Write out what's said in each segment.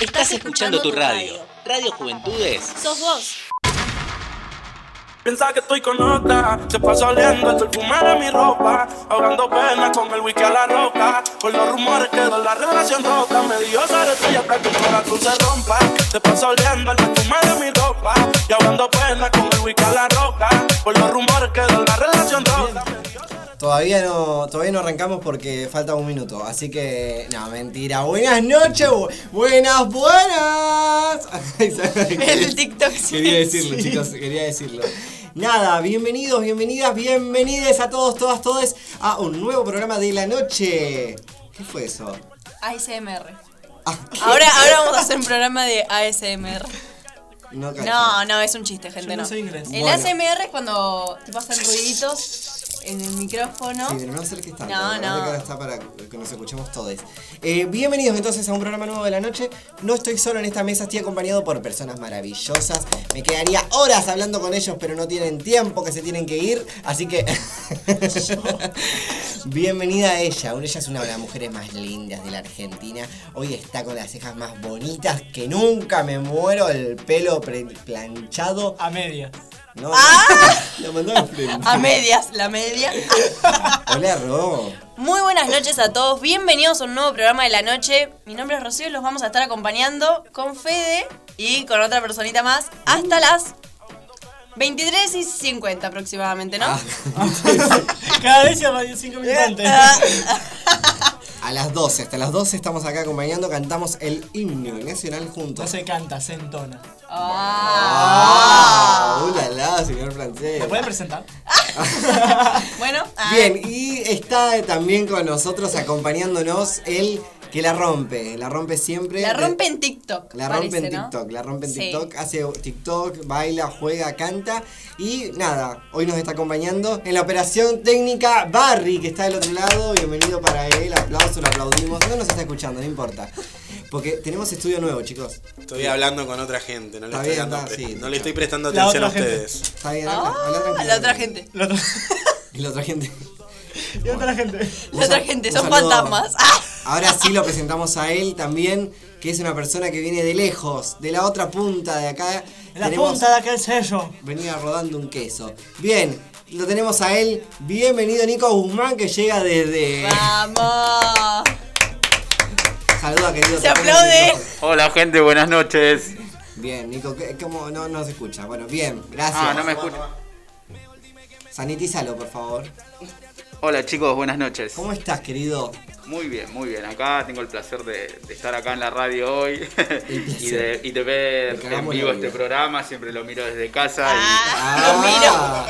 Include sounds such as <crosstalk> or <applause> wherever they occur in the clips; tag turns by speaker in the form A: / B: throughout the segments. A: Estás escuchando tu radio. Radio Juventudes.
B: Sos vos.
C: Piensa que estoy con otra, se pasa oliendo el perfume de mi ropa, ahogando pena con el wiki a la roca. Por los rumores quedó la relación rota, me dio ser estrella hasta que el corazón se rompa. Se pasa oliendo el perfume de mi ropa, y ahogando pena con el wiki a la roca. Por los rumores quedó la relación rota. me dio ser
D: Todavía no, todavía no arrancamos porque falta un minuto, así que no, mentira. Buenas noches, bu- buenas, buenas.
B: El TikTok.
D: Quería decirlo,
B: Sí.
D: chicos, quería decirlo. Nada, bienvenidos, bienvenidas, bienvenides a todos, todas, todes a un nuevo programa de la noche. ¿Qué fue eso?
B: ASMR.
D: Ah,
B: Ahora, ahora vamos a hacer un programa de ASMR.
D: no, cacho.
B: No, no, es un chiste, gente.
E: Yo no
B: no.
E: soy inglés.
B: El
D: Bueno.
B: ASMR es cuando tipo hacen ruiditos en el micrófono.
D: Sí, pero no acerques tanto.
B: No,
D: la verdad
B: no.
D: que ahora está para que nos escuchemos todos. Eh, bienvenidos entonces a un programa nuevo de la noche. No estoy solo en esta mesa, estoy acompañado por personas maravillosas. Me quedaría horas hablando con ellos, pero no tienen tiempo, que se tienen que ir. Así que. <laughs> Bienvenida a ella. Ella es una de las mujeres más lindas de la Argentina. Hoy está con las cejas más bonitas que nunca. Me muero, el pelo pre- planchado.
E: A media.
D: No, la mandó al frente.
B: Ah. A medias, la media.
D: Hola, Ro.
B: Muy buenas noches a todos, bienvenidos a un nuevo programa de la noche. Mi nombre es Rocío y los vamos a estar acompañando con Fede y con otra personita más hasta las 23 y 50 aproximadamente, ¿no?
D: Ah.
E: <laughs> Cada vez se radio 5 minutos
B: Ah,
D: A las 12, hasta las 12 estamos acá acompañando, cantamos el himno nacional
E: No
D: juntos.
E: se canta, se entona.
B: ah.
D: ¡Uh, la, la, señor francés!
E: ¿Me pueden presentar?
B: Bueno, ah,
D: Bien, y está también con nosotros acompañándonos el que la rompe, la rompe siempre.
B: la rompe en TikTok.
D: La rompe en
B: parece, ¿no?
D: TikTok, la rompe en
B: Sí.
D: TikTok, hace TikTok, baila, juega, canta y nada, hoy nos está acompañando en la operación técnica Barry, que está del otro lado, bienvenido para él, aplauso, lo aplaudimos, no nos está escuchando, no importa, porque tenemos estudio nuevo chicos,
F: Estoy hablando con otra gente, no le,
D: Está
F: estoy,
D: bien,
F: dando-
D: está, sí.
F: no le estoy prestando
E: La
F: atención a
E: otra gente.
F: ustedes.
D: está bien, habla- habla
B: Ah,
D: tranquilo.
B: la otra gente.
E: La otra,
D: Y la
B: <laughs>
D: otra gente.
E: la <laughs> otra gente.
B: La otra gente, son fantasmas. <laughs> Ah.
D: Ahora sí lo presentamos a él también, que es una persona que viene de lejos, de la otra punta de acá.
E: La
D: Tenemos-
E: punta de aquel sello.
D: venía rodando un queso. Bien, lo tenemos a él. Bienvenido Nico Guzmán que llega desde.
B: Vamos.
D: Saluda querido.
B: Se
D: te pongo
B: aplaude.
D: el micrófono.
G: Hola gente, buenas noches.
D: Bien, Nico, ¿qué- ¿cómo no, no se escucha? Bueno, bien, gracias.
G: Ah, no me escuchan.
D: Sanitízalo, por favor.
G: Hola chicos, buenas noches.
D: ¿Cómo estás, querido?
G: Muy bien, muy bien. Acá tengo el placer de, de estar acá en la radio hoy <laughs> y, de, y de
D: Le
G: ver en
D: cagamos
G: vivo
D: la vida.
G: este programa. Siempre lo miro desde casa
B: Ah, lo miro.
D: Ah,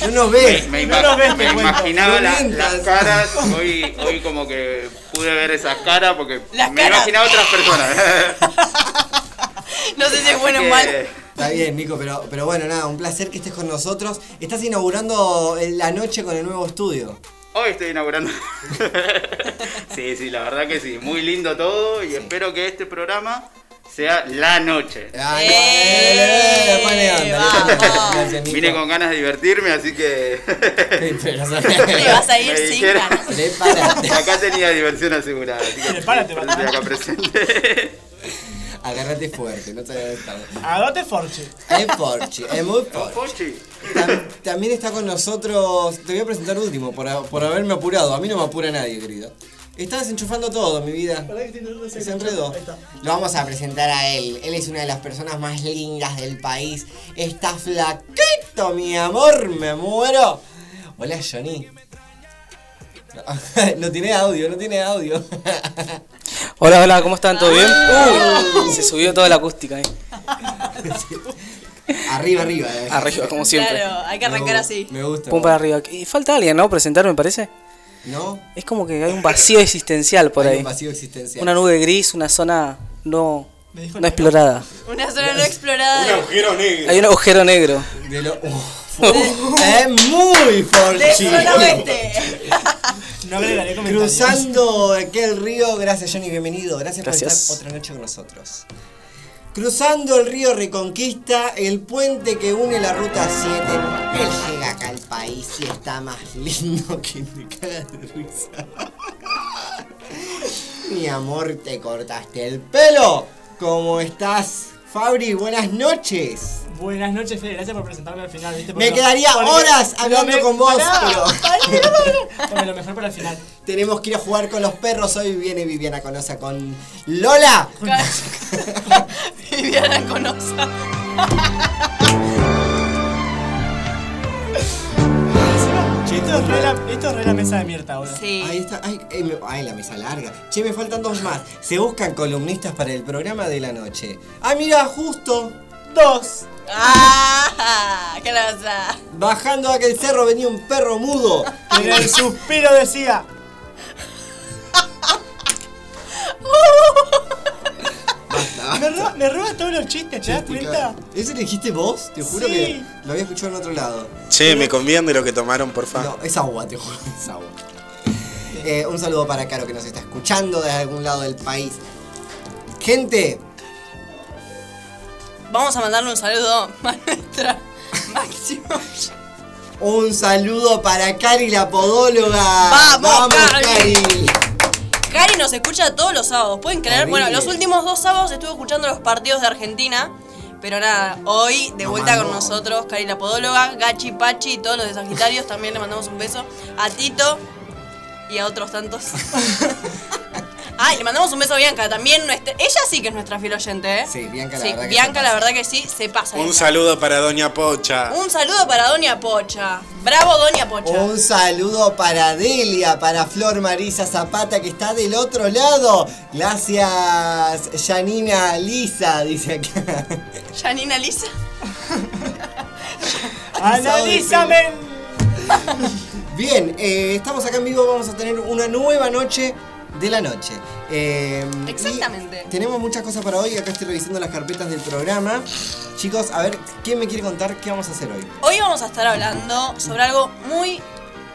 D: No nos
G: y
D: ves.
G: me,
E: Y no lo ves, te
G: me
E: cuento.
G: imaginaba la-
D: Violentas.
G: las caras. Hoy, hoy como que pude ver esas caras porque
B: Las
G: me
B: caras.
G: imaginaba otras personas. <laughs>
B: No <laughs> sé si es bueno o
G: Que-
B: mal.
D: Está bien, Nico, pero, pero bueno, nada, un placer que estés con nosotros. Estás inaugurando eh, la noche con el nuevo estudio.
G: Hoy estoy inaugurando. <laughs> sí, sí, la verdad que sí. Muy lindo todo y espero que este programa sea la noche.
D: Ah,
B: ¡Eh!
H: eh,
D: no, después le anda, le anda.
B: Vamos.
D: Gracias, Nico.
G: Vine con ganas de divertirme, así que.
B: Te vas
G: <laughs>
B: a ir
G: Me
B: sin
G: dijeron-
B: ganas.
G: <laughs>
D: Prepárate.
G: acá tenía diversión asegurada. Así que
E: Prepárate,
G: por eso
E: papá.
G: estoy acá presente.
D: Agárrate fuerte, no te hagas tarde.
E: Agote Forche.
D: Es Porchi, es muy Porchi. <laughs>
G: Pochi.
D: Tam- también está con nosotros, te voy a presentar último, por, a- por haberme apurado. A mí no me apura nadie, querido. Está desenchufando todo, mi vida. Se enredó. Lo vamos a presentar a él. Él es una de las personas más lindas del país. Está flaquito, mi amor, me muero. Hola, Johnny. <laughs> No tiene audio, no tiene audio.
H: Hola, hola, ¿cómo están? ¿Todo bien? Uh, se subió toda la <laughs> acústica ahí.
D: Arriba, arriba. eh.
H: Arriba, como siempre.
B: Claro, hay que arrancar
D: Me gu-
B: así.
D: Me gusta.
H: Pum para arriba. Y falta alguien, ¿no? Presentar, me parece.
D: ¿No?
H: Es como que hay un vacío existencial por
D: Hay
H: ahí.
D: un vacío existencial.
H: Una nube gris, una zona no,
E: Me dijo
H: no explorada.
B: Una zona no explorada
F: Un
B: de
F: agujero negro.
H: Hay un agujero negro.
D: De lo... <laughs> es muy
B: De
D: forchi.
B: zona oeste.
E: <laughs> No agregaré comentarios.
D: Cruzando aquel río, gracias Johnny, bienvenido, gracias,
H: Gracias.
D: por estar otra noche con nosotros. Cruzando el río Reconquista, el puente que une la ruta 7, él llega acá al país y está más lindo <laughs> que me cagas de <laughs> risa. Mi amor, te cortaste el pelo. ¿Cómo estás? Fabri, buenas noches.
E: Buenas noches, Fede. Gracias por presentarme al final. ¿viste?
D: Me
E: Porque-
D: quedaría
E: porque-
D: horas hablando
E: No me-
D: con vos,
E: Pará.
D: pero
E: Dame lo mejor para el final.
D: tenemos que ir a jugar con los perros. Hoy viene Viviana Conosa con Lola. <laughs>
B: Viviana Conosa.
E: Che, esto es re la, esto es re la mesa de Mirta ahora.
D: Ahí
B: Sí.
D: está. Ay, eh, me- ay, la mesa larga. Che, me faltan dos más. Se buscan columnistas para el programa de la noche. Ah, mira, justo. Dos.
B: ¡Ah! ¡Qué cosa!
D: Bajando a aquel cerro venía un perro
E: <laughs>
D: mudo.
E: En el suspiro decía. Me, roba- me robas todos los chistes, ¿te das cuenta?
D: ¿Ese le dijiste vos? Te juro
E: Sí.
D: que lo había escuchado en otro lado.
G: Che, me convían de lo que tomaron, porfa.
D: No, es agua, te juro, es agua. Eh, un saludo para Caro que nos está escuchando desde algún lado del país. Gente,
B: Vamos a mandarle un saludo a nuestra máxima.
D: un saludo para Cari la podóloga.
B: ¡Vamos, Cari!
D: Cari!
B: Cari nos escucha todos los sábados, ¿pueden creer?
D: Terrible.
B: Bueno, los últimos dos sábados estuve escuchando los partidos de Argentina. Pero nada, hoy de
D: Nos
B: vuelta con
D: mandó.
B: nosotros, Cari la podóloga, Gachi Pachi y todos los de Sagitarios. También le mandamos un beso a Tito y a otros tantos.
D: <laughs>
B: ah, y le mandamos un beso a Bianca también. nuestra- ella sí que es nuestra fiel oyente, ¿eh?
D: Sí, Bianca, la
B: Sí,
D: verdad que se
B: Bianca,
D: pasa.
B: la verdad que sí, se pasa.
G: Un
B: Bianca.
G: saludo para Doña Pocha.
B: Un saludo para Doña Pocha. Bravo, Doña Pocha.
D: Un saludo para Delia, para Flor Marisa Zapata que está del otro lado. Gracias, Janina Lisa, dice acá.
B: Janina Lisa.
E: ¡Analízame!
D: <laughs> Bien, eh, estamos acá en vivo, vamos a tener una nueva noche de la noche. Eh,
B: Exactamente.
D: y Tenemos muchas cosas para hoy, acá estoy revisando las carpetas del programa. Chicos, a ver, ¿quién me quiere contar qué vamos a hacer hoy?
B: Hoy vamos a estar hablando sobre algo muy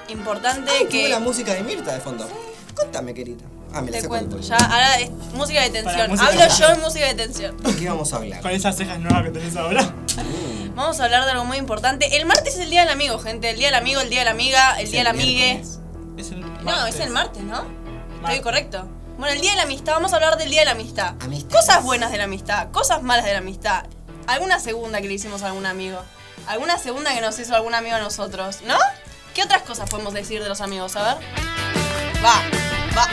B: importante
D: Ay,
B: que
D: tengo la música de Mirta de fondo. Contame, querida. Ah, me la
B: te
D: saco
B: cuento.
D: un
B: Ya, ahora es música de
E: Para,
B: tensión.
E: música
B: Hablo
E: ya.
B: yo en música de tensión.
D: poco. ¿De qué vamos a hablar?
E: Con esas cejas nuevas que tenés ahora.
D: Mm,
B: Vamos a hablar de algo muy importante. El martes es el día del amigo, gente. El día del amigo, el día de la amiga, el
D: Es
B: día
D: el
B: del amigue.
D: miércoles.
E: Es el martes.
B: No, es el martes, ¿no? Estoy
E: Martes.
B: correcto. Bueno, el día de la amistad, vamos a hablar del día de la amistad.
D: Amistades.
B: Cosas buenas de la amistad, cosas malas de la amistad. Alguna segunda que le hicimos a algún amigo. Alguna segunda que nos hizo algún amigo a nosotros, ¿no? ¿Qué otras cosas podemos decir de los amigos? A ver. Va, va.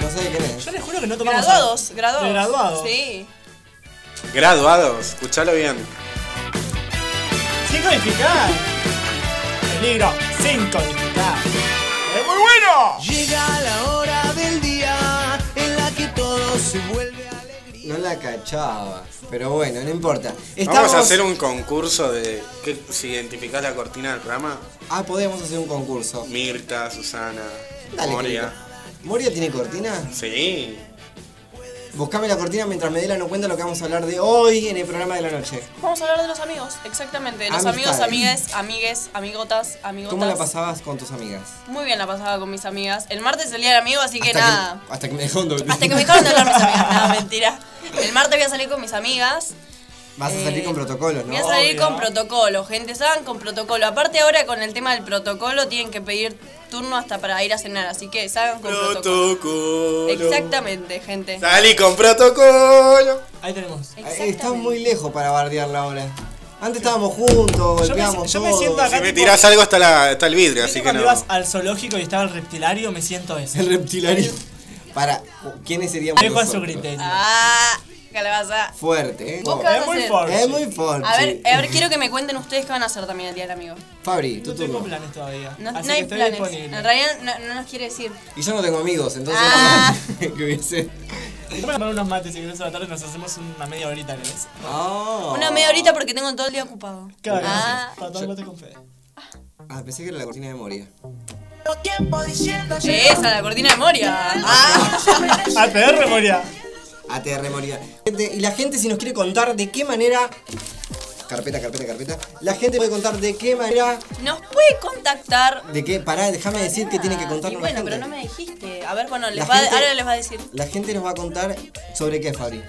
D: No sé de quién es.
E: Yo les juro que no tomamos.
B: Graduados, graduados.
E: De graduados.
B: Sí.
G: Graduados, escuchalo bien.
E: Sin codificar. Peligro. Sin codificar. ¡Es muy bueno!
D: No la cachaba. Pero bueno, no importa.
G: Vamos a hacer un concurso de. ¿qué, si identificás la cortina del programa,
D: Ah, podemos hacer un concurso.
G: Mirta, Susana,
D: Dale,
G: Moria.
D: querida. ¿Moria tiene cortina?
G: Sí.
D: Buscame la cortina mientras Medela no cuenta lo que vamos a hablar de hoy en el programa de la noche.
B: Vamos a hablar de los amigos, exactamente. De los amigos,
D: Amistades.
B: amigues, amigues, amigotas, amigotas.
D: ¿Cómo la pasabas con tus amigas?
B: Muy bien la pasaba con mis amigas. El martes es el día del amigo, así que
D: hasta
B: nada.
D: Que, hasta que me dejó un doble.
B: Hasta que me dejaron de hablar mis amigas. No, mentira. El martes voy a salir con mis amigas.
D: <laughs> Vas a salir
B: Eh,
D: con protocolos, ¿no?
B: Voy a salir
E: Obvio.
B: con protocolo, gente. Saben con protocolo. Aparte, ahora con el tema del protocolo, tienen que pedir turno hasta para ir a cenar. Así que salgan con protocolo.
G: Protocolo.
B: Exactamente, gente.
G: Salí con protocolo.
E: Ahí tenemos.
D: Eh,
B: Exactamente.
D: Estás muy lejos para bardearla ahora. Antes estábamos juntos,
E: Yo me-
D: golpeamos
E: yo me
D: todos.
E: siento acá-
G: Si me tirás algo hasta, la, hasta el vidrio, así
E: ¿Viste
G: que
E: cuando
G: no.
E: ibas al zoológico y estaba el reptilario? Me siento ese.
D: El reptilario. Para, ¿quiénes seríamos
E: Dejo a su
D: nosotros?
E: criterio.
B: Ah, calabaza.
D: Fuerte, ¿eh?
B: ¿Vos qué
E: Es
B: vas a
E: muy
B: hacer?
E: fuerte.
D: Es muy fuerte.
B: A ver, a ver, quiero que me cuenten ustedes qué van a hacer también el día del amigo.
D: Fabri, tú
E: No tengo
D: turno.
E: planes todavía.
B: No,
E: así
B: no
E: que
B: hay
E: estoy
B: planes. En
E: disponible.
B: realidad no, no nos quiere decir.
D: Y yo no tengo amigos, entonces. <laughs>
B: Ah.
D: ¿Qué hubiese?
E: Vamos a tomar unos mates y querés a la tarde nos hacemos una media horita, ¿crees?
D: Ah.
B: Una media horita porque tengo todo el día ocupado.
E: Claro.
B: Ah.
E: Para tomar mate con Fede.
D: Ah, pensé que era la cortina de Moria.
B: Esa, la cortina de Moria. Ah.
E: ATR, Moria.
D: ATR Moria. Gente, Y la gente si nos quiere contar de qué manera... Carpeta, carpeta, carpeta. La gente puede contar de qué manera...
B: Nos puede contactar.
D: De qué... Pará, déjame decir que tiene que
B: Y
D: contarnos
B: bueno,
D: la gente.
B: pero no me dijiste. A ver, bueno, les
D: La
B: va,
D: gente-
B: ahora les va a decir.
D: La gente nos va a contar sobre qué, Fabri.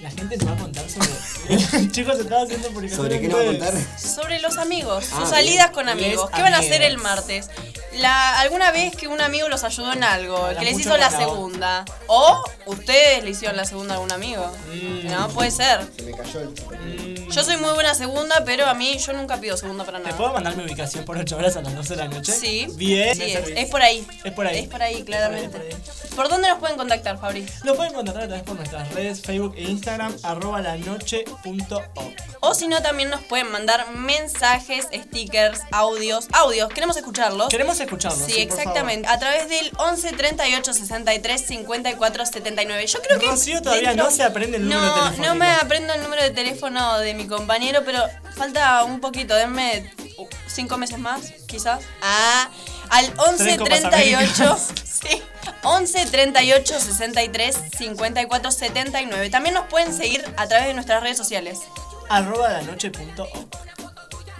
E: La gente nos va a contar sobre. <laughs> Chicos, estaba haciendo publicación.
D: ¿Sobre qué nos va a contar?
B: Sobre los amigos,
D: Ah,
B: sus
D: bien.
B: salidas con amigos.
E: Les
B: ¿Qué van a hacer
E: amigas.
B: el martes? la, alguna vez que un amigo los ayudó en algo,
E: Las
B: que les
E: Ah, mucho
B: hizo la
E: cacao.
B: segunda. O ustedes le hicieron la segunda a algún amigo.
E: Mm.
B: No, puede ser.
D: Se me cayó
B: Mm.
D: el
B: Yo soy muy buena segunda, pero a mí yo nunca pido segunda para
E: ¿Te
B: nada.
E: puedo mandar mi ubicación por 8 horas a las 12 de la noche?
B: Sí.
E: Bien.
B: Sí, es, es por ahí.
E: Es por ahí.
B: Es por ahí, claramente.
E: Es por ahí,
B: ¿Por dónde nos pueden contactar, Fabri?
E: Nos pueden encontrar a través por nuestras redes Facebook e Instagram, arroba lanoche.op.
B: O si no, también nos pueden mandar mensajes, stickers, audios. Audios, queremos escucharlos.
E: Queremos escucharlos.
B: Sí,
E: por favor.
B: exactamente. A través del 11 38 63 54 79. Yo creo que.
E: Rocío todavía
B: dentro-
E: no se aprende el número
B: No,
E: telefónico.
B: No me aprendo el número de teléfono de mi compañero, pero falta un poquito. Denme uh, cinco meses más, quizás. Ah, al 11
E: Tres Copas
B: 38.
E: Américas.
B: <laughs> Sí. 11 38 63 54 79. También nos pueden seguir a través de nuestras redes sociales.
E: Arroba lanoche.op.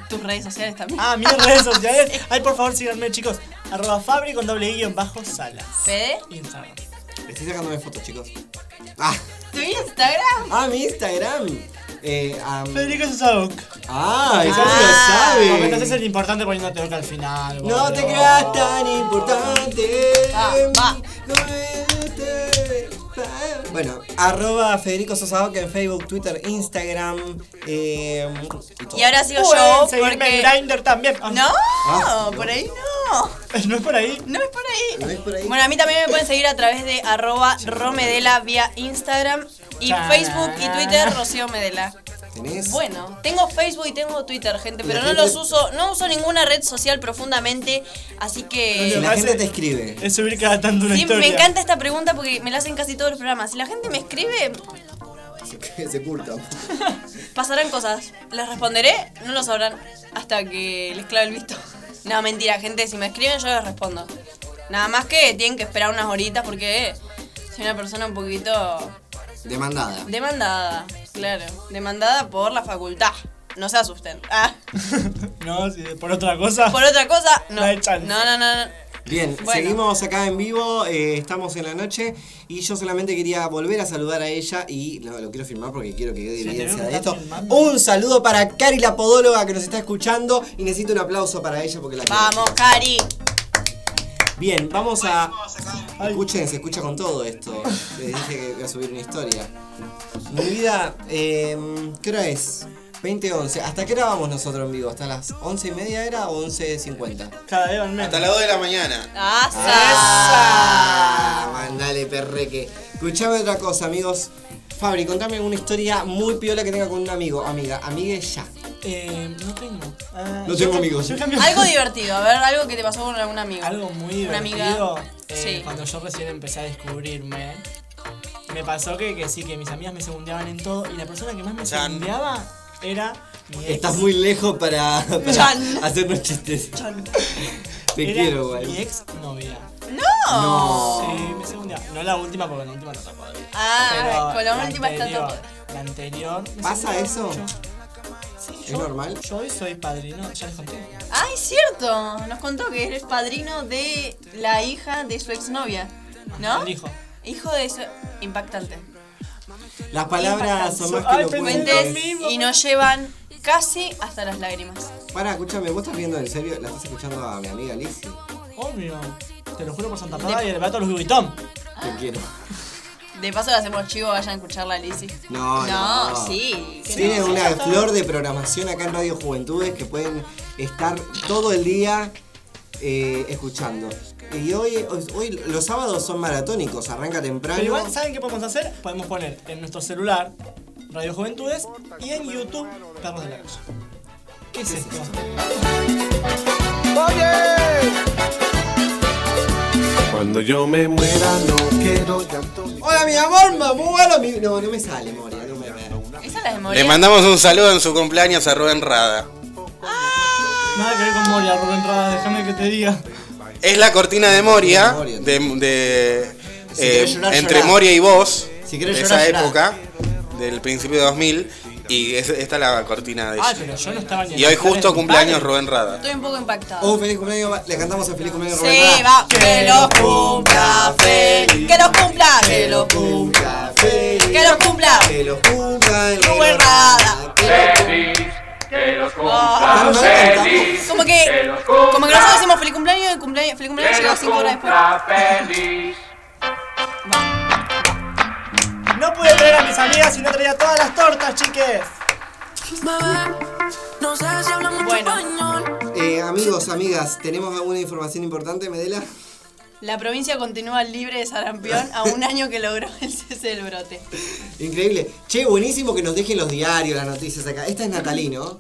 B: Tus redes sociales también.
E: Ah, mis
B: <laughs>
E: redes sociales. Ay, por favor, síganme, chicos. Arroba Fabri con doble I guión bajo salas.
B: Fede,
E: Instagram.
D: Estoy sacándome fotos, chicos. Ah,
B: tu Instagram.
D: ah mi Instagram. Eh, am-
E: Federico Sosauk.
D: Ah, eso
B: Ah.
D: lo
E: Porque
D: sabe.
E: entonces es el importante poniéndote oca al final.
D: No te
E: boludo.
D: creas tan importante.
B: Va, Ah, va.
D: No me te- va. Bueno, arroba Federico Sosa Oca en Facebook, Twitter, Instagram. eh, y todo.
B: Y ahora sigo yo
E: Pueden seguirme en
B: porque.
E: Grindr también. Ah,
B: No,
D: Ah, no.
B: por ahí no.
E: No es por ahí.
B: No es por ahí.
D: ¿No es por ahí?
B: Bueno, a mí también me pueden seguir a través de arroba romedela vía Instagram y
E: Cha.
B: Facebook y Twitter Rocío Medela.
D: ¿Tenés?
B: Bueno, tengo Facebook y tengo Twitter, gente, pero
D: La
B: no
D: gente-
B: los uso, no uso ninguna red social profundamente, así
D: Si
B: que...
D: la
E: Hace-
D: gente te escribe.
E: Es subir cada tanto una
B: eh, Sí,
E: historia.
B: me encanta esta pregunta porque me la hacen casi todos los programas. Si la gente me escribe,
D: Se curta.
B: <laughs> pasarán cosas. ¿Les responderé? No lo sabrán hasta que les clave el visto. <laughs> No, mentira, gente, si me escriben yo les respondo. Nada más que tienen que esperar unas horitas porque eh, soy una persona un poquito
D: Demandada.
B: demandada, claro, demandada por la facultad. No se asusten. Ah,
E: <laughs> No, sí, por otra cosa.
B: por otra cosa, no.
E: No hay chance.
B: No, no, no. no.
D: Bien,
B: Bueno.
D: seguimos acá en vivo, eh, estamos en la noche y yo solamente quería volver a saludar a ella y no, lo quiero firmar porque quiero que quede
E: Sí,
D: evidencia
E: tenemos
D: de
E: que
D: esto.
E: estar filmando.
D: Un saludo para Cari la podóloga que nos está escuchando y necesito un aplauso para ella porque la quiero.
B: Vamos, Cari.
D: Bien, vamos a...
E: Ay.
D: Escuchen, se escucha con todo esto. Les dije que iba a subir una historia. Mi vida, eh, ¿qué hora es? 20.11. ¿Hasta qué hora vamos nosotros en vivo? ¿Hasta las 11 y media era o 11.50?
E: Cada vez menos.
G: Hasta las 2 de la mañana.
B: ¡Asa!
D: Ah, Mandale, perreque. Escuchame otra cosa, amigos. Fabri, contame una historia muy piola que tenga con un amigo, amiga, amigue ya.
E: Eh, no tengo. Ah,
D: No
E: yo
D: tengo
E: cam-
D: amigos.
E: yo cambio-
B: Algo divertido, a ver, algo que te pasó con algún amigo.
E: Algo muy
B: Una
E: divertido.
B: amiga.
E: eh,
B: Sí.
E: Cuando yo recién empecé a descubrirme, me pasó que, que sí, que mis amigas me segundeaban en todo y la persona que más me
G: Chan.
E: segundeaba era mi ex.
D: Estás muy lejos para, para
B: Chan.
D: hacer unos chistes. Te
E: Era
D: quiero,
E: Mi
D: güey.
E: ex novia.
D: No.
E: Sí, me segundeaba. No la última, porque la última no está todavía.
B: Ah,
E: Pero
B: con la última está
E: anterior-
B: todo.
E: La anterior. me
D: ¿Pasa
E: segundeaba
D: eso?
E: mucho. Sí,
D: ¿Es
E: yo-
D: normal?
E: Yo hoy soy padrino, ya les conté.
B: Ay, Ah, cierto. Nos contó que eres padrino de la hija de su exnovia. ¿No?
E: El hijo.
B: Hijo de su. Impactante.
D: Las palabras Ah, son más
E: Ay,
D: que
E: pensé
D: elocuentes.
E: lo
B: Fuentes
E: mismo.
B: y nos llevan casi hasta las lágrimas.
D: Para, escúchame, ¿vos estás viendo en serio? ¿La estás escuchando a mi amiga Lizzy?
E: Obvio. Te lo juro por Santa Clara y el vato de los Louis Vuitton.
D: Te quiero.
B: De paso le hacemos chivo, vayan a escucharla, Lizzy.
D: No,
B: no.
D: no.
B: sí.
D: Tiene una flor de programación acá en Radio Juventudes que pueden estar todo el día eh, escuchando. Y hoy, hoy, hoy los sábados son maratónicos, arranca temprano.
E: Pero igual, ¿saben qué podemos hacer? Podemos poner en nuestro celular Radio Juventudes y en YouTube Perros de la Calle. ¿Qué es esto?
I: Cuando yo me muera no quiero llanto.
D: Hola mi amor, mamá, hola mi... No, no me sale, Moria, no me
B: Esa es la de
G: Le
B: Moria.
G: mandamos un saludo en su cumpleaños a Rubén Rada.
E: Nada que ver con Moria, Rubén Rada, déjame que te diga.
G: Es la cortina de Moria,
D: Moria,
G: de,
D: ¿no?
G: de,
D: Si
G: eh,
D: querés llorar,
G: entre
D: llorá.
G: Moria y vos,
D: Si
G: de
D: querés
G: esa
D: llorar, llorá.
G: época, del principio de 2000, y es- esta es la cortina de
E: Ah,
G: ella.
E: pero yo no estaba ni en
G: Y hoy
E: los planes de
G: justo
E: mi
G: cumpleaños
E: padre.
G: Rubén Rada.
B: Estoy un poco impactada.
D: Oh, feliz cumpleaños, va- le cantamos el feliz cumpleaños a Rubén
B: sí,
D: Rada.
J: Ah,
B: va. Que los cumpla, feliz. Que los cumpla, que los cumpla.
D: cumpla, feliz.
B: Que los cumpla.
D: Que los cumpla el
B: Rubén Rada.
D: Que los-
B: Ah,
D: Estamos feliz.
B: Como que, como que nosotros decimos feliz cumpleaños y cumpleaños, feliz cumpleaños llega 5 horas después. Va.
E: No pude traer a mis amigas y no traía todas las tortas, chiques.
B: Bueno,
D: Eh, amigos, amigas, tenemos alguna información importante, Medela.
B: la provincia continúa libre de sarampión a un año que logró <laughs> el cese del brote.
D: Increíble. Che, buenísimo que nos dejen los diarios, las noticias acá. Esta es Natalí, ¿no?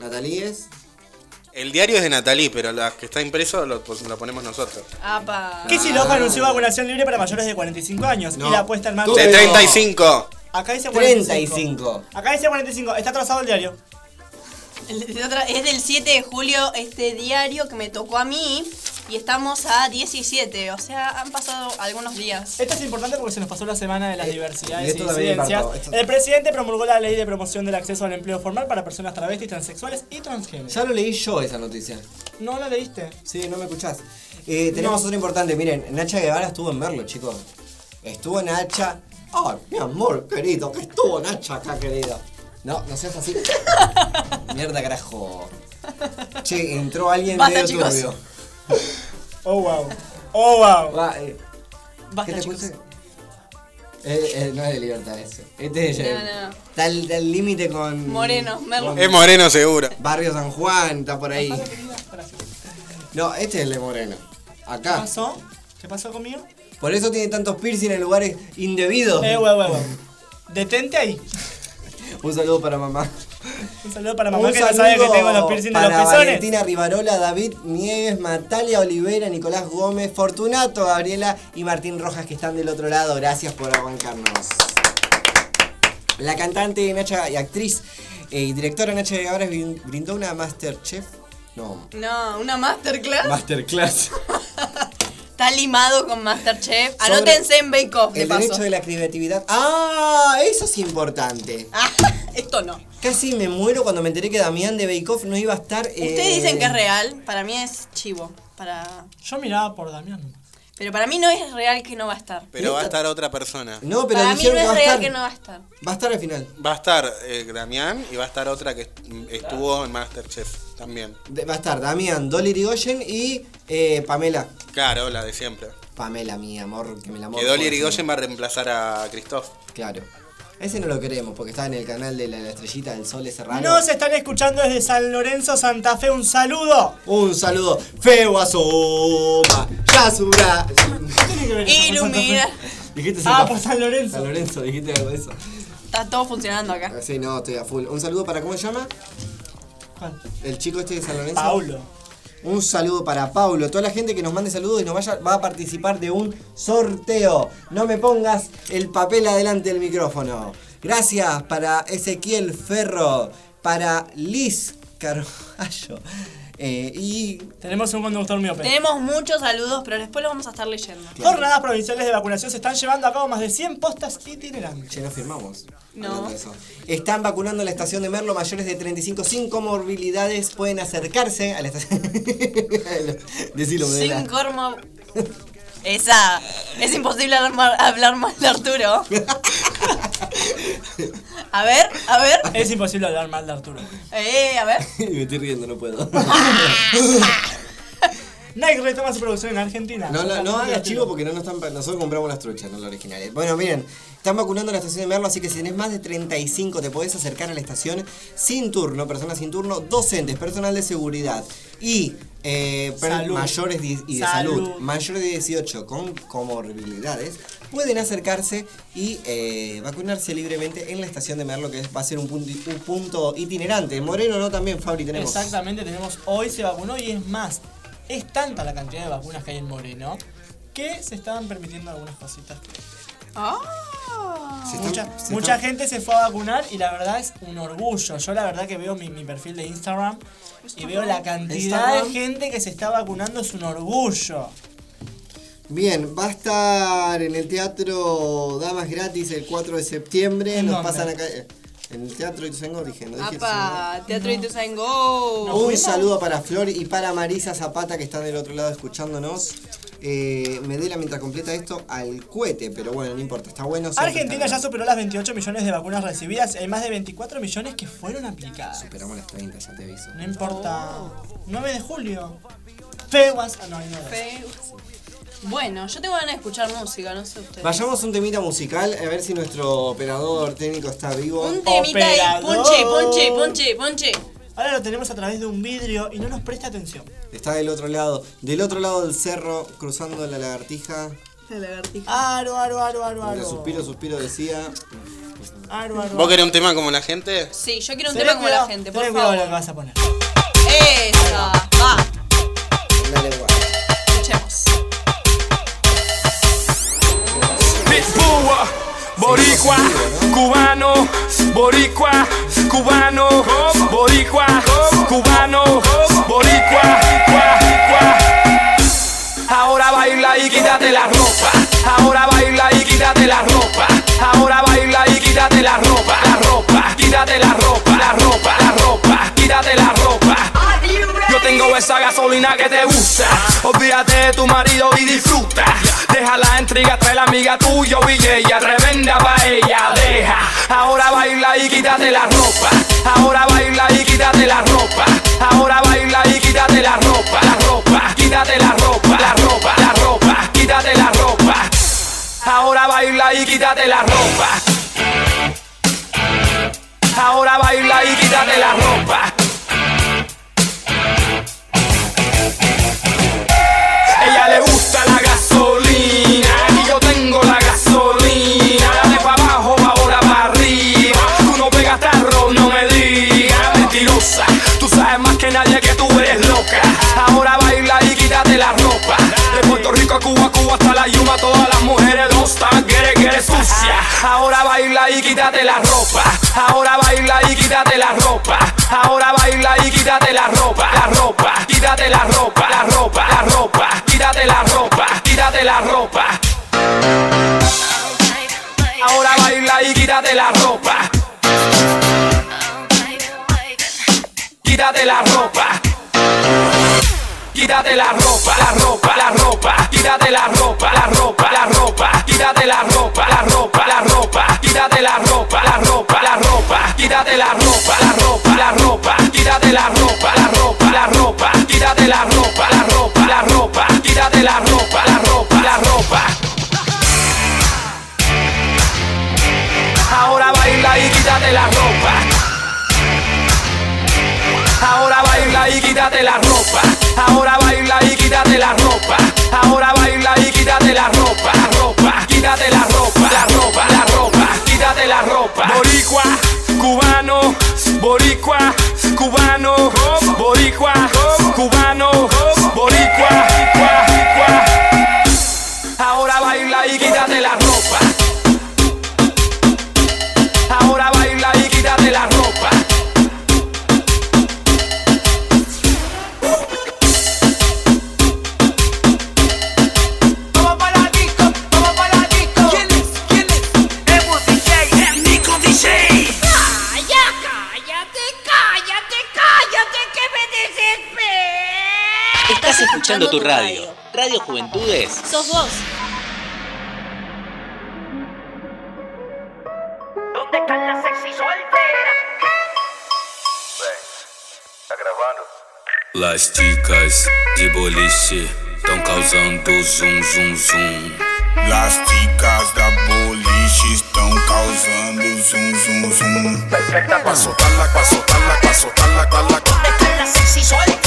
D: Natalí es.
G: El diario es de Natalí, pero la que está impreso lo, pues, lo ponemos nosotros.
B: Apa.
E: Kissy Loja anunció vacunación libre para mayores de 45 años
D: No.
E: y la apuesta en marcha.
D: Tú-
G: De
D: Pero-
G: 35.
E: Acá dice 45.
D: 35.
E: Acá dice 45. Está atrasado el diario.
B: El- el otro- es del 7 de julio este diario que me tocó a mí y estamos a 17, o sea, han pasado algunos días.
E: Esto es importante porque se nos pasó la semana de las
D: Eh, y
E: diversidades y
D: esto también me
E: incidencias.
D: impactó, esto-
E: El presidente promulgó la ley de promoción del acceso al empleo formal para personas travestis, transexuales y transgénero.
D: Ya lo leí yo esa noticia.
E: ¿No la leíste?
D: Sí, no me escuchás. Eh, tenemos otra importante, miren, Nacha Guevara estuvo en Merlo, chicos. Estuvo Nacha. Ay, mi amor, querido, que estuvo Nacha acá, querido. No, no seas
E: <laughs>
D: así. Mierda, carajo. Che, entró alguien
B: Basta,
D: medio
B: chicos.
D: turbio.
E: Oh, wow. Oh, wow.
D: Va, eh, ¿Qué
B: Basta,
D: te
B: chicos.
D: puse? Eh, eh, no es de libertad eso. Este es
B: No,
D: el-
B: no.
D: Está al está al límite con.
B: Moreno, Merlo.
G: Es moreno seguro.
D: Barrio San Juan, está por ahí. No, este es el de Moreno.
E: ¿Qué
D: Acá.
B: Ah,
E: pasó? ¿Qué pasó conmigo?
D: Por eso tiene tantos piercing en lugares indebidos.
E: Eh, wow, wow, wow.
D: <laughs>
E: Detente ahí.
D: Un saludo para mamá.
E: Un saludo para mamá
D: Un
E: que no sabe que
D: saludo
E: tengo los piercing en los
D: para
E: pezones.
D: Valentina Rivarola, David Nieves, Natalia Olivera, Nicolás Gómez, Fortunato, Gabriela y Martín Rojas que están del otro lado. Gracias por aguantarnos. La cantante Nacha y actriz eh, y directora Nacha Guevara brin- brindó una Masterchef. No,
B: No, una masterclass.
D: <laughs> Masterclass.
B: Está limado con Masterchef.
D: Sobre
B: Anótense en Bake Off, de
D: El
B: paso.
D: derecho de la creatividad. ¡Ah! Eso es importante.
B: Ah, <laughs> esto no.
D: Casi me muero cuando me enteré que Damián de Bake Off no iba a estar. eh,
B: Ustedes dicen que es real, para mí es chivo. Para...
E: Yo miraba por Damián.
B: Pero para mí no es real que no va a estar.
G: Pero va a estar otra persona.
D: No, pero
B: para mí no
D: dijeron
B: es
D: que va a
B: real
D: estar.
B: que no va a estar.
D: Va a estar al final.
G: Va a estar eh, Damián y va a estar otra que est- mm, estuvo en Masterchef también.
D: De- Va a estar Damián, Dolly Rigoyen y eh, Pamela.
G: Claro, la de siempre.
D: Pamela, mi amor, que me la amor.
G: Que Dolly Rigoyen va a reemplazar a Christoph.
D: Claro. Ese no lo queremos porque está en el canal de la, la estrellita del sol ese raro.
E: Nos están escuchando desde San Lorenzo, Santa Fe. Un saludo.
D: Un saludo. Feo asoma. Ya subra.
B: Ilumina.
D: dijiste
E: Ah,
D: Santa-
E: por San Lorenzo.
D: San Lorenzo, dijiste algo de eso.
B: Está todo funcionando acá.
D: Ah, Sí, no, estoy a full. Un saludo para, ¿cómo se llama?
E: ¿Cuál?
D: El chico este de San Lorenzo.
E: Paulo.
D: Un saludo para Paulo, toda la gente que nos mande saludos y nos vaya va a participar de un sorteo. No me pongas el papel adelante del micrófono. Gracias para Ezequiel Ferro, para Liz Carvalho eh, y
E: Tenemos un conductor miope.
B: Tenemos muchos saludos, pero después los vamos a estar leyendo.
E: Jornadas provinciales de vacunación se están llevando a cabo más de 100 postas itinerantes.
D: Che, no firmamos.
B: No.
D: Hablando de eso. Están vacunando en la estación de Merlo mayores de 35 sin comorbilidades. Pueden acercarse a la estación. <laughs> Decilo, Medela.
B: Sin cormo. Esa. Es imposible hablar mal, hablar mal de Arturo. A ver, a ver.
E: Es imposible hablar mal de Arturo.
B: Eh, a ver.
D: <laughs> Me estoy riendo, no puedo.
E: <laughs> Nike retoma su producción en Argentina.
D: No, no, no hagas chivo
E: chivo
D: porque no nos están, pa- nosotros compramos las truchas, no las originales. Bueno, miren, están vacunando en la estación de Merlo, así que si tenés más de 35 te podés acercar a la estación sin turno, personas sin turno, docentes, personal de seguridad y eh, per-
E: Salud.
D: mayores di- y de salud.
E: Salud.
D: mayores de 18 con comorbilidades, pueden acercarse y eh, vacunarse libremente en la estación de Merlo, que va a ser un punto, un punto itinerante. En Moreno no también, Fabri, tenemos.
E: Exactamente, tenemos hoy se vacunó y es más, es tanta la cantidad de vacunas que hay en Moreno que se estaban permitiendo algunas cositas.
B: Ah.
D: Se están-
E: Mucha,
D: se
E: mucha
D: están-
E: gente se fue a vacunar y la verdad es un orgullo. Yo la verdad que veo mi, mi perfil de Instagram y veo la cantidad
D: Instagram.
E: de gente que se está vacunando, es un orgullo.
D: Bien, va a estar en el Teatro Damas Gratis el 4 de septiembre.
E: ¿En
D: Nos
E: dónde?
D: pasan acá. eh, En el Teatro Ituzaingó, dije, no dije Ituzaingó.
B: Apa, Teatro Ituzaingó. Go.
D: Un saludo para Flor y para Marisa Zapata que están del otro lado escuchándonos. eh, me dé la mientras completa esto al cohete, pero bueno, no importa, está bueno. siempre
E: Argentina
D: está
E: ya superó las 28 millones de vacunas recibidas y hay más de 24 millones que fueron aplicadas.
D: Superamos las 30, ya te aviso.
E: No importa. 9 de julio. Feguas. Ah, no, ahí no. era.
B: Bueno, yo tengo ganas de escuchar música, no sé ustedes.
D: Vayamos un temita musical, a ver si nuestro operador técnico está vivo.
B: Un temita ahí, ponche, ponche, ponche, ponche.
E: Oh. Ahora lo tenemos a través de un vidrio y no nos presta atención.
D: Está del otro lado, del otro lado del cerro, cruzando la lagartija.
E: Aro, aro, aro, aro,
D: Entre
E: aro.
D: suspiro, suspiro decía.
E: Aro, aro.
G: ¿Vos querés un tema como la gente?
B: Sí, yo quiero un
E: Tenés
B: tema como la
E: cuidado,
B: gente, por
E: tenés cuidado
B: favor.
E: lo que vas a poner.
B: Esa, va,
D: La lengua.
B: escuchemos.
K: Pitbull, boricua, cubano, boricua, cubano, boricua, cubano, boricua, cua, cua. Ahora baila y quítate la ropa. Ahora baila y quítate la ropa. Ahora baila y quítate la ropa, la ropa. Quítate la ropa, la ropa, la ropa. Quítate la ropa. Yo tengo esa gasolina que te gusta. Olvídate de tu marido y disfruta. Deja la intriga, trae la amiga tuya, Villeya. Tremenda pa' ella, deja. Ahora baila y quítate la ropa. Ahora baila y quítate la ropa. Ahora baila y quítate la ropa. La ropa, quítate la ropa. La ropa, la ropa, quítate la ropa. Ahora baila y quítate la ropa. Ahora baila y quítate la ropa. Ella le gusta la gasolina y yo tengo la gasolina. De pa' abajo, ahora pa' arriba. Tú no pegas tarro, no me digas. Mentirosa, tú sabes más que nadie que tú eres loca. Ahora baila y quítate la ropa. De Puerto Rico a Cuba, Cuba hasta la Yuma, todas las mujeres dos tan que eres sucia. Ahora baila y quítate la ropa. Ahora baila y quítate la ropa. Ahora baila y quítate la ropa. La ropa, quítate la ropa, la ropa, la ropa, quítate la ropa, quítate la ropa. Ahora baila y quítate la ropa. Quítate la ropa. Quítate la ropa, la ropa, la ropa, quítate la ropa, la ropa, la ropa, quítate la ropa, la ropa, la ropa, quítate la ropa, la ropa, la ropa, quítate la ropa, la ropa, la ropa, quítate la ropa, la ropa, la ropa, quítate la ropa, la ropa, la ropa, quítate la ropa, la ropa, la ropa. Ahora baila y quítate la ropa. Ahora baila y quítate la ropa. Ahora baila y quítate la ropa. Ahora baila y quítate la ropa. La ropa, quítate la ropa. La ropa, la ropa, quítate la ropa. Boricua, cubano, boricua, cubano, boricua, cubano, boricua, cua, cua. Ahora baila y quítate la ropa. Ahora baila y quítate la ropa. Vamos para la disco, vamos para la disco. ¿Quién es? ¿Quién es? Emo DJ, el Nico DJ.
J: Calla, cállate, cállate, cállate, que me desespero.
A: Estás escuchando tu radio. Radio Juventudes.
B: Sos vos.
J: ¿Dónde están las sexy solteras?
C: Las chicas de boliche estão causando zoom, zoom, zoom.
I: Las chicas da boliche estão causando zum zum zum.
J: ¿Dónde están las sexy solteras? ¿Dónde están las sexy solteras?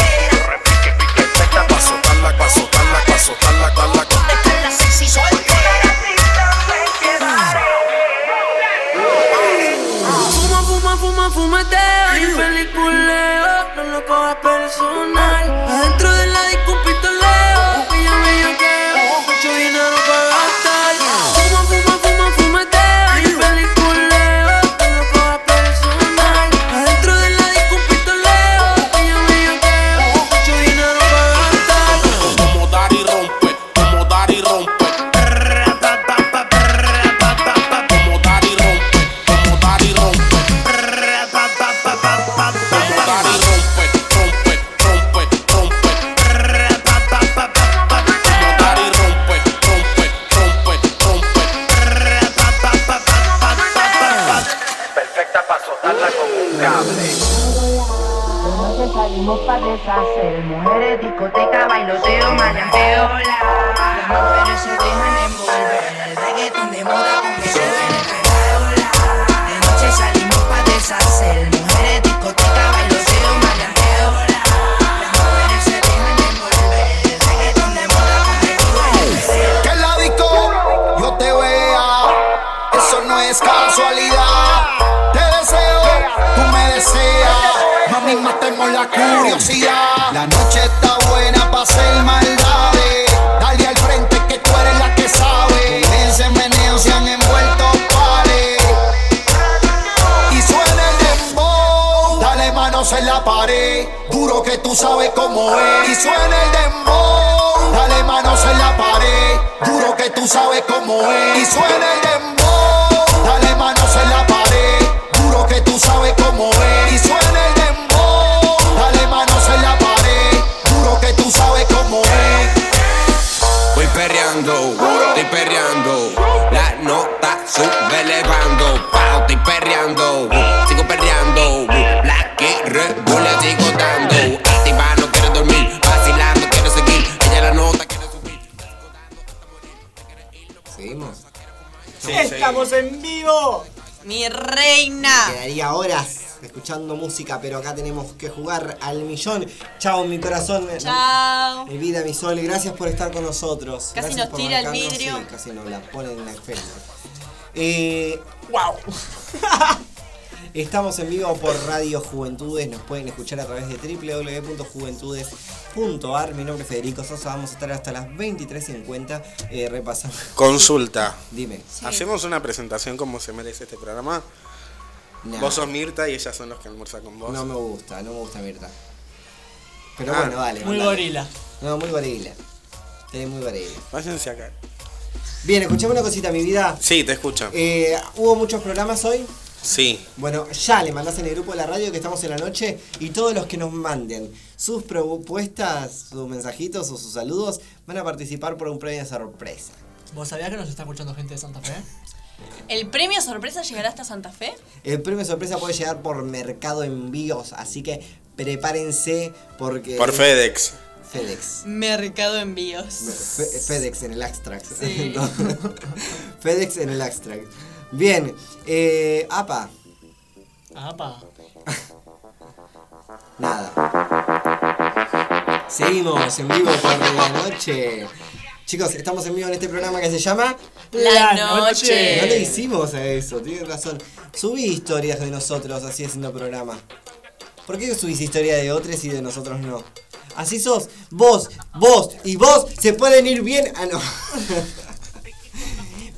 C: Fuma, fuma, fuma, fumeteo y feliz puleo. No lo cojas personal. Adentro de la disco un pistoleo. Pilla bellaqueo, mucho dinero para gastar. Fuma, fuma, fuma, fumeteo y feliz puleo. No lo cojas personal. Adentro de la disco un pistoleo. Pilla bellaqueo, mucho dinero para gastar.
K: Como dar y rompe, como dar y rompe. Como dar y rompe, como dar y rompe. Como dar y rompe, rompe, rompe.
L: salimos pa' deshacer. Mujeres, discoteca, bailoteo, maleanteo. Las mujeres se dejan envolver. El reggaetón de moda con que se ven De noche salimos pa' deshacer. Mujeres, discoteca, bailoteo, maleanteo. Las mujeres se dejan envolver. El reggaetón de moda con que se ven
M: Que en la disco yo te vea, eso no es casualidad. Te deseo, tú me deseas, mami matemos la curiosidad. La noche está buena para hacer maldades, dale al frente que tú eres la que sabe. En ese meneo se han envuelto pares y suena el dembow. Dale manos en la pared, duro que tú sabes cómo es. Y suena el dembow. Dale manos en la pared, duro que tú sabes cómo es. Y suena el dembow. Dale manos en la pared, duro que tú sabes cómo es. Y suena el dembow. Dale manos en la pared, duro que tú sabes cómo es.
N: Voy perreando, estoy perreando. La nota sube elevando. Pao, estoy perreando, uh, sigo perreando. La que regula, sigo dando. Activa, no quiero dormir. Vacilando, quiero seguir. Ella la nota, quiero subir.
D: Seguimos.
E: Estamos en vivo.
B: Mi reina.
D: Quedaría horas escuchando música, pero acá tenemos que jugar al millón. Chao, mi corazón.
B: Chao.
D: Mi vida, mi sol. Gracias por estar con nosotros.
B: Casi
D: Gracias
B: nos
D: por
B: tira el
D: bancarnos.
B: vidrio.
D: Sí, casi nos la ponen en la frente. Eh,
E: ¡Wow!
D: <laughs> Estamos en vivo por Radio Juventudes, nos pueden escuchar a través de www.juventudes.ar. Mi nombre es Federico Sosa, vamos a estar hasta las 23.50 eh, repasando.
G: Consulta.
D: Dime.
G: ¿Hacemos una presentación como se merece este programa?
D: No.
G: Vos sos Mirta y ellas son los que almuerzan con vos.
D: No me gusta, no me gusta Mirta. Pero
G: Ah,
D: bueno, vale.
G: muy
D: dale.
G: gorila.
D: No, muy gorila. Sí, muy gorila.
G: Váyanse acá.
D: Bien, escuchame una cosita, mi vida.
G: Sí, te escucho.
D: Ah. Eh, Hubo muchos programas hoy.
G: Sí.
D: Bueno, ya le mandás en el grupo de la radio que estamos en la noche y todos los que nos manden sus propuestas, sus mensajitos o sus saludos van a participar por un premio sorpresa.
E: ¿Vos sabías que nos está escuchando gente de Santa Fe?
B: ¿El premio sorpresa llegará hasta Santa Fe?
D: El premio sorpresa puede llegar por Mercado Envíos, así que prepárense porque...
G: Por FedEx.
D: FedEx.
B: Mercado Envíos.
D: Fe- FedEx en el extract. <laughs> No. FedEx en el extract. Bien, eh, APA,
E: ¡Apa!
D: nada. Seguimos en vivo por la noche. Chicos, estamos en vivo en este programa que se llama
B: La Noche.
D: No le hicimos a eso, tienes razón. Subí historias de nosotros así haciendo programa. ¿Por qué subís historia de otros y de nosotros no? Así sos, vos, vos y vos se pueden ir bien. Ah, no. <laughs>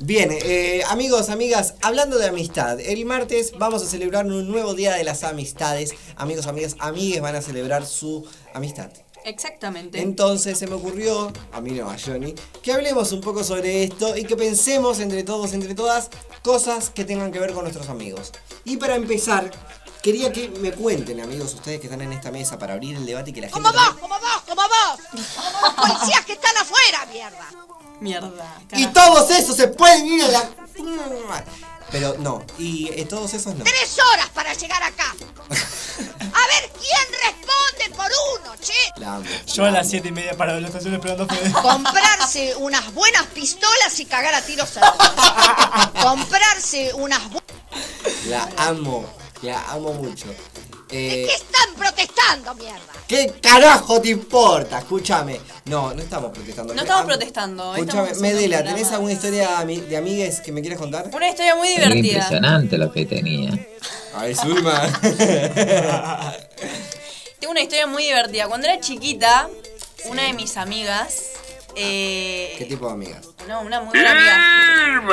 D: Bien, eh, amigos, amigas, hablando de amistad, el martes vamos a celebrar un nuevo día de las amistades. Amigos, amigas, amigues van a celebrar su amistad.
B: Exactamente.
D: Entonces se me ocurrió, a mí no, a Johnny, que hablemos un poco sobre esto y que pensemos entre todos, entre todas, cosas que tengan que ver con nuestros amigos. Y para empezar, quería que me cuenten, amigos, ustedes que están en esta mesa para abrir el debate y que la gente... también-
J: como vos, como vos! Como los policías que están afuera, mierda.
B: Mierda.
D: Y todos esos se pueden ir a la... Pero no, y eh, todos esos no.
J: Tres horas para llegar acá. A ver quién responde por uno, che.
D: La amo.
E: Yo a las 7 y media para la estación esperando a
H: <laughs>
E: Fede.
D: <laughs>
J: Comprarse unas buenas pistolas y cagar a tiros a todos. Comprarse unas bu-
D: La amo, la amo mucho. Eh,
J: ¿Qué están protestando, mierda?
D: ¿Qué carajo te importa? Escúchame. No, no estamos protestando.
B: No estamos
D: Am-
B: protestando.
D: Escúchame,
B: estamos haciendo un
D: Medela,
B: programa.
D: ¿tenés alguna historia ami- de amigues que me quieras contar?
B: Una historia muy
O: Era
B: divertida.
O: impresionante lo que tenía.
D: Ay,
B: <laughs>
D: Zulma.
B: Tengo una historia muy divertida. Cuando era chiquita, una de mis amigas. eh,
D: ¿Qué tipo de amigas?
B: no, una muy buena amiga.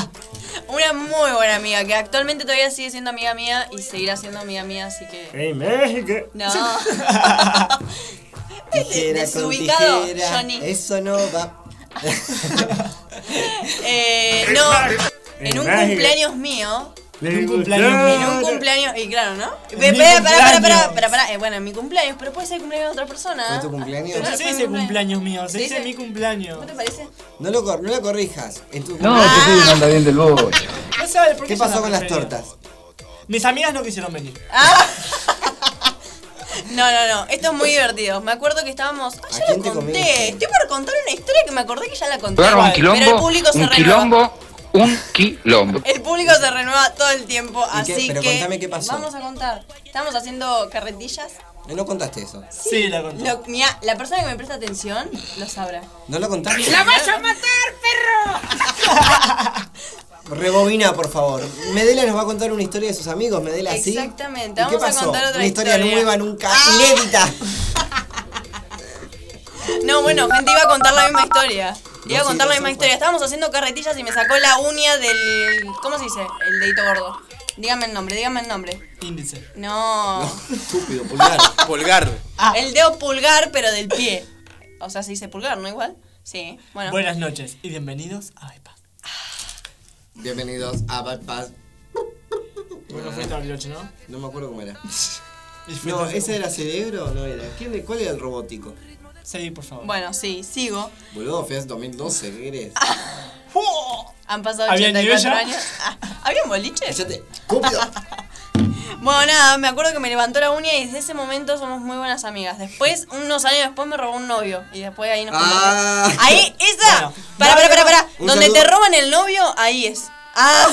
B: <laughs> Una muy buena amiga que actualmente todavía sigue siendo amiga mía y seguirá siendo amiga mía, así que.
D: ¡Ey, México! <laughs>
B: No. <laughs>
D: Tijera con
B: Desubicado,
D: tijera.
B: Johnny.
D: Eso no va.
B: Eh, no. En un
D: Mágico.
B: cumpleaños mío.
E: En un cumpleaños
B: En
E: mío.
B: un cumpleaños. Y claro, ¿no?
E: mi
B: Ve- Pará, pará,
E: cumpleaños.
B: pará, pará, pará. Eh, bueno, en mi cumpleaños, pero puede ser el cumpleaños de otra persona.
D: ¿Fue tu cumpleaños?
E: Pero no se dice cumpleaños mío, se dice mi
B: ¿No
E: cumpleaños.
B: te parece?
D: No lo, cor- no lo corrijas. En tu Ah.
O: No, te estoy mandando bien del boche.
E: No se vale por
D: ¿Qué
E: yo
D: pasó
E: la
D: con las
E: prefería.
D: tortas?
E: Mis amigas no quisieron venir.
B: Ah. <laughs> No, no, no. Esto es muy divertido. Me acuerdo que estábamos. Ah, ya lo conté. Estoy por contar una historia que me acordé que ya la conté.
H: Programa un
B: Igual,
H: quilombo,
B: pero el público se
H: un
B: renueva.
H: quilombo, un quilombo.
B: El público se renueva todo el tiempo,
D: ¿Y qué?
B: así
D: Pero
B: que.
D: contame qué pasó.
B: Vamos a contar. Estábamos haciendo carretillas.
D: Eh, No contaste eso.
E: Sí, la conté.
B: Lo- mirá, la persona que me presta atención lo sabrá.
D: ¿No lo contaste?
B: a matar, perro!
D: Rebobina, por favor. Medela nos va a contar una historia de sus amigos. Medela, ¿sí?
B: Exactamente,
D: ¿Y qué
B: vamos a
D: pasó?
B: contar otra
D: Una historia,
B: historia. Ah.
D: nueva, nunca inédita.
B: No, bueno, gente, iba a contar la misma historia. Iba a
D: No,
B: contar
D: sí,
B: la
D: no,
B: misma
D: sí,
B: historia. Estábamos haciendo carretillas y me sacó la uña del. ¿Cómo se dice? El dedito gordo. Dígame el nombre, dígame el nombre.
E: Índice.
B: No. <laughs>
D: Estúpido, pulgar.
G: <laughs> Pulgar.
D: Ah.
B: El dedo pulgar, pero del pie. O sea, se dice pulgar, ¿no? Igual. Sí. Bueno.
E: Buenas noches y bienvenidos a iPad.
D: Bienvenidos a Bad Ah. Paz.
E: Bueno, fue esta noche, ¿no?
D: No me acuerdo
E: <laughs>
D: cómo era.
E: fue
D: No,
E: esta-
D: ¿ese era cerebro? No era. ¿Quién- ¿Cuál era el robótico?
E: Sí, por favor.
B: Bueno, sí, sigo.
D: Boludo, fue hace 2012, ¿qué querés?
B: Han pasado
D: ¿Había
B: 84
D: nivel ya?
B: años. Ah, ¿Había un boliche?
D: ¡Cúpido!
B: <laughs> Bueno, nada, me acuerdo que me levantó la uña y desde ese momento somos muy buenas amigas. Después, unos años después, me robó un novio. Y después ahí nos
D: Ah.
B: juntamos. Ahí, esa. para, para, para, para.
D: Un
B: Donde
D: saludo.
B: te roban el novio, ahí es.
E: <laughs>
B: Ah,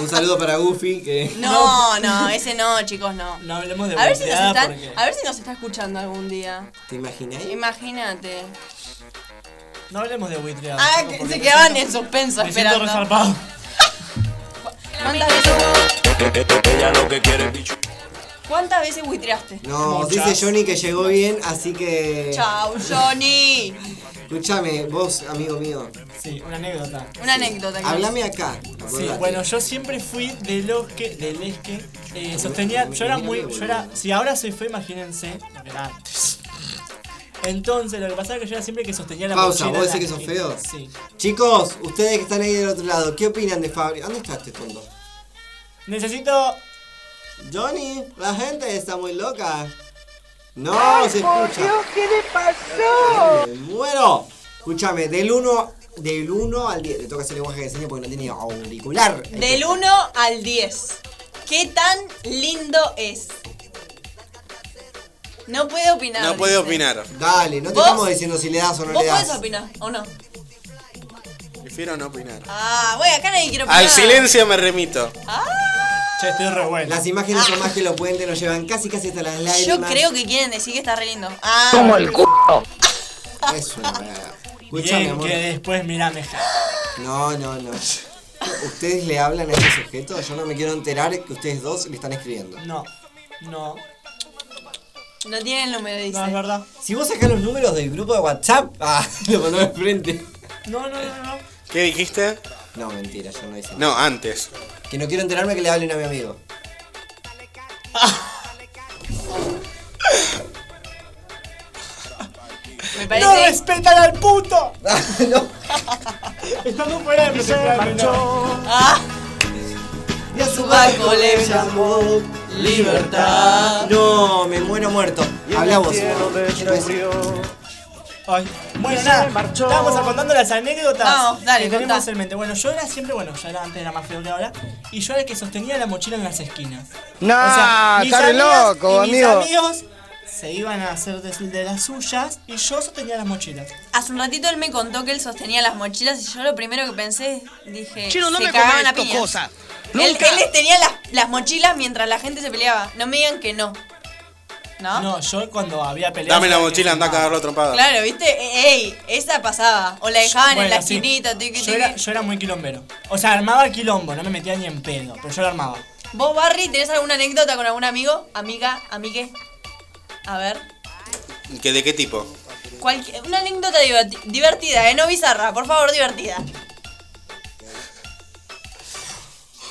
D: Un saludo para Goofy, que...
B: no, no, ese no, chicos, no.
E: No hablemos de
B: a ver, si nos
E: volteada
B: están,
E: porque-
B: a ver si nos está escuchando algún día.
D: ¿Te imaginas?
B: Imagínate.
E: No hablemos de buitreado.
B: Ah,
E: chico,
B: que
E: porque
B: se
E: me
B: quedaban
E: siento-
B: en suspenso
E: Me siento
B: esperando.
E: resarpado.
B: ¿Cuántas veces,
P: Ella lo que quiere es bicho.
B: cuántas veces buitreaste?
D: No,
B: Muchas.
D: dice Johnny que llegó bien, así que...
B: Chau, Johnny.
D: Escúchame, vos, amigo mío.
E: Sí, una anécdota.
B: Una anécdota. que-
D: Háblame acá.
E: Sí,
D: acordate.
E: bueno, yo siempre fui de los que, de les que eh, sostenía, yo era muy, yo era, si ahora soy feo, imagínense lo que era antes. Entonces, lo que pasaba es que yo era siempre el que sostenía la
D: Pausa,
E: mochila
D: ¿vos
E: en
D: decís que
E: la-
D: sos feo?
E: Sí.
D: Chicos, ustedes que están ahí del otro lado, ¿qué opinan de Fabri? ¿Dónde está este fondo?
E: Necesito...
D: Johnny, la gente está muy loca. No, se escucha.
C: ¿qué le pasó?
D: Me muero. Escúchame, del 1 del 1 al 10. Le toca hacer lenguaje de señas porque no tiene auricular.
B: Del 1 al 10. ¿Qué tan lindo es? No puede opinar.
G: No puede
B: dice.
G: opinar.
D: Dale, no te
B: ¿Vos?
D: estamos diciendo si le das o no
B: ¿Vos
D: le
B: podés
D: das.
B: opinar o no?
G: Prefiero no opinar.
B: Ah, güey, acá nadie quiere opinar.
G: Al silencio me remito.
E: Che, estoy re bueno.
D: Las imágenes son más que lo puente, nos llevan casi casi hasta las
B: Ah. Yo
D: lágrimas.
B: creo que quieren decir que está re lindo. Ah.
D: culo. Es una verdad. Escúchame,
E: Bien,
D: amor.
E: que después mirame.
D: No, no, no. ¿Ustedes le hablan a ese sujeto? Yo no me quiero enterar que ustedes dos le están escribiendo.
E: No, no.
B: No tiene el número, dice.
E: No, es verdad.
D: Si vos sacás los números del grupo de WhatsApp, ah, <laughs> lo mandó de frente.
E: No, no, no, no.
G: ¿Qué dijiste?
D: No, mentira, yo no hice nada.
G: No, antes.
D: Que no quiero enterarme que le hablen a mi amigo.
B: Me
E: ¡No respetan al puto!
D: <laughs> no.
E: Estando
D: <laughs>
E: fuera de mi
B: Ah.
D: Y a
B: su barco le
D: llamó
E: Libertad.
D: No, me muero muerto. Habla vos.
E: Ay. Bueno, nada, estábamos contando las anécdotas.
B: Vamos, dale,
E: que tenemos
B: contá.
E: en mente. Bueno, yo era siempre, bueno, ya era, antes era más feo que ahora. Y yo era el que sostenía la mochila en las esquinas.
O: Nah,
E: mis
O: está re
E: amigas
O: loco,
E: y mis
O: amigo.
E: amigos se iban a hacer de, de las suyas y yo sostenía las mochilas.
B: Hace un ratito él me contó que él sostenía las mochilas y yo lo primero que pensé, dije,
E: Chino, no
B: Eh, se
E: me
B: cagaban
E: comas
B: a
E: tu
B: piñas.
E: cosa.
B: Él,
E: Nunca.
B: él les tenía las, las mochilas mientras la gente se peleaba. No me digan que no. ¿No?
E: No, yo cuando había peleas.
G: Dame la
E: era el que
G: mochila, anda a cagarlo a trompadas.
B: Claro, ¿viste? E, Ey, esa pasaba. O la dejaban en
E: Bueno,
B: la
E: sí.
B: esquinita, tiqui,
E: Yo
B: tiqui.
E: era, yo era muy quilombero. O sea, armaba el quilombo, no me metía ni en pedo, pero yo lo armaba.
B: ¿Vos, Barry, tenés alguna anécdota con algún amigo? Amiga, amigue. A ver.
G: ¿Que ¿De qué tipo?
B: cualquier- una anécdota diverti- divertida, ¿eh? No bizarra, por favor, divertida.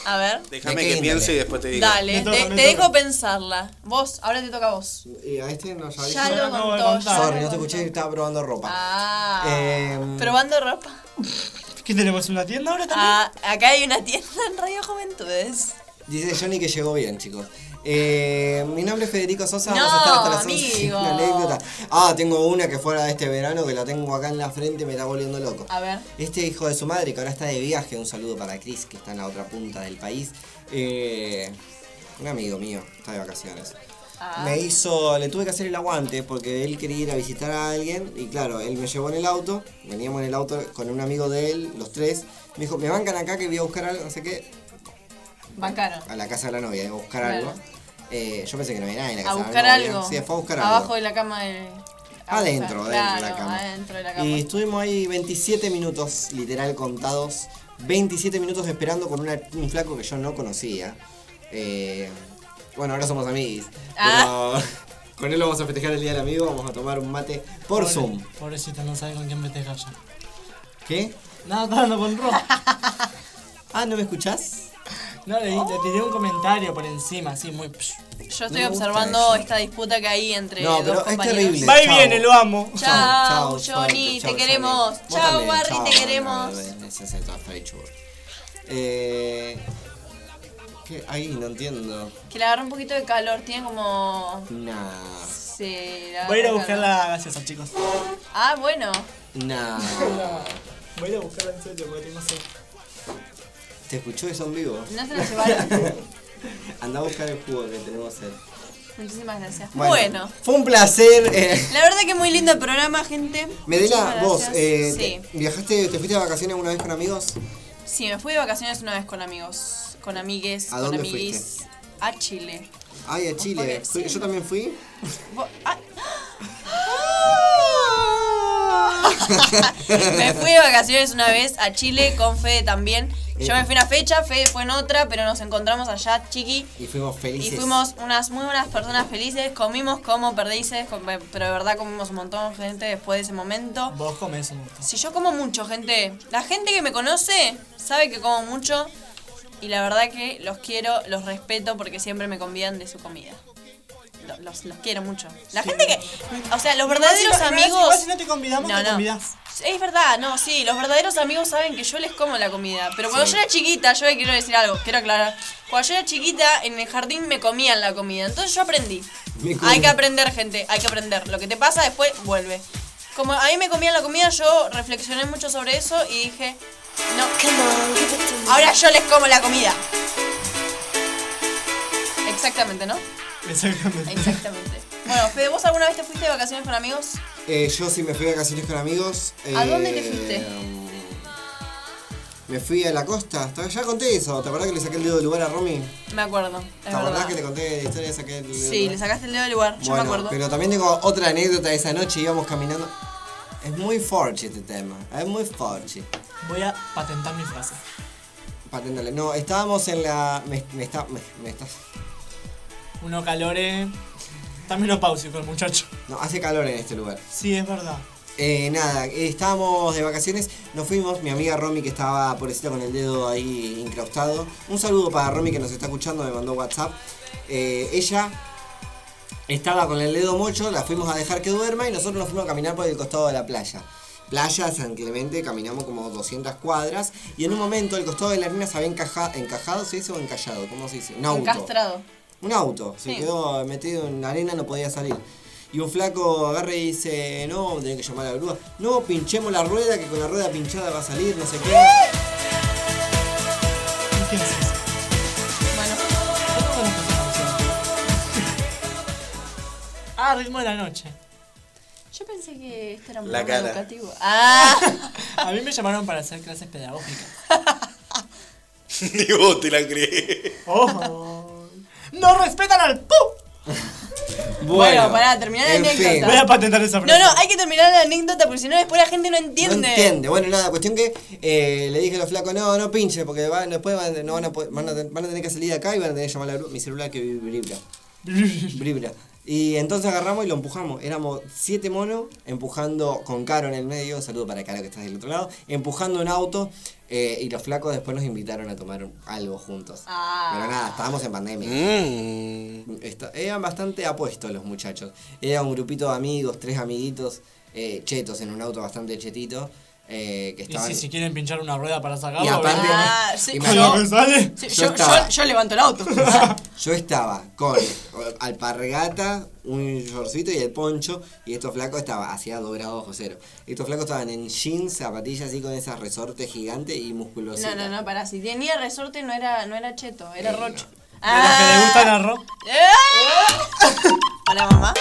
B: A ver.
G: Déjame
D: ¿De
G: que
D: qué índole?
G: piense y después te digo.
B: Dale, te, te dejo pensarla. Vos, ahora te toca a vos.
D: Y a este no sabía.
B: Ya lo contó. ya
D: Sorry,
B: lo
D: no te
B: contó.
D: escuché, estaba probando ropa.
B: Ah.
D: Em,
B: Probando ropa.
E: ¿Qué tenemos? Eh, ¿Una tienda ahora también?
B: Ah, acá hay una tienda en Radio Juventudes.
D: Dice Johnny que llegó bien, chicos. Eh, mi nombre es Federico Sosa, vamos
B: No,
D: a estar hasta las 11.
B: amigo.
D: <laughs> Una anécdota. Ah, tengo una que fuera de este verano, que la tengo acá en la frente y me está volviendo loco.
B: A ver.
D: Este hijo de su madre, que ahora está de viaje, un saludo para Chris, que está en la otra punta del país. Eh, un amigo mío, está de vacaciones.
B: Ah.
D: me hizo, le tuve que hacer el aguante porque él quería ir a visitar a alguien y claro, él me llevó en el auto, veníamos en el auto con un amigo de él, los tres, me dijo, me bancan acá que voy a buscar algo, no sé qué,
B: Bancano.
D: a la casa de la novia, iba a buscar
B: Claro.
D: algo. Eh, yo pensé que no había nadie en la
B: A
D: casa de
B: buscar
D: la novia.
B: algo.
D: Sí, fue a buscar
B: Abajo
D: algo.
B: de la cama del. a
D: Adentro,
B: buscar.
D: adentro de la
B: Claro,
D: cama.
B: Adentro de la cama.
D: Y estuvimos ahí 27 minutos, literal contados, 27 minutos esperando con una- un flaco que yo no conocía. Eh, bueno, ahora somos amigos,
B: Ah.
D: pero <laughs> con él vamos a festejar el Día del Amigo, vamos a tomar un mate por
E: Pobre-
D: Zoom.
E: Pobrecita, no sabe con quién festejar ya.
D: ¿Qué?
E: Nada, está hablando con Rob.
D: ah, ¿no me escuchás?
E: No, le, le tiré un comentario por encima, así muy.
B: Yo estoy observando esta disputa que hay entre
E: No,
B: dos
E: pero es
B: compañeros.
E: terrible. Va y Chao. viene, lo amo.
B: Chao,
D: Chau, chau,
B: Johnny,
D: chau,
B: te
D: chau,
B: queremos.
D: Vos
B: Chao,
D: también,
B: Barry,
D: chau.
B: te queremos.
D: No, no, no, ese es el trabajo de Chubur. Eh, ¿qué? Ahí no entiendo.
B: Que le agarra un poquito de calor, tiene como.
D: Nah.
B: se le agarra
E: Voy a ir a
B: calor.
E: buscar la gaseosa, chicos.
B: Ah, bueno.
D: Nah.
E: Voy a ir a buscarla en serio porque tengo sed.
D: ¿Te escuchó eso en vivo?
B: No se lo
D: <laughs>
B: llevaron.
D: Andá a buscar el jugo que tenemos él.
B: Muchísimas gracias. Bueno.
D: Fue un placer. eh,
B: La verdad que muy lindo el programa, gente.
D: Medela,
B: Muchísimas
D: vos,
B: gracias.
D: eh,
B: sí.
D: te- ¿viajaste, te fuiste de vacaciones alguna vez con amigos?
B: Sí, me fui de vacaciones una vez con amigos, con amigues,
D: ¿A
B: con
D: dónde
B: amiguis. A Chile. <laughs>
D: Ay, a Chile.
B: Porque-
D: Fui- Yo también fui.
B: <laughs> me fui de vacaciones una vez a Chile con Fede también. Yo me fui una fecha, Fede fue en otra, pero nos encontramos allá, chiqui.
D: Y fuimos felices.
B: Y fuimos unas muy buenas personas felices, comimos como perdices, com- pero de verdad comimos un montón gente después de ese momento.
E: Vos comés un montón.
B: Si yo como mucho, gente. La gente que me conoce sabe que como mucho. Y la verdad que los quiero, los respeto porque siempre me convidan de su comida. Lo- Los, los quiero mucho. La gente que. O sea, los verdaderos
E: Igual si no-
B: amigos.
E: igual si no te convidamos, te convidás.
B: Es verdad, no, sí. Los verdaderos amigos saben que yo les como la comida. Pero cuando
E: Sí.
B: yo era chiquita, yo quiero decir algo, quiero aclarar. Cuando yo era chiquita, en el jardín me comían la comida. Entonces yo aprendí.
D: Me comí.
B: Hay que aprender, gente, hay que aprender. Lo que te pasa después vuelve. Como a mí me comían la comida, yo reflexioné mucho sobre eso y dije, no, ahora yo les como la comida. Exactamente, ¿no?
D: <laughs>
B: Exactamente. Bueno, Fede, ¿vos alguna vez te fuiste de vacaciones con amigos?
D: Eh, yo sí me fui de vacaciones con amigos.
B: ¿A dónde
D: eh,
B: te fuiste?
D: Me fui a la costa. Hasta- Ya conté eso. ¿Te acordás que le saqué el dedo del lugar a Romy?
B: Me acuerdo. es
D: ¿Te acordás
B: verdad.
D: que le conté la historia? Saqué el dedo del
B: Sí,
D: lugar?
B: le sacaste el dedo del lugar, yo
D: Bueno,
B: me acuerdo.
D: pero también tengo otra anécdota de esa noche. Íbamos caminando. Es muy forche este tema. Es muy forche.
E: Voy a patentar mi frase.
D: Paténtale. No, estábamos en la. Me, me está. Me, me está-
E: Uno calore. Está menopáusico el muchacho.
D: No, hace calor en este lugar.
E: Sí, es verdad.
D: Eh, nada, eh, estábamos de vacaciones, nos fuimos, mi amiga Romy que estaba pobrecita con el dedo ahí incrustado. Un saludo para Romy que nos está escuchando, me mandó WhatsApp. Eh, ella estaba con el dedo mocho, la fuimos a dejar que duerma y nosotros nos fuimos a caminar por el costado de la playa. Playa San Clemente, caminamos como 200 cuadras y en un momento el costado de la arena se había encaja- encajado, ¿se dice o encallado? ¿Cómo se dice? Un auto.
B: Encastrado.
D: Un auto, se
B: Sí.
D: quedó metido en la arena, no podía salir. Y un flaco agarra y dice, no, vamos a tener que llamar a la grúa. No, pinchemos la rueda, que con la rueda pinchada va a salir, no sé qué.
E: Ah, ritmo de la noche.
B: Yo pensé que esto era un
E: La
B: programa
E: cara.
B: educativo.
D: <laughs>
B: Ah,
E: A mí me llamaron para hacer clases pedagógicas.
G: <laughs> Ni vos te la crees.
E: ¡No respetan al pu!
B: Bueno, pará, terminá Ah, la anécdota.
E: Voy a patentar esa
B: no, eh.
E: frase.
B: no, hay que terminar la anécdota porque si no después la gente no entiende.
D: No entiende. Bueno, nada, cuestión que eh, le dije a los flacos, no, no pinche, porque va- después van, no van, a poder- van a, ten- van a tener que salir de acá y van a tener que llamar a la grúa. Mi celular que vibra. <laughs> vibra. Y entonces agarramos y lo empujamos. Éramos siete monos empujando con Caro en el medio. Saludo para Caro que estás del otro lado. Empujando un auto. eh, y los flacos después nos invitaron a tomar un- algo juntos. Pero nada, estábamos en pandemia. Esta- eran bastante apuestos los muchachos. Era un grupito de amigos, tres amiguitos, eh, chetos en un auto bastante chetito. eh, que
E: Y
D: estaban.
E: si, si quieren pinchar una rueda para sacarla,
D: Y aparte-
B: Ah, sí,
D: Imagínate.
B: yo-
D: ¿Me sale?
B: sí,
D: Yo
B: yo,
D: estaba.
B: yo- yo levanto el auto.
D: Yo estaba con alpargata, un shortcito y el poncho. Y estos flacos estaban, hacía 2 grados bajo cero. Estos flacos estaban en jeans, zapatillas así con esas resortes gigantes y
B: No,
D: musculositas.
B: no, no, pará. Si tenía resorte no era, no era cheto, era rocho.
E: las que le gustan al rock.
B: Ah. <laughs> Hola, mamá.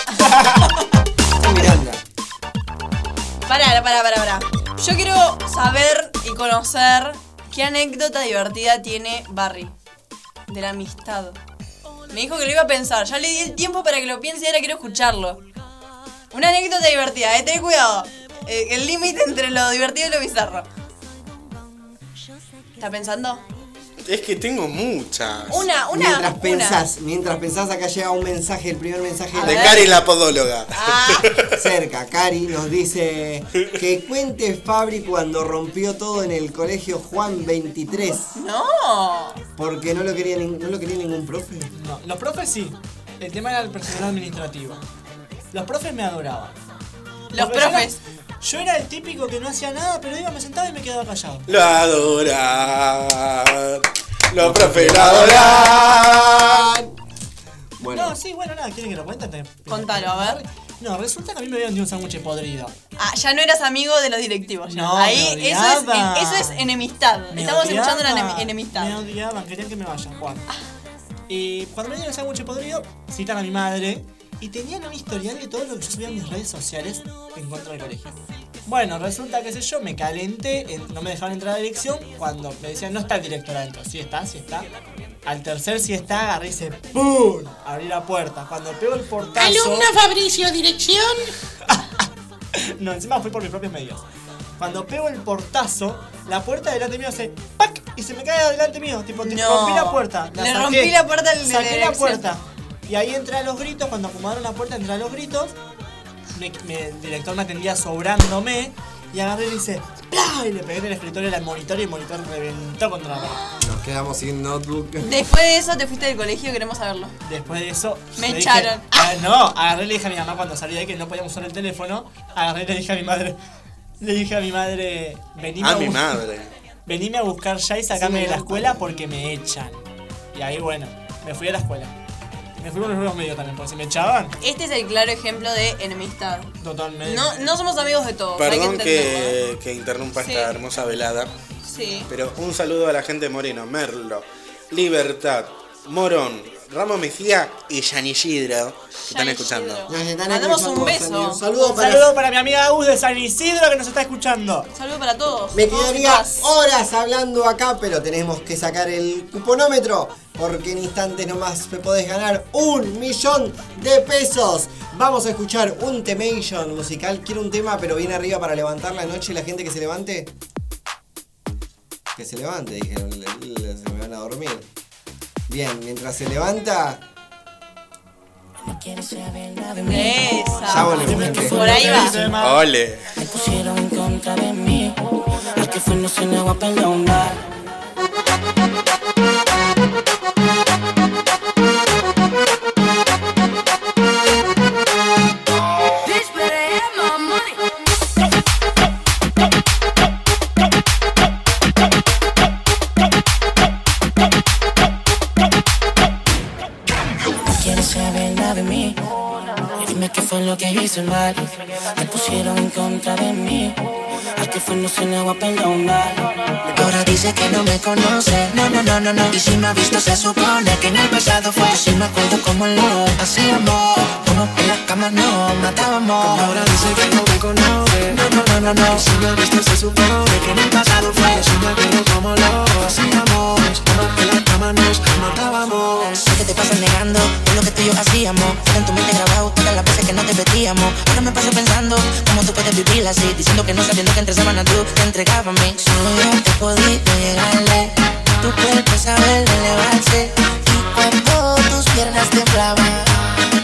B: Pará, pará, pará, pará. Yo quiero saber y conocer qué anécdota divertida tiene Barry de la amistad. Me dijo que lo iba a pensar. Ya le di el tiempo para que lo piense y ahora quiero escucharlo. Una anécdota divertida, eh. Ten cuidado. Eh, El límite entre lo divertido y lo bizarro. ¿Está pensando?
G: Es que tengo muchas.
B: Una, una,
D: Mientras
B: una.
D: pensás, mientras pensás, acá llega un mensaje, el primer mensaje
G: De Cari la podóloga.
B: Ah.
D: cerca. Cari nos dice que cuente Fabri cuando rompió todo en el colegio Juan 23.
B: No.
D: Porque no lo quería, nin- no lo quería ningún profe.
E: No, los profes sí. El tema era el personal administrativo. Los profes me adoraban.
B: Los
E: Porque yo era-
B: profes.
E: Yo era el típico que no hacía nada, pero iba, me sentaba y me quedaba callado.
G: Lo adoran. Los profes lo adoran.
D: Bueno.
E: No, sí, bueno, nada, ¿quieren que lo cuente? antes?
B: Contalo, a ver.
E: No, resulta que a mí me habían dio un sándwich podrido.
B: Ah, ya no eras amigo de los directivos. ya.
E: No,
B: Ahí
E: me
B: eso, es,
E: odiaban.
B: en- eso es enemistad.
E: Me
B: Estamos escuchando una
E: odiaban,
B: enem- enemistad.
E: Me odiaban, querían que me vaya, Juan. Y cuando me dieron el sándwich podrido, citan a mi madre. Y tenían un historial de todo lo que yo subía a mis redes sociales en contra del colegio. Bueno, resulta que sé yo, me calenté, en- no me dejaban entrar a la dirección. Cuando me decían, no está el director adentro. Sí está, sí está. Al tercer sí está, agarré y hice ¡pum! Abrí la puerta. Cuando pego el portazo...
Q: Fabricio, dirección.
E: <laughs> No, encima fui por mis propios medios. Cuando pego el portazo, la puerta delante mío hace ¡pac! y se me cae adelante mío. Tipo, te
B: No.
E: rompí la puerta.
B: Le rompí la puerta al de la
E: Saqué la
B: dirección.
E: puerta. Y ahí entré a los gritos, cuando acomodaron la puerta, entré a los gritos. Me- me- el director me atendía sobrándome. Y agarré y le hice ¡plá! Y le pegué en el escritorio al monitor y el monitor reventó contra la pared.
D: Nos quedamos sin notebook.
B: Después de eso te fuiste del colegio, queremos saberlo.
E: Después de eso.
B: Me
E: le dije-
B: echaron.
E: Ah, no, agarré y le dije a mi mamá cuando salí de ahí que no podíamos usar el teléfono. Agarré y le dije a mi madre. Le dije a mi madre. Venime
G: A
E: bus-
G: mi madre.
E: Venime a buscar ya y sacame de la escuela porque me echan. Y ahí, bueno, me fui a la escuela. Me fui con los nuevos medios también, porque si me echaban,
B: Este es el claro ejemplo de enemistad.
E: totalmente.
B: No, no somos amigos de todos. hay
G: Perdón
B: que entenderlo.
G: que, que interrumpa
B: Sí.
G: esta hermosa velada.
B: Sí.
G: Pero un saludo a la gente de Moreno, Merlo, Libertad, Morón, Ramos Mejía y Yanisidro, que están escuchando.
D: Nos están
B: Mandamos
D: escuchando,
B: un beso.
D: Un saludo
E: Un
D: para.
E: saludo para mi amiga Agus de San Isidro que nos está escuchando.
B: Saludos para todos.
D: Me
B: Todos y
D: quedaría
B: todas.
D: horas hablando acá, pero tenemos que sacar el cuponómetro, porque en instantes nomás me podés ganar un millón de pesos. Vamos a escuchar un temation musical. Quiero un tema, pero bien arriba para levantar la noche y la gente que se levante. Que se levante, dijeron. "Le- le- Se me van a dormir. Bien, mientras se levanta,
B: Esa.
D: ya volvemos. gente.
B: Por ahí va.
G: Ole.
H: Me pusieron en contra de mí. Lo que fue no se me va a perdonar.
R: Bitch, better have my money.
H: No quieres saber nada de mí. Dime qué fue lo que hice mal. Me pusieron en contra de mí. Al que fue no se le va a perdonar. Ahora dice que no me conoce. No, no, no, no, no. Y si me ha visto, se supone que en el pasado fue. Yo sí me acuerdo cómo lo hacíamos. Como en la cama no matábamos. Ahora dice que no me conoce. No, no, no, no, no. Y si me ha visto, se supone que en el pasado fue. Yo sí me acuerdo cómo lo hacíamos. Como en la cama nos matábamos. Sé que te pasas negando todo lo que tú y yo hacíamos. Queda en tu mente grabado todas las veces que no te vestíamos. Ahora me paso pensando cómo tú puedes vivir así. Diciendo que no sabiendo que entre semanas tú te entregabas a mí. Solo yo te podía llegarle. Tu cuerpo sabe elevarse. Y cuando tus piernas temblaban.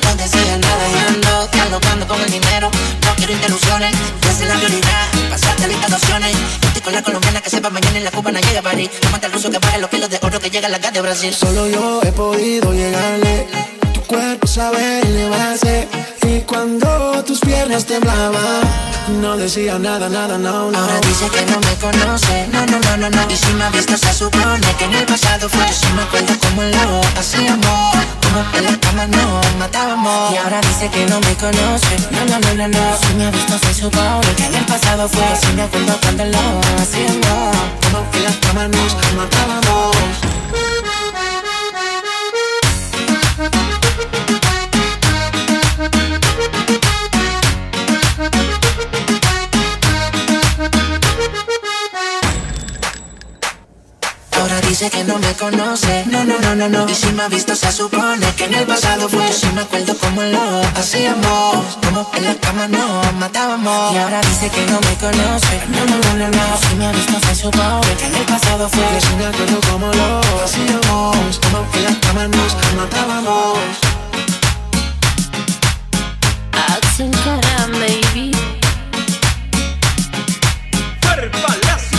H: No decía nada y ando galopando con el dinero. No quiero interrupciones, ya sé la prioridad. Pasarte las opciones. Estoy con la colombiana que sepa mañana en la cubana llega a París. No mata el ruso que paga los kilos de oro que llega a la gas de Brasil.
Q: Solo yo he podido llegarle. Tu cuerpo sabe elevarse. Y cuando tus piernas temblaban, no decía nada, nada, no, no.
H: Ahora dice que no me conoce, no, no, no, no, no Y si me ha visto se supone que en el pasado fue Yo sí me acuerdo cómo lo hacíamos Como en la cama nos matábamos Y ahora dice que no me conoce, no, no, no, no, no Si me ha visto se supone que en el pasado fue Yo sí me acuerdo cuando lo hacíamos Como en la cama nos matábamos
C: dice que no me conoce. No, no, no, no, no. Y si me ha visto, se supone que en el pasado fue. Yo sí me acuerdo cómo lo hacíamos. Como en la cama nos matábamos. Y ahora dice que no me conoce. No, no, no, no, no. Si me ha visto, se supone que en el pasado fue. Yo sí me acuerdo cómo lo hacíamos. Como en la cama nos matábamos.
S: Acción cara, baby.
A: Palacio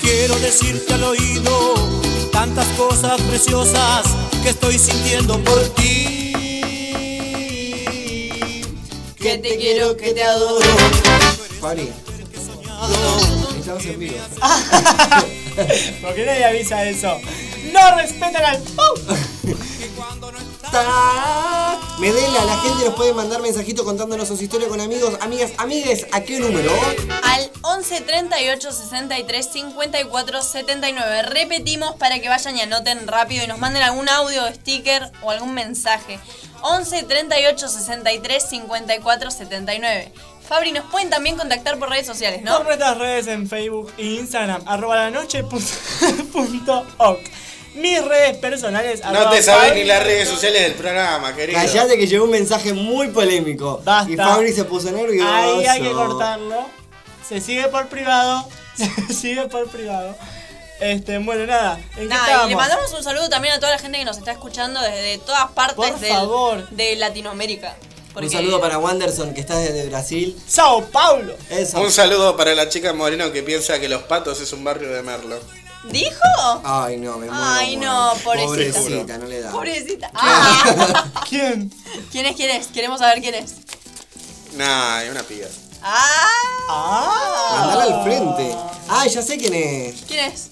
T: Quiero decirte al oído tantas cosas preciosas que estoy sintiendo por ti.
B: Que te quiero, que te adoro.
D: Fabri. Estamos en vivo.
E: <laughs> ¿Por qué nadie avisa eso? ¡No respetan al
B: <laughs>
D: Medela, la gente nos puede mandar mensajitos contándonos sus historias con amigos, amigas, amigues. ¿A qué número?
B: Al 11 38 63 54 79. Repetimos para que vayan y anoten rápido y nos manden algún audio, sticker o algún mensaje. 11 38 63 54 79. Fabri, nos pueden también contactar por redes sociales, ¿no?
E: Por nuestras redes en Facebook e Instagram, arroba la noche punto, <laughs> punto ok. Mis redes personales,
G: No te sabes ni las redes sociales del programa, querido.
D: Callate que llegó un mensaje muy polémico. Y Fabri se puso nervioso.
E: Ahí hay que cortarlo. Se sigue por privado. <laughs> Se sigue por privado. Este, bueno, nada. ¿En qué
B: Nada, y
E: estábamos?
B: le mandamos un saludo también a toda la gente que nos está escuchando desde todas partes
E: Por
B: del-
E: favor.
B: de Latinoamérica. Porque-
D: Un saludo para Wanderson que está desde Brasil.
E: ¡Sao Paulo!
G: Un saludo para la chica Moreno que piensa que Los Patos es un barrio de Merlo.
B: ¿Dijo?
D: Ay, no, me muero.
B: Ay, no, pobrecita.
D: Pobrecita, no le da.
E: <laughs>
B: Pobrecita. Ah.
E: ¿Quién?
B: ¿Quién es? ¿Quién es? Queremos saber quién es.
G: Nah, es una piba.
B: Ah.
E: Ah.
D: Mandala al frente. Ah, ya sé quién es.
B: ¿Quién es?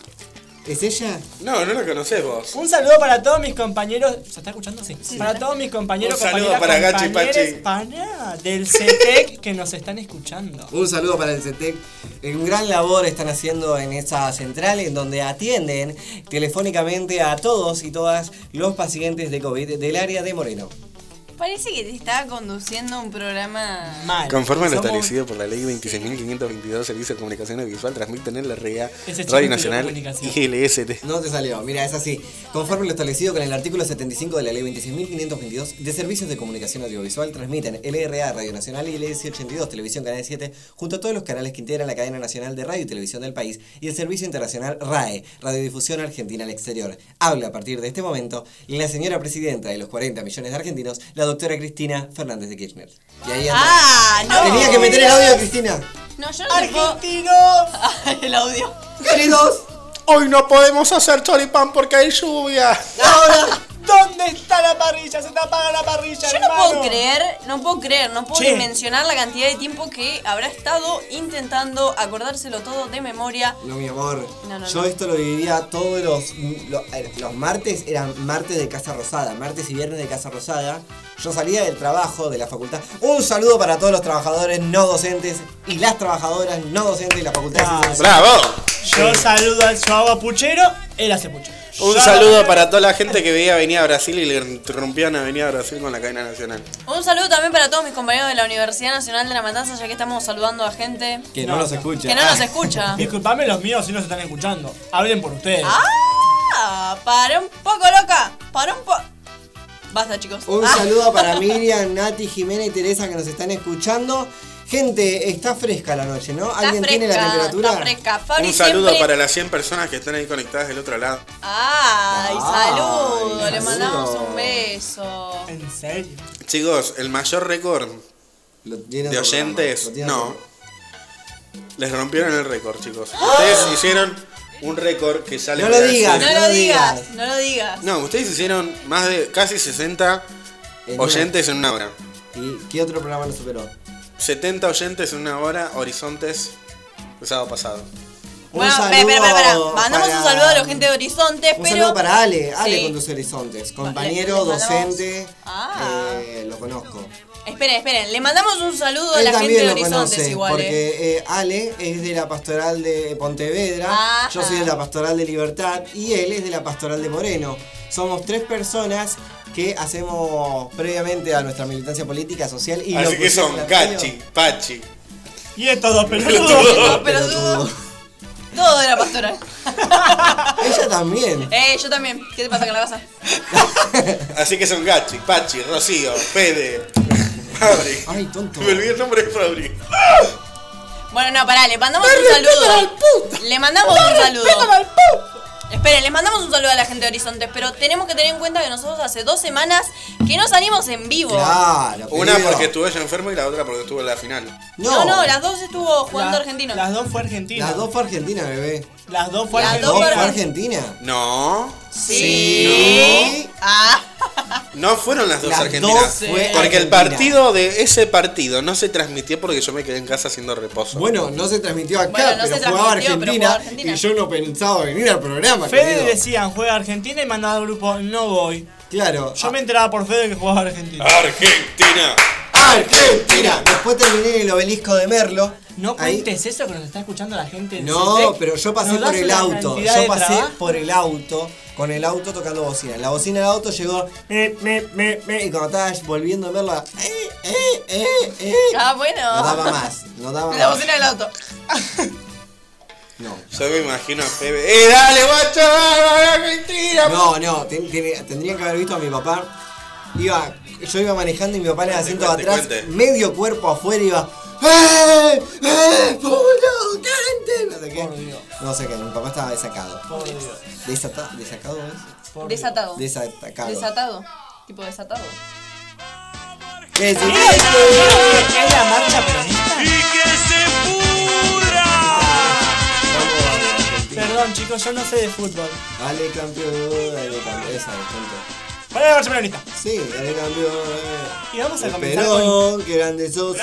D: ¿Es ella?
G: No, no la conocés vos.
E: Un saludo para todos mis compañeros. ¿Se está escuchando? Sí. Para todos mis compañeros,
G: Un saludo
E: compañeras,
G: para Gachi
E: compañeres,
G: Pachi.
E: paná, del CETEC que nos están escuchando.
D: Un saludo para el CETEC. Un gran labor están haciendo en esa central en donde atienden telefónicamente a todos y todas los pacientes de COVID del área de Moreno.
B: Parece que te estaba conduciendo un programa
G: Conforme a lo
D: Somos-
G: establecido por la ley 26.522, Servicio de Comunicación Visual, transmiten en la REA,
D: Ese chico
G: Radio
D: estudió
G: Nacional
D: comunicación.
G: y LST.
D: No te salió, mira, es así. Conforme a lo establecido con el artículo 75 de la Ley 26.522 de Servicios de Comunicación Audiovisual, transmiten LRA Radio Nacional y LS82 Televisión Canal 7, junto a todos los canales que integran la cadena nacional de radio y televisión del país y el Servicio Internacional RAE, Radiodifusión Argentina al Exterior. Habla a partir de este momento la señora presidenta de los 40 millones de argentinos, la doctora Cristina Fernández de Kirchner. Y ahí anda.
B: Ah, no.
D: Tenía que meter el audio de Cristina.
B: No, yo no ¡Argentinos! el audio. <laughs>
D: Queridos,
G: hoy no podemos hacer choripán porque hay lluvia.
E: Ahora, ¿dónde está la parrilla? Se te apaga la parrilla.
B: Yo no
E: hermano.
B: puedo creer, no puedo creer, no puedo
E: Che.
B: dimensionar la cantidad de tiempo que habrá estado intentando acordárselo todo de memoria.
D: No, mi amor.
B: No, no,
D: Yo
B: no.
D: esto lo vivía todos los, lo- eh, los martes, eran martes de Casa Rosada, martes y viernes de Casa Rosada. Yo salía del trabajo, de la facultad. Un saludo para todos los trabajadores no docentes y las trabajadoras no docentes de la facultad. de Ciencias
G: Bravo.
D: Sociales.
E: Yo saludo al Chihuahua Puchero, él hace puchero.
G: Un
E: Yo-
G: saludo para toda la gente que veía Avenida Brasil y le interrumpían Avenida Brasil con la cadena nacional.
B: Un saludo también para todos mis compañeros de la Universidad Nacional de La Matanza, ya que estamos saludando a gente.
D: Que no, los escucha.
B: Que no
E: Ah.
B: nos
D: <laughs>
B: escucha.
E: Disculpame los míos si no se están escuchando. Hablen por ustedes.
B: ¡Ah! Para un poco, loca. Para un poco. Basta, chicos.
D: Un
B: Ah.
D: saludo para Miriam, Nati, Jimena y Teresa que nos están escuchando. Gente, está fresca la noche, ¿no?
B: <laughs> Está
D: ¿Alguien tiene la
B: fresca,
D: temperatura?
B: Está fresca. Fabri
G: Un saludo
B: siempre-
G: para las 100 personas que están ahí conectadas del otro lado.
B: ¡Ay, saludo!
G: Ay,
B: Le
G: saludo.
B: mandamos un beso.
E: ¿En serio?
G: Chicos, el mayor récord de
D: otro
G: oyentes.
D: programa, lo tiene
G: No. Les rompieron el récord, chicos.
B: ¡Ah!
G: Ustedes hicieron un récord que sale.
D: No lo digas,
B: No lo digas, no lo digas.
G: No, ustedes hicieron más de casi 60
D: En una-
G: oyentes en una hora.
D: ¿Y qué otro programa lo superó?
G: 70 oyentes en una hora, Horizontes, el sábado pasado.
B: Bueno,
D: saludo
B: espera, espera, espera, espera. Mandamos
D: para-
B: un saludo a la gente de Horizonte,
D: Un
B: pero.
D: saludo para Ale, Ale
B: Sí.
D: conduce Horizontes, compañero,
B: Le- le mandamos-
D: docente,
B: Ah.
D: eh, lo conozco.
B: Esperen, esperen. Le mandamos un saludo a
D: Él
B: la gente
D: también
B: de
D: lo
B: Horizontes
D: conoce,
B: igual, eh.
D: porque eh, Ale es de la pastoral de Pontevedra,
B: Ajá.
D: yo soy de la pastoral de Libertad y él es de la pastoral de Moreno. Somos tres personas que hacemos previamente a nuestra militancia política, social y
G: Así
D: lo
G: que son
D: pusimos en la
G: Cachi,
D: <laughs>
G: Pachi.
E: Y estos dos
G: pelotudos.
B: Todo de la pastoral.
D: Ella también.
B: Eh, yo también. ¿Qué te pasa con la casa?
G: Así que son Gachi, Pachi, Rocío, Fede, Fabri.
D: Ay, tonto.
G: Me olvidé el nombre de Fabri.
B: Bueno, no, pará, le mandamos un saludo. Le mandamos un saludo. Esperen, les mandamos un saludo a la gente de Horizontes, pero tenemos que tener en cuenta que nosotros hace dos semanas que no salimos en vivo.
G: Una
D: querido.
G: porque estuve yo enfermo y la otra porque estuve en la final.
B: No, no, las dos estuvo jugando
E: La-
B: argentino.
E: Las dos fue Argentina.
D: Las dos fue Argentina, bebé.
E: Las dos fue
D: Las
E: Argentina.
D: dos fue Argentina.
G: No.
B: Sí. Ah.
G: No fueron las dos
D: Las dos
G: argentinas.
D: fue
G: porque el
D: Argentina.
G: partido de ese partido no se transmitió porque yo me quedé en casa haciendo reposo.
D: Bueno, no se transmitió acá,
E: Bueno, no
D: pero,
E: se transmitió,
D: jugaba
E: pero
D: Argentina,
E: jugaba Argentina.
D: y yo no pensaba venir al programa.
E: Fede
D: querido.
E: decían, juega Argentina y mandaba al grupo, no voy.
D: Claro. ah.
E: Yo me enteraba por Fede que jugaba Argentina.
G: Argentina.
D: Argentina. Después terminé en el obelisco de Merlo.
E: No
D: Ahí-
E: cuentes eso que nos está escuchando la gente. en
D: No,
E: Citec.
D: pero yo pasé
E: Nos das
D: por el
E: una
D: auto.
E: cantidad de
D: Yo pasé
E: trabajo.
D: por el auto, con el auto tocando bocina. La bocina del auto llegó. Me, me, me, me, y cuando estaba volviendo a verla, eh, eh, eh, eh,
B: Ah, bueno.
D: no daba más. No daba
B: La
D: más.
B: bocina del auto.
D: No.
G: Yo me imagino a Febe. ¡Eh, dale, guacho! dale, Argentina!
D: No, no, ten- ten- tendrían que haber visto a mi papá. Iba, yo iba manejando y mi papá en el
G: Cuente,
D: asiento de
G: cuente,
D: atrás,
G: cuente.
D: medio cuerpo afuera, iba. ¡Eh! ¡Eh! ¡Puro, cante! No sé qué. No sé qué, mi papá estaba desacado.
E: Pobre Dios.
D: Desata- ¿Desacado es?
B: Desatado.
D: Desatacado.
B: Desatado. Tipo desatado.
D: ¿Qué es eso?
E: Es la marcha peronista. Perdón, chicos, yo no sé de fútbol.
D: Dale campeón, dale campeón. Esa, punto.
E: ¿Cuál es la marcha peronista?
D: Sí, dale campeón.
E: Y vamos a
D: dale.
E: comenzar con.
D: Perón, qué grande sos.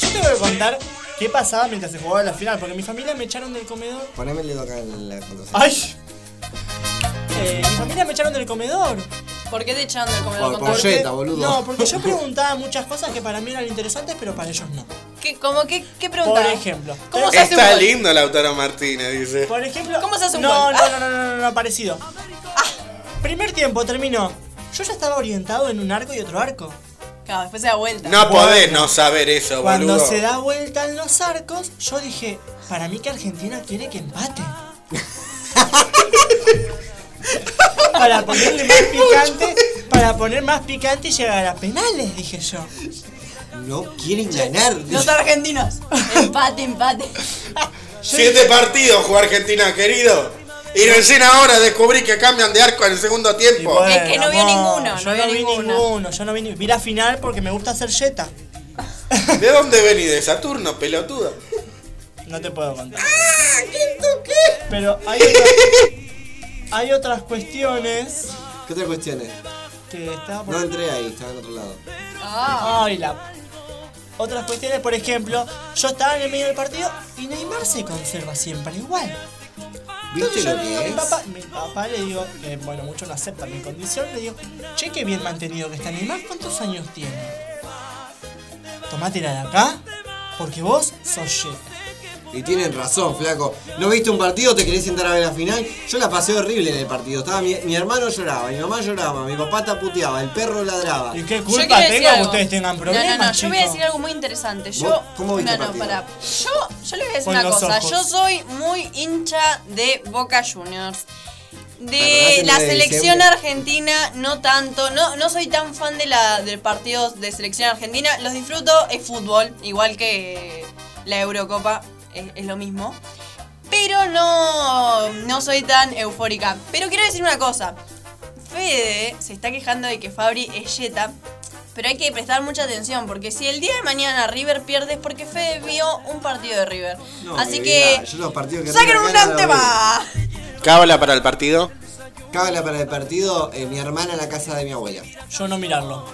E: Yo te voy a contar qué pasaba mientras se jugaba la final, porque mi familia me echaron del comedor.
D: Poneme el dedo acá en la contraseña.
E: ¡Ay! Eh, mi familia me echaron del comedor.
B: ¿Por qué te echaron del comedor
D: Por-
B: con
D: por
B: todo?
D: Jetta, boludo.
E: No, porque yo preguntaba muchas cosas que para mí eran interesantes, pero para ellos no.
B: ¿Qué, cómo, qué, qué pregunta?
E: Por ejemplo.
B: ¿Cómo se hace un
G: Está
B: gol?
G: lindo Lautaro Martínez, dice.
E: Por ejemplo.
B: ¿Cómo se hace un
E: no,
B: gol? Ah.
E: No, no, no, no, no, no, parecido. Primer tiempo terminó. Yo ya estaba orientado en un arco y otro arco.
B: Claro, después se da vuelta.
G: No podés no saber eso,
E: Cuando
G: boludo.
E: se da vuelta en los arcos, yo dije, para mí que Argentina quiere
B: <laughs>
E: que empate. para ponerle más picante, para poner más picante y llegar a penales, dije yo.
D: No quieren ganar.
B: Los argentinos. Empate, empate.
G: Siete partidos jugó Argentina, querido. Y recién ahora descubrí que cambian de arco en el segundo tiempo.
E: Bueno,
B: que no vio ninguno,
E: Yo
B: no vio
E: no vi
B: ninguno.
E: ninguno, yo no vi ninguno. Vi la final porque me gusta hacer yeta.
G: ¿De dónde venís? ¿De Saturno, pelotudo?
E: No te puedo contar. Pero
B: <laughs>
E: hay, otra- hay otras cuestiones
D: ¿Qué otra cuestión es?
E: que estaba por
D: No entré ahí, estaba en otro lado.
E: Ay, la- Otras cuestiones, por ejemplo, yo estaba en el medio del partido y Neymar se conserva siempre igual.
D: ¿Viste
E: Entonces yo
D: lo
E: le digo a
D: que
E: mi
D: es?
E: papá, mi papá le digo, eh, bueno, muchos no aceptan mi condición, le digo, che, qué bien mantenido que está Neymar, ¿cuántos años tiene? Tomátela de acá, porque vos sos yeta.
D: Y tienen razón, flaco. ¿No viste un partido? ¿Te querés sentar a ver la final? Yo la pasé horrible en el partido. Estaba mi, mi hermano lloraba, mi mamá lloraba, mi papá taputeaba, el perro ladraba.
E: ¿Y qué
B: Yo
E: culpa
B: quiero decir
E: tengo que
B: algo.
E: ustedes tengan problemas,
B: No, no, no, yo
E: chicos?
B: voy a decir algo muy interesante.
D: ¿Vos
B: Yo,
D: cómo viste
B: no,
D: el
B: no,
D: partido?
B: pará. Yo, yo le voy a decir
D: Pon
B: una
D: los
B: cosa.
D: ojos.
B: Yo soy muy hincha de Boca Juniors.
D: acordás
B: De
D: el
B: la
D: 9 de
B: selección
D: diciembre?
B: argentina, no tanto. No, no soy tan fan de la de partidos de selección argentina. Los disfruto, es fútbol, igual que la Eurocopa, es, es lo mismo. Pero no, no soy tan eufórica. Pero quiero decir una cosa. Fede se está quejando de que Fabri es Jetta, pero hay que prestar mucha atención porque si el día de mañana River pierde es porque Fede vio un partido de River.
D: No,
B: Así
D: mi vida,
B: que
D: yo los partidos que
B: saquen
D: River
B: un
D: gana, los
B: antema.
G: ¿Cábala para el partido?
D: Cábala para el partido, eh, mi hermana en la casa de mi abuela.
E: Yo no mirarlo.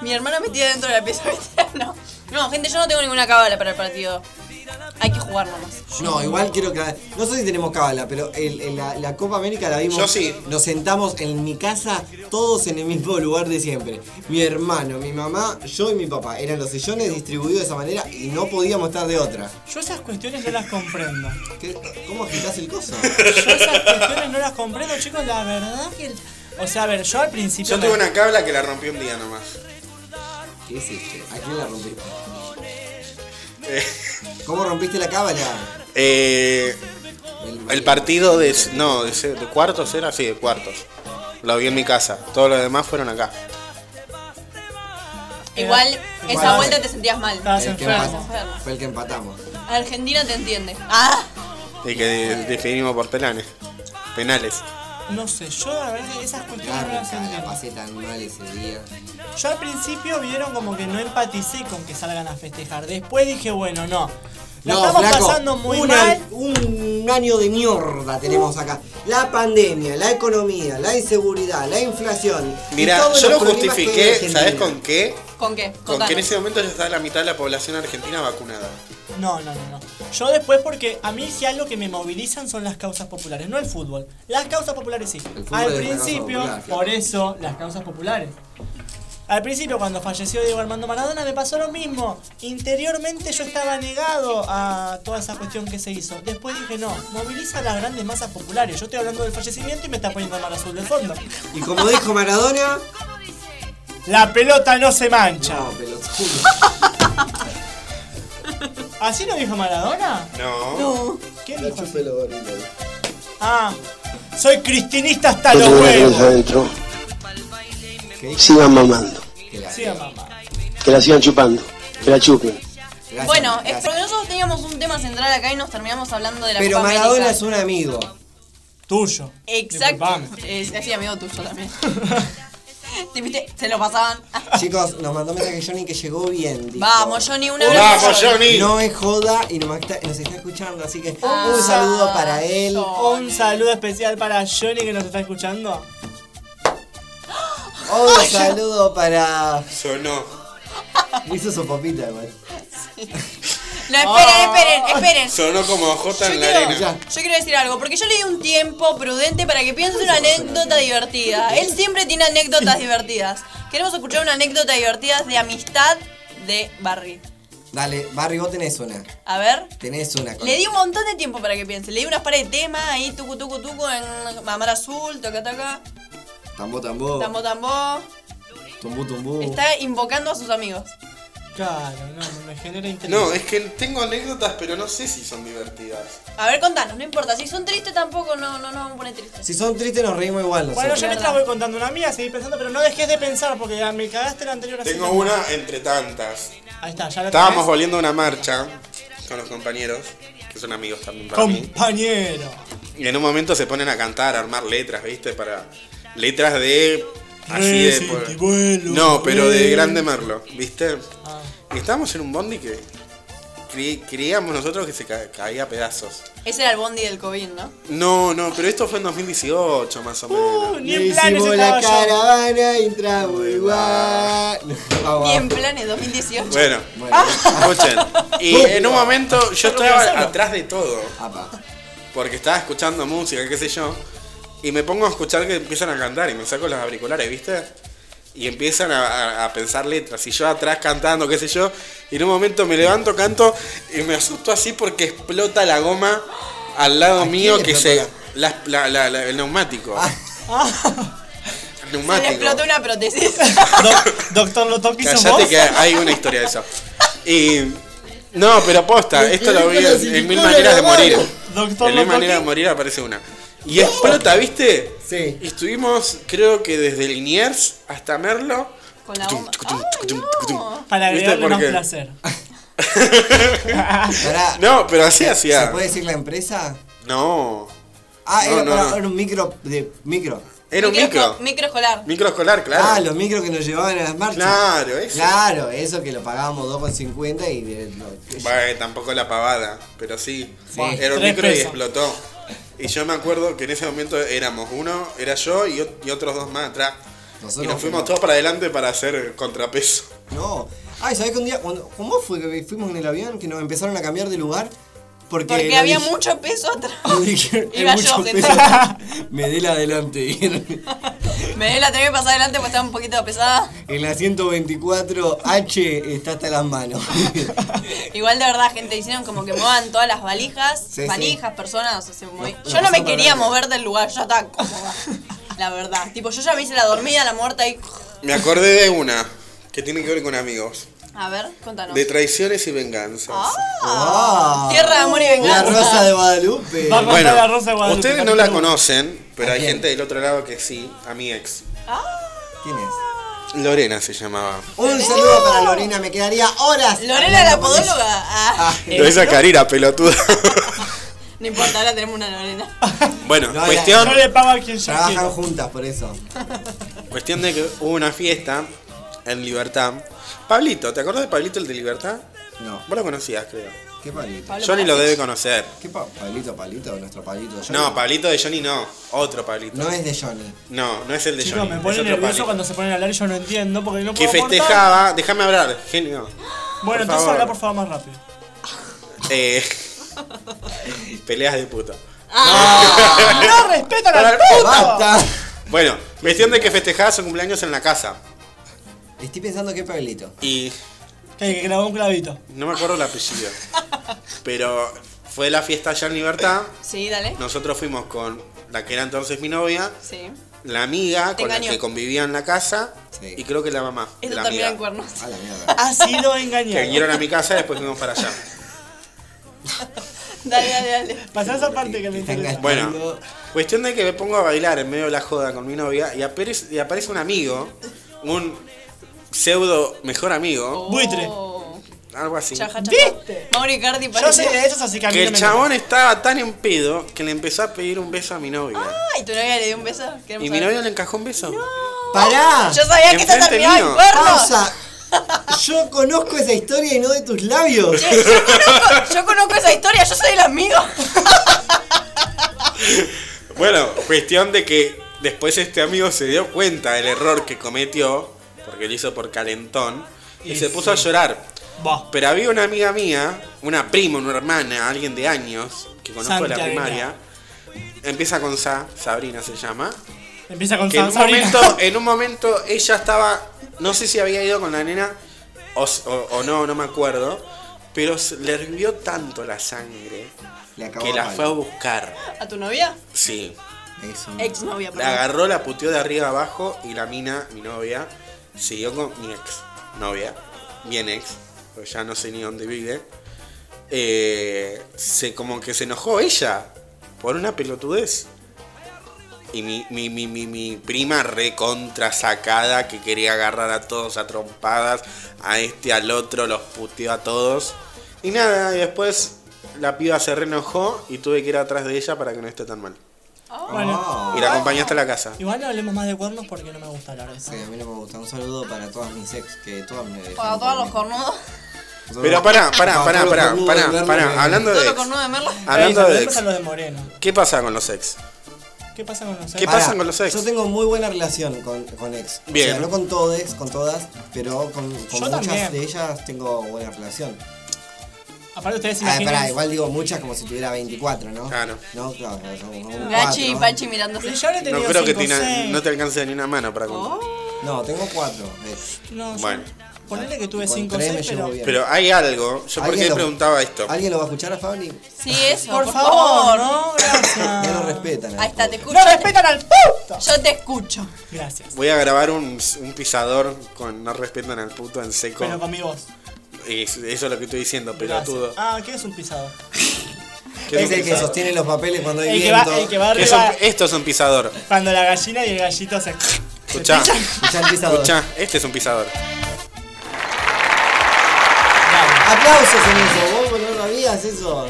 B: Mi hermana metida dentro de la pieza. <laughs> no. No, gente, yo no tengo ninguna cábala para el partido. Hay que jugar nomás.
D: No, igual quiero que. No sé si tenemos cábala, pero el- el- la, la Copa América la vimos.
G: Yo sí.
D: Nos sentamos en mi casa, todos en el mismo lugar de siempre. Mi hermano, mi mamá, yo y mi papá. Eran los sillones distribuidos de esa manera y no podíamos estar de otra.
E: Yo esas cuestiones no
D: <laughs>
E: las comprendo.
D: ¿Cómo agitás el coso?
E: Yo esas cuestiones no las comprendo, chicos. La verdad que. el- O sea, a ver, yo al principio.
G: Yo
E: me-
G: tuve una cabla que la rompí un día nomás.
D: ¿Qué hiciste? ¿A quién la rompiste? ¿Cómo rompiste la cábala?
G: Eh, el partido de. No, de, se- de cuartos era, sí, de cuartos. Lo vi en mi casa. Todos los demás fueron acá.
B: Igual, esa
D: Eh, Igual.
B: vuelta te sentías mal.
D: Estabas El que enfermo. Fue el que empatamos.
B: Argentina te entiende. Ah,
G: Y que de- definimos por penales. Penales.
E: No sé, yo la verdad que esas cuestiones no las
D: La
E: entiendo.
D: Ah, pasé tan mal ese día.
E: Yo al principio vieron como que no empaticé con que salgan a festejar. Después dije, bueno, no. La
D: No,
E: estamos
D: flaco,
E: pasando muy
D: un
E: mal.
D: al- Un año de mierda tenemos acá. La pandemia, la economía, la inseguridad, la inflación. y
G: Mirá,
D: todos
G: yo lo
D: los problemas que hay en
G: justifiqué,
D: Argentina.
G: ¿sabés con qué?
B: ¿Con qué?
G: Con que en
B: Contanos.
G: ese momento ya estaba la mitad de la población argentina vacunada.
E: No, no, no, no. Yo después porque a mí si algo que me movilizan son las causas populares, no el fútbol. Las causas populares sí.
D: fútbol
E: Al
D: es una causa
E: principio,
D: popular, claro.
E: por eso, las causas populares. Al principio cuando falleció Diego Armando Maradona me pasó lo mismo. Interiormente yo estaba negado a toda esa cuestión que se hizo. Después dije, no, moviliza a las grandes masas populares. Yo estoy hablando del fallecimiento y me está poniendo el mar azul de fondo.
D: Y como dijo Maradona,
E: La pelota no se mancha.
D: no, pelotudo.
E: <laughs> ¿Así no dijo Maradona?
G: No.
E: No. ¿Qué dijo? Ah, soy cristinista hasta los huevos.
U: adentro. Sigan mamando.
E: Sí, mamá.
U: Que la sigan chupando. Que la chupen.
B: bueno, es porque nosotros teníamos un tema central acá y nos terminamos hablando de la
D: Pero
B: Copa
D: Maradona
B: América.
D: es un amigo.
E: Tuyo.
B: Exacto. Eh, así, amigo tuyo <laughs> también. Te invité- se lo pasaban.
D: Chicos, nos mandó mensaje Johnny que llegó bien. dijo.
B: Vamos, Johnny, un abrazo. Vamos, Johnny.
D: No es joda y nos está, nos está escuchando, así que
B: Ah.
D: un saludo para él.
E: Un saludo especial para Johnny que nos está escuchando.
B: Oh,
D: Un saludo para.
G: Sonó.
D: Hizo su popita, güey.
B: No, esperen, esperen, esperen.
G: Sonó como J en la
B: quiero-
G: arena.
B: Yo quiero decir algo, porque yo le di un tiempo prudente para que piense una anécdota divertida. Él siempre tiene anécdotas divertidas. Queremos escuchar una anécdota divertida de amistad de Barry.
D: Dale, Barry, vos tenés una.
B: A ver.
D: Tenés una. con-
B: Le di un montón de tiempo para que piense. Le di unas pares de temas ahí, tucu, tucu, tucu, en Mamar Azul, toca, toca,
D: Tambo,
E: Oh.
D: tambo.
B: tambo, tambo.
D: Tumbú, tumbú.
B: Está invocando a sus amigos.
E: Claro, no, me genera interés.
G: No, es que tengo anécdotas, pero no sé si son divertidas.
B: A ver, contanos, no importa. Si son tristes tampoco, no, no, no vamos a poner tristes.
D: Si son tristes, nos reímos igual.
E: Bueno,
D: nosotros.
E: yo mientras voy contando una mía, seguí pensando, pero no dejes de pensar porque ya me cagaste la anterior. así
G: Tengo
E: que-
G: una entre tantas.
E: Ahí está, ya la
G: Estábamos
E: tenés.
G: volviendo a una marcha con los compañeros, que son amigos también para mí.
E: Compañero.
G: Y en un momento se ponen a cantar, a armar letras, ¿viste? Para letras de así pues. de
E: Resident
G: por-
E: Evil, Ah.
G: No, pero de
E: güey.
G: Grande Merlo, ¿viste? Y estábamos en un bondi que cre- creíamos nosotros que se ca- caía a pedazos.
B: Ese era el bondi del COVID, ¿no?
G: No, no, pero esto fue en 2018 más o menos.
E: Uh, ni
D: Le hicimos la caravana intraburguá.
B: Y en planes 2018.
G: Ah.
B: <laughs>
G: Bueno, <laughs> escuchen. Y en un momento yo estaba atrás de todo. Porque estaba escuchando música, qué sé yo. Y me pongo a escuchar que empiezan a cantar y me saco los auriculares, ¿viste? Y empiezan a, a- a pensar letras. Y yo atrás cantando, qué sé yo. Y en un momento me levanto, canto y me asusto así porque explota la goma al lado mío
D: le
G: que
D: explotó
G: se... la- Ah. la- la- la- el neumático. El
B: Se le
G: neumático.
B: Ah, explotó una prótesis.
E: Doctor Lotoki, ¿sos
G: Cállate
E: vos?
G: que hay una historia de eso. Y. No, pero posta, esto lo vi en, en mil maneras de morir.
E: Doctor
G: En mil maneras de
E: Lotoki.
G: morir aparece una. Y explota, ¿viste? Sí. Y estuvimos, creo que desde Liniers hasta Merlo.
B: Con la bomba.
E: Para
G: ¿Viste
E: agregarle
G: por
E: más
G: qué?
E: placer.
D: <laughs> Pará.
G: No, pero así
D: ¿Se
G: hacía.
D: puede decir la empresa?
G: No.
D: Ah,
G: No,
D: era,
G: no,
D: para-
G: no.
D: era un micro de micro.
G: Era un micro.
B: Microescolar.
G: Micro escolar, claro.
D: Ah, los micros que nos llevaban a las marchas.
G: Claro, eso.
D: Claro, eso que lo pagábamos 2,50 y de- lo-
G: Bueno, tampoco la pavada, pero sí.
D: Sí.
G: Era un
D: Tres
G: micro y
D: pesos.
G: explotó. Y yo me acuerdo que en ese momento éramos uno, era yo y, ot- y otros dos más atrás. y nos fuimos todos para adelante para hacer contrapeso.
D: No. Ay, ¿sabés que un día, cuando- ¿cómo fue que fuimos en el avión que nos empezaron a cambiar de lugar? Porque,
B: Porque
D: nos
B: había
D: dij- <laughs>
B: mucho peso atrás.
D: nos dijeron, "Hay
B: Iba
D: mucho
B: yo,
D: peso
B: gente.
D: atrás". <laughs> Me dé la adelante.
B: <laughs>
D: <laughs>
B: Me la tenía que pasar adelante porque estaba un poquito pesada.
D: En la 124H está hasta
B: <laughs>
D: las manos.
B: Igual de verdad, gente, hicieron como que muevan todas las valijas,
D: Sí, sí.
B: valijas, personas. o sea, se movi-
D: Nos-
B: yo no
D: nos
B: me
D: pasó
B: quería
D: para
B: mover del lugar, yo estaba cómoda. La verdad. Tipo, yo ya me hice la dormida, la muerta y.
G: Me acordé de una que tiene que ver con amigos.
B: A ver, contanos.
G: De traiciones y venganzas.
B: Ah, Tierra de amor y venganza.
D: de Guadalupe.
B: Va a contar
G: Bueno,
B: la Rosa de Guadalupe,
G: ustedes no
B: capítulo
G: la
B: uno.
G: conocen, pero
D: ¿A
G: hay
D: quién?
G: gente del otro lado que sí, a mi ex.
D: ¿Quién es?
G: Lorena se llamaba.
D: Un saludo para Lorena, me quedaría horas.
B: Lorena la
D: hablando con ella.
B: podóloga. Ah,
G: Lo hice
D: ¿Eh?
G: a Karina, pelotuda.
B: No importa, ahora tenemos una Lorena.
G: Bueno,
D: No, la-
G: cuestión.
D: no
E: le pago a quien
D: Trabajan juntas, por eso.
G: Cuestión de que hubo una fiesta en Libertad. Pablito, ¿te acordás de Pablito el de Libertad?
D: No.
G: Vos lo conocías, creo.
D: ¿Qué palito?
G: Johnny lo debe conocer.
D: ¿Qué pa- palito, palito? Nuestro palito. Johnny.
G: No, Pablito de Johnny no. Otro Pablito.
D: No es de Johnny.
G: No, no es el de
E: Chicos,
G: Johnny.
E: me
G: es
E: pone
G: otro
E: nervioso
G: Pablito.
E: cuando se ponen a hablar y yo no entiendo porque no
G: Que
E: puedo cortar.
G: festejaba. Déjame hablar, genio.
E: Bueno,
G: Por
E: entonces
G: favor.
E: habla por favor más rápido.
G: Eh, <laughs> peleas de puta.
E: <laughs> ¡No respetan al puto!
G: Bueno, cuestión de que festejaba su cumpleaños en la casa.
D: Estoy pensando que Pablito.
G: Y
E: Que, que clavó un clavito.
G: no me acuerdo el apellido. Pero fue la fiesta allá en Libertad.
B: Sí, dale.
G: Nosotros fuimos con la que era entonces mi novia,
B: Sí.
G: la amiga
B: Te
G: con la
B: engañó.
G: que convivía en la casa y creo que la mamá de
B: Esto
G: la
B: termina en
G: amiga.
B: cuernos.
E: Ha sido engañado.
G: Que vinieron a mi casa y después fuimos para allá.
B: Dale, dale, dale.
E: Pasá esa parte que me interesa.
G: Bueno, cuestión de que me pongo a bailar en medio de la joda con mi novia y aparece, y aparece un amigo, un pseudo mejor amigo,
E: Buitre.
G: algo así.
B: Chaja, chaja. ¿Viste? Mauro Icardi parece.
E: soy de esos, así
G: Que el chabón estaba tan en pedo que le empezó a pedir un beso a mi novia.
B: Ay, tu novia le dio un beso. Queremos
G: ¿Y mi
B: saber.
G: novia le encajó un beso?
D: ¡Pará!
B: Yo sabía que esto
G: Enfrente
B: terminaba en
G: mío.
B: cuernos. <laughs>
D: Pausa. Yo conozco esa historia y no de tus labios.
B: Che, <laughs> yo,
D: <laughs>
B: conozco, <laughs> yo conozco esa historia, yo soy el amigo.
G: Bueno, cuestión de que después este amigo se dio cuenta del error que cometió, porque lo hizo por calentón, y,
E: Y
G: se puso
E: sí.
G: a llorar.
E: Bah.
G: Pero había una amiga mía, una prima, una hermana, alguien de años, que conozco de la
E: Santiago.
G: primaria, empieza con Sa, Sabrina se llama,
E: Empieza con
G: que en un,
E: Sabrina.
G: momento, en un momento ella estaba, no sé si había ido con la nena o, s- o- o no, no me acuerdo, pero se- le hirvió tanto la sangre que la fue a buscar.
B: ¿A tu novia?
G: Sí.
B: Exnovia,
G: La
B: perdón.
G: agarró, la puteó de arriba abajo y la mina, mi novia, siguió con mi ex novia, bien ex, pues ya no sé ni dónde vive. eh, se como que se enojó ella por una pelotudez. Y mi, mi, mi, mi, mi prima recontra sacada que quería agarrar a todos a trompadas, a este, al otro, los puteó a todos. Y nada, y después la piba se reenojó y tuve que ir atrás de ella para que no esté tan mal.
E: Bueno.
G: Y la acompañé hasta la casa.
E: Igual no hablemos más de cuernos porque no me gusta hablar de eso.
D: Sí, a mí no me gusta. Un saludo para todas mis ex, que todas me dejan
B: Para todos los cornudos.
G: Pero pará, pará, pará,
D: Para todos los
G: pará,
D: cornudos
G: pará,
D: verdes.
G: pará. Hablando
B: Todos
G: de
B: los
G: ex,
B: cornudos de Merlo.
G: <laughs> hablando
E: Ey,
G: de
E: ¿qué pasa
G: ex,
E: lo de Moreno?
G: ¿qué pasa con los ex?
E: ¿Qué pasa con los
G: ¿Qué
E: ex?
G: pasa
D: Pará,
G: con los ex?
D: Yo tengo muy buena relación con, con ex. O
G: Bien.
D: sea, no con todes, con todas, pero con, con
E: Yo
D: muchas
E: también.
D: de ellas tengo buena relación.
E: Aparte ustedes se
D: Ah,
E: imaginan.
D: pará, igual digo muchas como si tuviera 24, ¿no? Claro. No, claro, son como
B: Gachi y
D: cuatro.
B: Pachi mirándose.
E: Yo le
G: No
E: tenía
G: creo que
E: cinco,
G: te,
E: seis. Oh,
G: no te alcance ni una mano para contar.
D: No, tengo cuatro. ex.
E: No, yo-
G: Bueno,
E: Ponele que tuve
D: Con
E: 5 o
D: tres me
E: 6,
D: llevo
E: pero.
D: bien.
G: pero hay algo. Yo por
D: ¿Alguien
G: qué
D: lo-
G: preguntaba esto.
D: ¿Alguien lo va a escuchar a Fabri?
B: Sí, eso.
E: Por,
B: Por,
E: favor,
B: favor.
E: no,
D: Ya
E: gracias.
D: lo respetan.
B: Ahí está, te escucho.
E: ¡No respetan al puto!
B: Yo te escucho.
E: Gracias.
G: Voy a grabar un, un pisador con no respetan al puto en seco.
E: Pero con mi voz.
G: Es- eso es lo que estoy diciendo,
E: Gracias.
G: pelotudo.
E: Ah, ¿qué es un pisado?
G: ¿Qué
D: Es el que
G: pisador?
D: sostiene los papeles cuando hay
E: El que,
D: viento.
E: va, el que va
G: ¿Qué son-
E: arriba
G: esto es un pisador.
E: cuando la gallina y el gallito se.
G: Escuchá,
D: Escuchá el pisador.
G: escuchá, este es un pisador.
D: Aplausos en eso. Vos no lo habías. digas eso.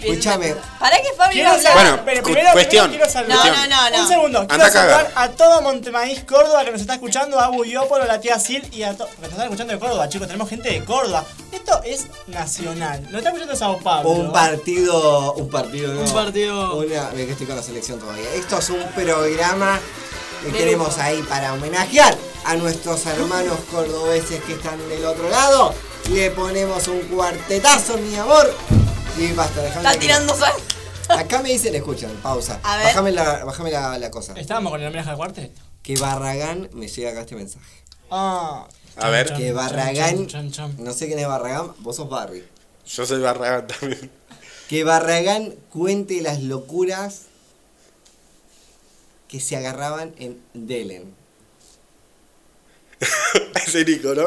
D: Escúchame.
B: ¿Para qué Fabio
E: Quiero
B: iba a hablar?
E: hablar-
G: Bueno,
E: pero
G: cu-
E: primero-
G: cuestión,
E: primero quiero saludar-
G: cuestión.
B: No, no, no, no.
E: Un segundo.
G: Anda
E: quiero
G: a cagar.
E: saludar a todo Montemaíz, Córdoba que nos está escuchando, a Buyópolo, a la tía Sil y a todos. Porque nos están escuchando de Córdoba, chicos. Tenemos gente de Córdoba. Esto es nacional. Lo está escuchando Sao Paulo.
D: Un partido. Un partido, no.
E: Un partido.
D: Una. ve que estoy con la selección todavía. Esto es un programa que tenemos ahí para homenajear a nuestros hermanos cordobeses que están del otro lado. Le ponemos un cuartetazo, mi amor. Y basta, dejame.
B: Está tirando sal.
D: Acá me dicen, escuchan, pausa.
B: A ver.
D: Bájame la, bájame la, la cosa.
E: ¿Estábamos con el homenaje al cuarte?
D: Que Barragán me llega acá este mensaje.
E: Ah.
G: A ver.
D: Que Barragán. No sé quién es Barragán, vos sos Barry.
G: Yo soy Barragán también.
D: Que Barragán cuente las locuras que se agarraban en
G: <laughs>
D: Delen.
G: Ese Nico,
D: <laughs>
G: ¿no?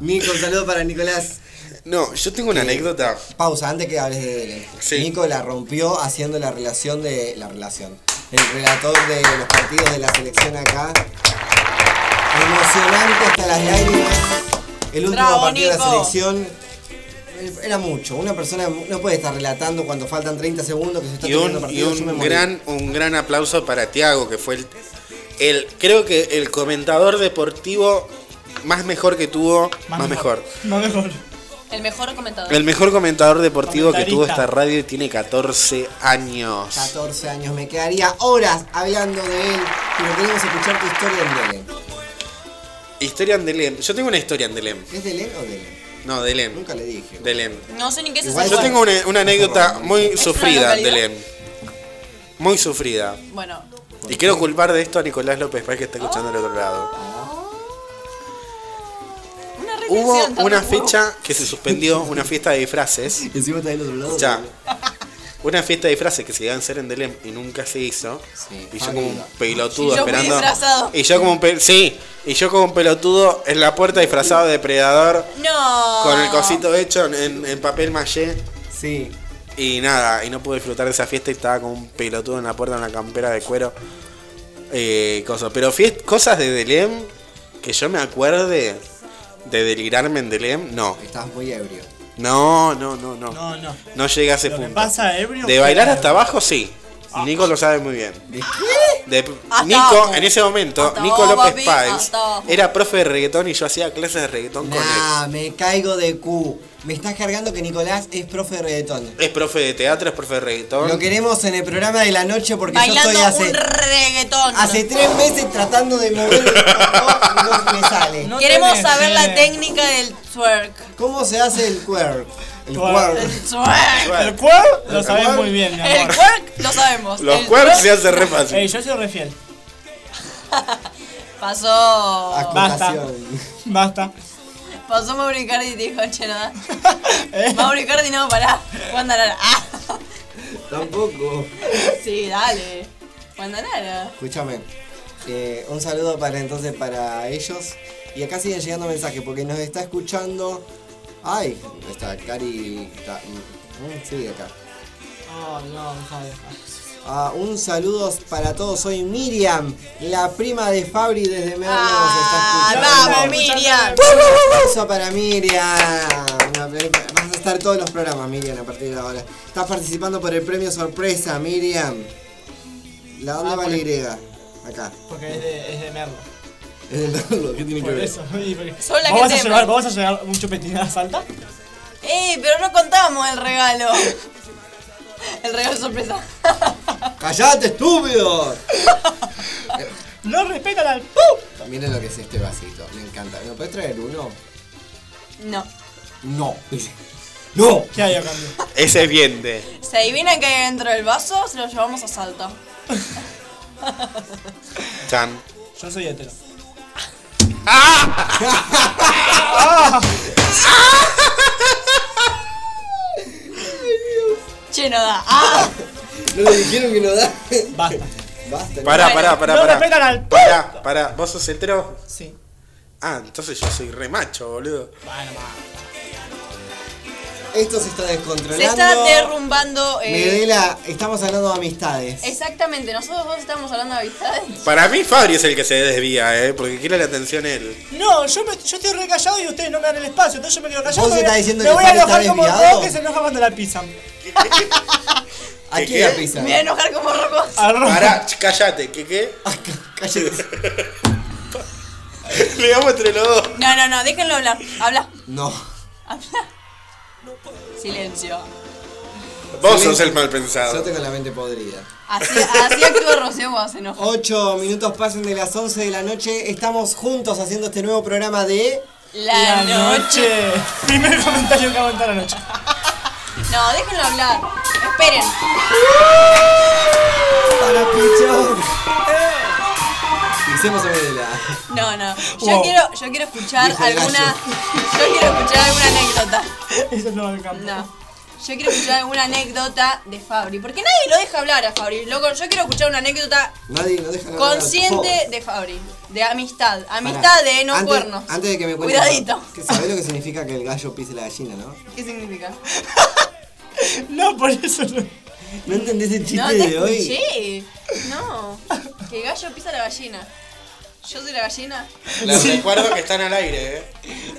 D: Nico, un saludo para Nicolás.
G: No, yo tengo una anécdota.
D: Pausa, antes que hables de Delen. Nico la rompió haciendo la relación de. La relación. El relator de los partidos de la selección acá. Emocionante hasta las lágrimas. El último
B: Bravo,
D: partido de la
B: Nico.
D: selección. eh, Era mucho. Una persona no puede estar relatando cuando faltan 30 segundos que se está
G: Y
D: terminando el
G: un, y
D: partido. yo me
G: un
D: morí.
G: gran, un gran aplauso para Tiago, que fue el, el- creo que el comentador deportivo más mejor que tuvo, más, mejor.
E: <laughs> No mejor.
B: El mejor comentador.
G: El mejor comentador deportivo que tuvo
D: Comentarista.
G: esta radio y tiene 14 años.
D: 14 años, me quedaría horas hablando de él, pero queremos escuchar tu historia en Belén.
G: Historia en Delem. Yo tengo una historia en Delem.
D: ¿Es de Len o de Len?
G: No, Delem.
D: Nunca le dije.
G: Delem.
B: No sé ni qué es ese
G: Yo
B: lugar.
G: tengo una, una anécdota muy
B: ¿Es
G: sufrida
B: una
G: en
B: localidad?
G: Delem. Muy sufrida.
B: Bueno,
G: Y quiero culpar de esto a Nicolás López Paz que está escuchando al otro lado. Hubo una fecha que se suspendió, una fiesta de disfraces.
D: Encima está del otro lado.
G: Ya. Una fiesta de disfraces que se iban a hacer en Delem y nunca se hizo. y yo como un
B: Y
G: pelotudo
B: yo muy
G: esperando.
B: disfrazado.
G: Y yo como un pe- sí, y yo como un pelotudo en la puerta disfrazado de depredador
B: no.
G: con el cosito hecho en- en, en papel maché.
D: Sí.
G: Y nada, y no pude disfrutar de esa fiesta y estaba como un pelotudo en la puerta en una campera de cuero. Eh, cosas. Pero fiest- cosas de Delem que yo me acuerde de delirarme en Delem, no.
D: Estás muy ebrio.
G: No, no, no, no.
E: No, no.
G: No llegué a ese
E: Lo que
G: punto.
E: pasa, ebrio,
G: De bailar
E: que-
G: hasta abajo, sí. Nico lo sabe muy bien.
D: ¿De
G: qué?
E: Hasta
G: Nico,
E: abajo.
G: en ese momento,
D: Hasta
G: Nico
D: abajo,
G: López
D: papi,
G: Páez
D: hasta abajo.
G: era profe de reggaetón y yo hacía clases de reggaetón con él.
D: Nah, me caigo de Q. Me estás cargando que Nicolás es profe de reggaetón.
G: Es profe de teatro, es profe de reggaetón.
D: Lo queremos en el programa de la noche porque
B: Bailando
D: yo estoy
B: un
D: hace,
B: reggaetón.
D: hace tres meses tratando de mover el cuerpo y no me sale.
B: Queremos saber la técnica del twerk.
D: ¿Cómo se hace el quirk? El
B: Twerk.
D: quirk.
B: El twerk.
E: El cuerp lo
D: El
E: sabés
D: cuerp.
E: muy bien, mi
B: El
E: amor.
B: twerk lo sabemos. El twerk
G: re fácil.
E: Ey, yo soy re fiel.
D: Ah,
B: Pasó.
E: Basta. Basta.
B: Pasó Mauro Icardi y te dijo, che,
D: <laughs>
B: nada.
D: ¿Eh?
B: Mauro Icardi, no, pará. Juan Danara. Ah,
D: Tampoco.
B: sí, dale. Juan Danara.
D: Escúchame. eh, un saludo para entonces para ellos. Y acá siguen llegando mensajes porque nos está escuchando. Ay, está Cari. está- mm, sigue acá.
E: Oh, no, deja, deja.
D: Ah, un saludo para todos. Soy Miriam, la prima de Fabri desde Merlo. se está escuchando.
B: Ah, vamos, Miriam.
D: Un aplauso para Miriam. Un apla- Vas a estar todos los programas, Miriam, a partir de ahora. Estás participando por el premio sorpresa, Miriam. ¿La
B: Ah,
D: onda va la Y? Acá. <laughs>
E: Porque es de, es de merlo.
D: Es del Merlo, ¿qué tiene que
E: Por
D: ver?
E: eso. y porque-
B: Son la
E: ¿Vos
B: que
E: vas a
B: temen.
E: llevar- ¿Vos vas a llevar un chupetín a Salta?
B: ¡Ey! Eh, Pero no contamos el regalo. El regalo sorpresa.
D: ¡Callate, estúpido!
E: ¡No respetan al
D: Miren lo que es este vasito, me encanta. ¿Me puedes traer uno?
B: No.
D: No. ¡No!
E: ¿Qué hay a cambio?
G: Ese es bien de.
B: Se adivina que hay dentro del vaso, se lo llevamos a
D: <laughs>
B: salto.
G: Chan.
E: Yo soy hetero.
G: Ah.
B: Che, no da. ¡Ah!
D: No le dijeron que no da.
E: Basta.
D: Basta.
G: <laughs> Pará,
B: Bueno,
G: pará, pará.
B: no
G: pará.
B: respetan al
G: Pará, pará. ¿Vos sos hetero?
E: Sí.
G: Ah, entonces yo soy re macho, boludo.
E: Bueno,
D: Esto se está descontrolando.
B: Se está derrumbando. eh,
D: Medela, estamos hablando de amistades.
B: Exactamente, nosotros dos estamos hablando de amistades.
G: Para mí Fabri es el que se desvía, ¿eh? Porque quiere la atención él.
E: No, yo, me- yo estoy re callado y ustedes no me dan el espacio, entonces yo me quedo callado.
D: ¿Vos
E: porque
D: estás diciendo
E: me
D: que
E: voy a
D: Fabio está
E: enojar como
D: desviado?
E: Rocco que se enoja cuando la pisan.
D: ¿A
G: ¿Qué,
D: quién
G: qué?
D: la pisa?
B: Me voy a enojar como Rocco.
G: Pará, ch- cállate, ¿qué qué?
D: cállate.
G: <laughs> Le damos entre los dos.
B: No, no, no, déjenlo hablar. Habla,
D: No.
B: habla. <laughs> Silencio.
G: Vos sos el mal pensado.
D: Yo tengo la mente podrida.
B: Así, así actúa Rocío cuando se enoja.
D: 8 minutos pasan de las 11 de la noche. Estamos juntos haciendo este nuevo programa de.
B: La, noche.
E: Primer comentario que hago en toda la noche.
B: No, déjenlo hablar. Esperen.
D: Para pichón.
E: Eh.
D: Hicimos a Medela.
B: No, no. Yo
D: Wow.
B: quiero, yo quiero escuchar
D: Hijo de
B: alguna.
D: gallo.
B: Yo quiero escuchar alguna anécdota.
E: Eso no me encanta.
B: No. Yo quiero escuchar alguna anécdota de Fabri. Porque nadie lo deja hablar a Fabri. Loco, yo quiero escuchar una anécdota
D: Nadie no deja hablar.
B: consciente de Fabri. De amistad.
D: Pará.
B: Amistad de no
D: antes,
B: cuernos.
D: Antes de que me cuentes.
B: Cuidadito.
D: que ¿Sabés lo que significa que el gallo pise la gallina, no?
B: ¿Qué significa?
E: No, por eso no.
D: ¿No entendés el chiste
B: no
D: de hoy?
B: escuché. No. Que gallo pisa la gallina. Yo soy la gallina.
E: <laughs>
G: Les recuerdo que están al aire, ¿eh?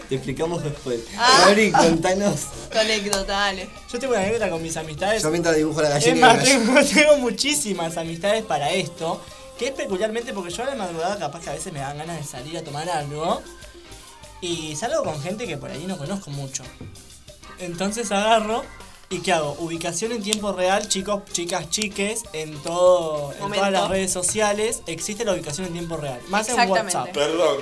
D: Te explicamos después.
B: Ah.
D: Fabri, contanos.
B: Tu anécdota, dale.
E: Yo tengo una anécdota con mis amistades.
D: Yo mientras dibujo la
E: Es
D: gallina.
E: más,
D: y el gallo.
E: tengo, <laughs> tengo muchísimas amistades para esto, que es peculiarmente porque yo a la madrugada capaz que a veces me dan ganas de salir a tomar algo y salgo con gente que por ahí no conozco mucho. Entonces agarro y ¿qué hago? Ubicación en tiempo real, chicos, chicas, chiques, en, todo, en
G: Momento.
E: todas las redes sociales existe la ubicación en tiempo real, más en WhatsApp.
G: Ah, Perdón.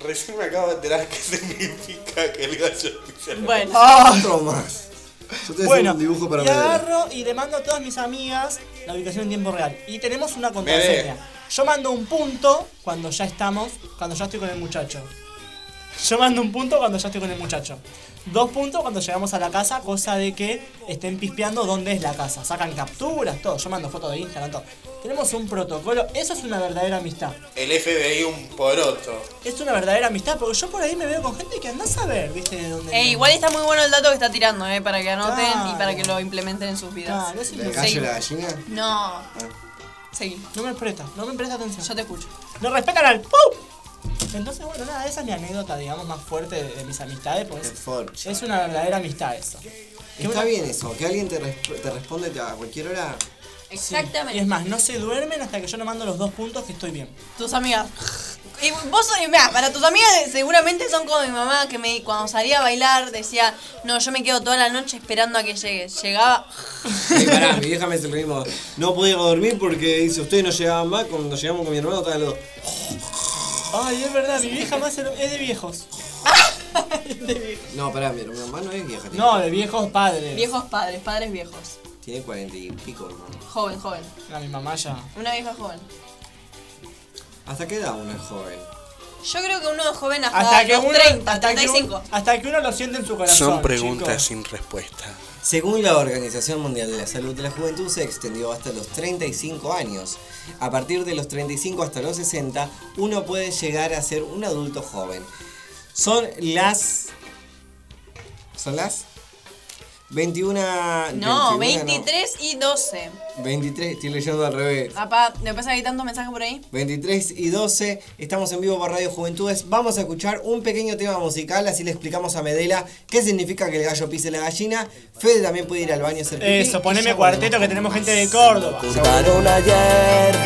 G: Recién me acabo de enterar qué significa que el gallo Ah, pise la
E: Bueno.
G: gallina.
D: Otro más. Yo te voy a hacer
E: Bueno,
D: un dibujo para
E: y
D: Medela.
E: agarro y le mando a todas mis amigas la ubicación en tiempo real. Y tenemos una
D: Medea.
E: contraseña. Yo mando un punto cuando ya estamos, cuando ya estoy con el muchacho. Yo mando un punto cuando ya estoy con el muchacho. Dos puntos cuando llegamos a la casa, cosa de que estén pispeando dónde es la casa. Sacan capturas, todo. Yo mando fotos de Instagram, todo. Tenemos un protocolo. Eso es una verdadera amistad.
G: El FBI un poroto.
E: Es una verdadera amistad, porque yo por ahí me veo con gente que andás a ver, ¿viste? De dónde
B: Eh, igual está muy bueno el dato que está tirando, eh, para que anoten y
E: Claro.
B: para que lo implementen en sus vidas.
E: Claro, eso Ah, es
D: ¿El
E: lo-
D: gallo y
E: Sí.
D: la gallina?
B: No. Seguí.
E: No me presta, no me presta atención. Yo
B: te escucho.
E: No respetan al ¡pum! Entonces, bueno, nada, esa es mi anécdota, digamos, más fuerte de, de mis amistades, porque es, es una verdadera amistad eso.
D: Está bien eso, que alguien te, resp- te responde a cualquier hora.
E: Exactamente. Y es más, no se duermen hasta que yo no mando los dos puntos que estoy bien.
B: Tus amigas. Y vos, sos- mirá, para tus amigas seguramente son como mi mamá que me cuando salía a bailar decía, no, yo me quedo toda la noche esperando a que llegue. Llegaba,
D: Ey, Eh, pará, mi vieja me dice lo mismo. No podía dormir porque dice, ustedes no llegaban más, cuando llegamos con mi hermano estaban los dos.
E: Ay, es verdad, mi vieja más es es de viejos.
D: No, pará, mi hermano es vieja. tiene-
E: No, de viejos padres.
B: viejos padres, padres viejos.
D: Tiene cuarenta y pico, hermano.
B: Joven, joven.
E: A Ah, mi mamá ya.
B: Una vieja joven.
D: ¿Hasta qué edad uno es joven?
B: Yo creo que uno es joven hasta,
E: Hasta que
B: los
E: uno.
B: 30,
E: hasta, que
B: 35.
E: uno hasta que uno lo siente en su corazón. chicos.
G: sin respuesta.
D: Según la Organización Mundial de la Salud, la juventud se extendió hasta los 35 años. A partir de los 35 hasta los 60, uno puede llegar a ser un adulto joven. Son las... ¿Son las? 21...
B: No,
D: 21,
B: 23 y 12.
D: 23, estoy leyendo al revés.
B: Papá, ¿me pasa que hay tantos mensajes por ahí?
D: 23 y 12, estamos en vivo por Radio Juventudes. Vamos a escuchar un pequeño tema musical, así le explicamos a Medela qué significa que el gallo pise la gallina. Fede también puede ir al baño a hacer pipí.
E: Eso,
D: Y ya
E: poneme
D: volvemos.
E: cuarteto que tenemos gente de Córdoba.
V: Curvaron ayer.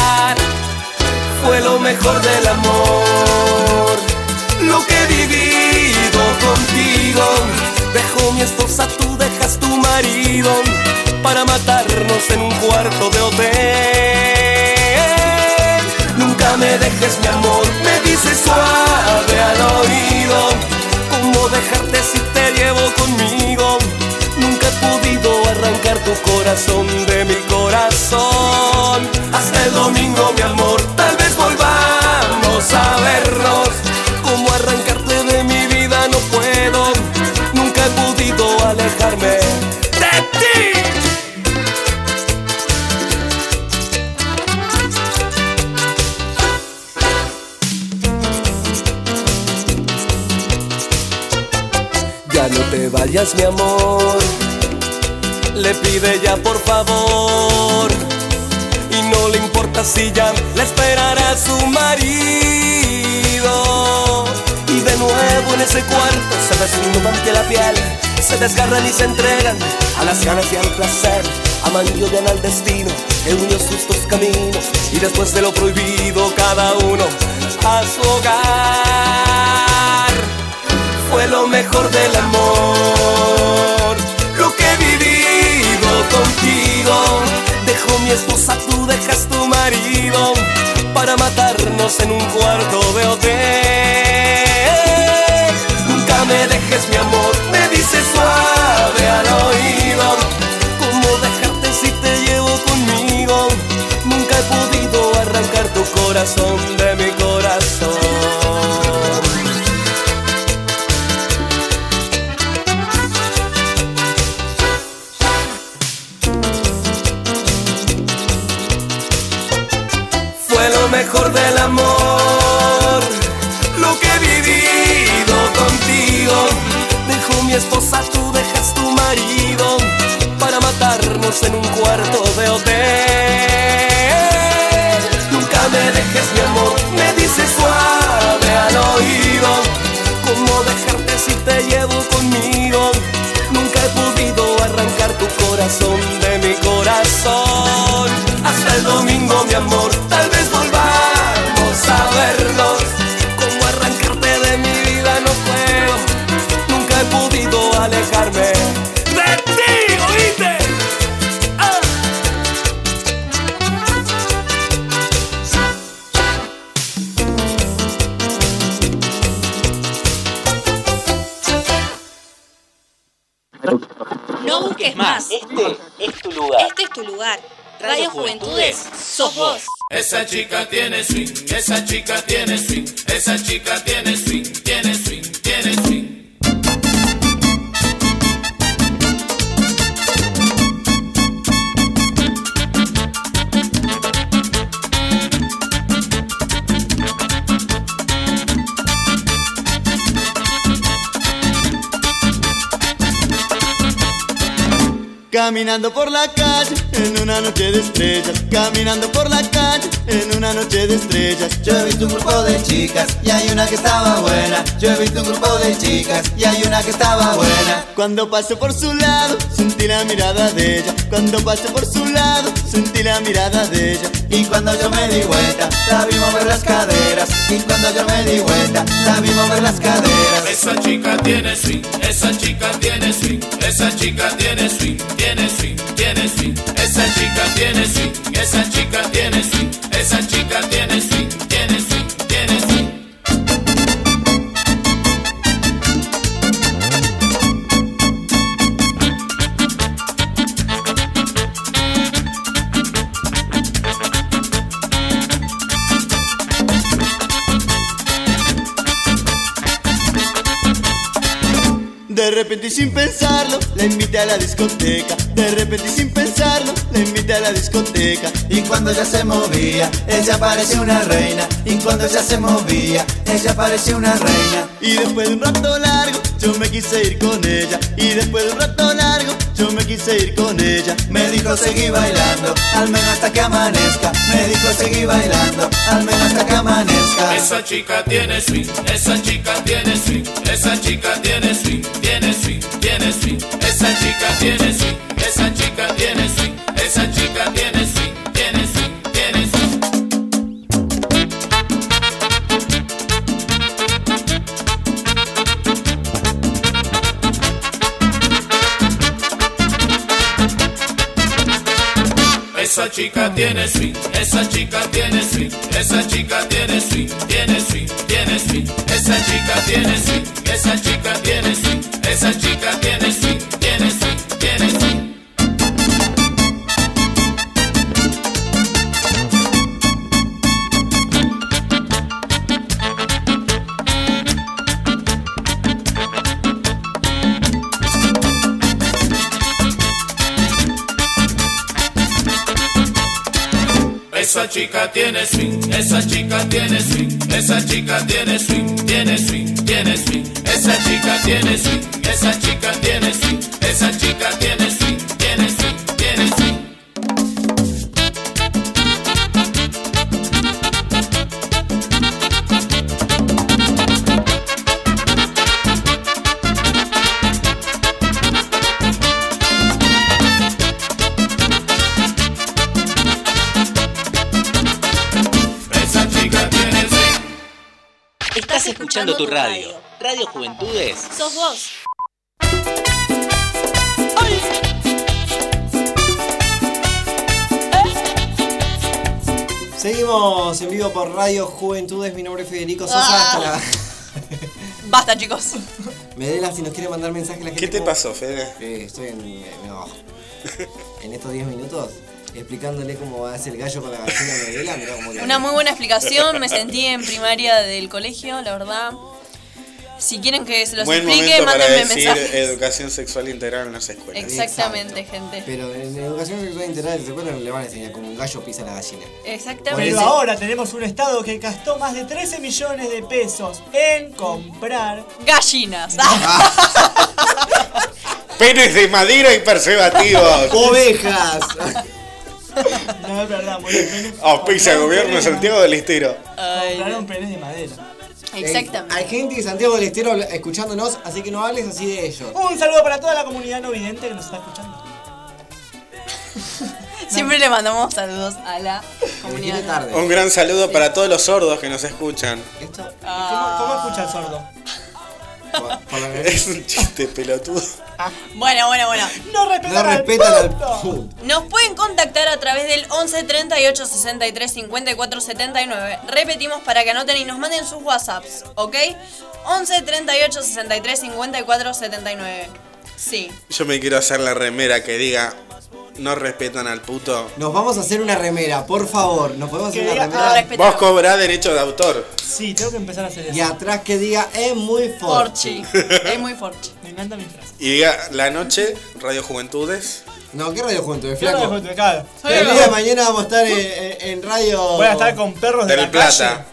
V: Fue lo mejor del amor, lo que he vivido contigo dejó esposa tú dejas tu marido para matarnos en un cuarto de hotel. Nunca me dejes mi amor, me dices suave al oído. ¿Cómo dejarte si te llevo conmigo? Nunca he podido arrancar tu corazón de mi corazón. Hasta el domingo, mi amor, tal vez volvamos a vernos. ¿Cómo arrancarte de mi vida? No puedo. Nunca he podido alejarme de ti. Ya no te vayas, mi amor. Le pide ya, por favor. Y no le importa si ya la esperará su marido. Y de nuevo en ese cuarto se desnudan ante la piel. Se desgarran y se entregan a las ganas y al placer. Aman y odian al destino que unió sus dos caminos. Y después de lo prohibido, cada uno a su hogar fue lo mejor del amor. Lo que he vivido contigo, dejo mi esposa, tú dejas tu marido para matarnos en un cuarto de hotel. Nunca me dejes mi amor, me dices suave al oído. ¿Cómo dejarte si te llevo conmigo? Nunca he podido arrancar tu corazón de mi corazón. fue lo mejor del amor. Lo que he vivido contigo, dejó mi esposa, tú dejas tu marido para matarnos en un cuarto de hotel. Nunca me dejes, mi amor, me dices suave al oído. ¿Cómo dejarte si te llevo conmigo? Nunca he podido arrancar tu corazón de mi corazón. Hasta el domingo, mi amor, tal vez volvamos a vernos. Como arrancarte de mi vida no puedo. Nunca he podido alejarme de ti, oíste. Ah.
J: No busques más.
A: Este es tu lugar.
J: Este es tu lugar. Radio Juventudes, Pues, sos vos.
W: Esa chica tiene swing, esa chica tiene swing, esa chica tiene swing, tiene swing, tiene swing.
X: Caminando por la calle en una noche de estrellas. Caminando por la calle en una noche de estrellas. Yo he visto un grupo de chicas y hay una que estaba buena. Yo he visto un grupo de chicas y hay una que estaba buena. Cuando pasé por su lado sentí la mirada de ella. Cuando pasé por su lado sentí la mirada de ella. Y cuando yo me di vuelta la vi mover las caderas. Y cuando yo me di vuelta la vi mover las caderas.
W: Esa chica tiene swing, esa chica tiene swing, esa chica tiene swing, tiene swing, tiene swing. Esa chica tiene swing, esa chica tiene swing, esa chica tiene swing, tiene swing, tiene swing.
X: De repente y sin pensarlo, la invité a la discoteca. De repente y sin pensarlo, la invité a la discoteca. Y cuando ella se movía, ella parecía una reina. Y cuando ella se movía, ella parecía una reina. Y después de un rato largo, yo me quise ir con ella. Y después de un rato largo, yo me quise ir con ella. Me dijo seguí bailando, al menos hasta que amanezca. Me dijo seguí bailando, al menos hasta que amanezca.
W: Esa chica tiene swing, esa chica tiene swing, esa chica tiene swing, tiene swing, tiene swing, esa chica tiene swing, esa chica tiene swing, esa chica tiene swing, tiene swing, tiene swing. esa chica tiene swing, esa chica tiene swing, esa chica tiene swing, tiene swing, tiene swing, esa chica tiene swing, esa chica tiene swing, esa chica tiene swing, tiene swing, tiene swing. Esa chica tiene swing, esa chica tiene swing, esa chica tiene swing, tiene swing, tiene swing, esa chica tiene swing, esa chica tiene swing, esa chica tiene swing, tiene swing, tiene swing.
A: Esa chica tiene Estás escuchando tu radio. Radio Juventudes.
B: Sos vos.
D: Seguimos en vivo por Radio Juventudes. Mi nombre es Federico Sosa.
B: Ah.
D: Hasta la-
B: Basta, <laughs> chicos.
D: Medela, si nos quiere mandar mensaje la gente.
G: ¿Qué te
D: como-
G: pasó, Fede?
D: Eh, estoy en, en- no. En estos 10 minutos explicándole cómo hace el gallo con la gallina Medela. Mirá cómo la-
B: Una muy buena explicación, me sentí en primaria del colegio, la verdad. Si quieren que se los
G: Buen
B: explique,
G: momento para
B: mándenme
G: decir eh,
B: mensajes.
G: educación sexual integral en las escuelas.
B: <laughs> Exactamente, gente.
D: Pero en educación sexual integral, ¿se acuerdan? Le van a enseñar cómo un gallo pisa la gallina.
B: Exactamente.
E: Pero ahora tenemos un estado que gastó más de 13 millones de pesos en comprar
B: gallinas.
G: Penes de madera y <laughs> preservativos.
D: Ovejas.
E: <laughs> No es verdad, muy bien.
G: Auspicia gobierno de Santiago del Estero.
E: Compraron penes de madera.
B: Exactamente.
D: hay gente de Santiago del Estero habla- escuchándonos, así que no hables así de ellos.
E: Un saludo para toda la comunidad no vidente que nos está escuchando.
B: Siempre le mandamos saludos a la
D: Viene
B: comunidad.
D: tarde.
G: Un gran saludo para todos los sordos que nos escuchan.
E: ¿Cómo, cómo escucha el sordo?
G: Es un chiste pelotudo.
B: Bueno, bueno, bueno.
E: No respetan,
G: No respetan al
B: Nos pueden contactar a través del 11 38 63 54 79. Repetimos para que anoten y nos manden sus WhatsApps, ¿ok? 11 38 63 54 79. Sí.
G: Yo me quiero hacer la remera que diga no respetan al puto.
D: Nos vamos a hacer una remera, por favor. Nos podemos hacer
E: Que
D: una
E: diga,
D: remera.
E: "Ah,
G: Vos cobrás derecho de autor.
E: Sí, tengo que empezar a hacer eso.
D: Y atrás que diga, es muy forchi.
B: Es muy forchi.
E: Me encanta mi frase.
G: Y diga la noche, Radio Juventudes.
D: No, ¿qué Radio Juventudes,
E: Yo lo
D: flaco?
E: dejo tocado.
D: El día de mañana vamos a estar en, en- en radio.
E: Voy a estar con perros de
G: Del
E: la
G: Plata,